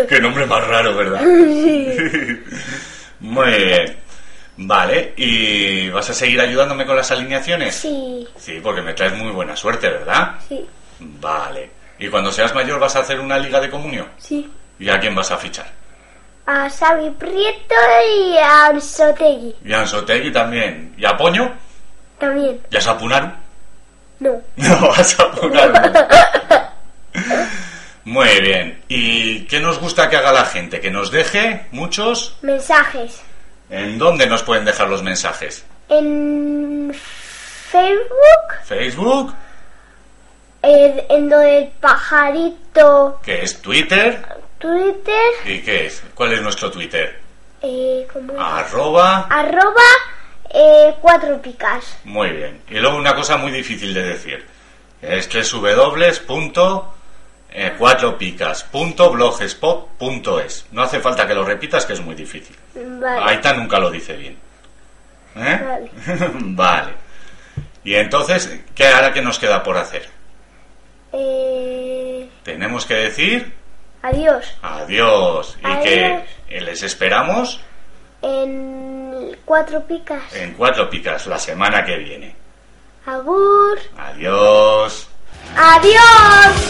[SPEAKER 7] Qué nombre más raro, ¿verdad? Muy bien. Vale, ¿y vas a seguir ayudándome con las alineaciones?
[SPEAKER 12] Sí,
[SPEAKER 7] Sí, porque me traes muy buena suerte, ¿verdad?
[SPEAKER 12] sí,
[SPEAKER 7] Vale. ¿Y cuando seas mayor vas a hacer una liga de comunión?
[SPEAKER 12] sí.
[SPEAKER 7] ¿Y a quién vas a fichar?
[SPEAKER 12] A Xavi Prieto y a Ansotegui.
[SPEAKER 7] ¿Y a Ansotegui también? ¿Y a Poño?
[SPEAKER 12] También.
[SPEAKER 7] ¿Y a Sapunaru?
[SPEAKER 12] No.
[SPEAKER 7] No, a Sapunaru. Muy bien. ¿Y qué nos gusta que haga la gente? ¿Que nos deje muchos?
[SPEAKER 12] Mensajes.
[SPEAKER 7] ¿En dónde nos pueden dejar los mensajes?
[SPEAKER 12] En Facebook,
[SPEAKER 7] ¿Facebook?
[SPEAKER 12] en, en lo del pajarito,
[SPEAKER 7] ¿Qué es Twitter?
[SPEAKER 12] Twitter,
[SPEAKER 7] ¿Y qué es? ¿Cuál es nuestro Twitter?
[SPEAKER 12] eh, ¿cómo
[SPEAKER 1] Ah.
[SPEAKER 12] es?
[SPEAKER 7] Arroba.
[SPEAKER 12] Arroba eh, cuatro picas.
[SPEAKER 7] Muy bien. Y luego una cosa muy difícil de decir. Es eh, www.cuatropicas.blogspot.es. No hace falta que lo repitas, que es muy difícil.
[SPEAKER 12] Vale.
[SPEAKER 7] Aita nunca lo dice bien. ¿Eh? Vale. Y entonces, ¿qué ahora que nos queda por hacer?
[SPEAKER 12] Eh,
[SPEAKER 7] Tenemos que decir
[SPEAKER 12] adiós.
[SPEAKER 7] adiós y
[SPEAKER 12] Adiós.
[SPEAKER 7] que les esperamos
[SPEAKER 12] en cuatro picas.
[SPEAKER 1] En cuatro picas la semana que viene.
[SPEAKER 12] Agur.
[SPEAKER 1] Adiós.
[SPEAKER 12] Adiós.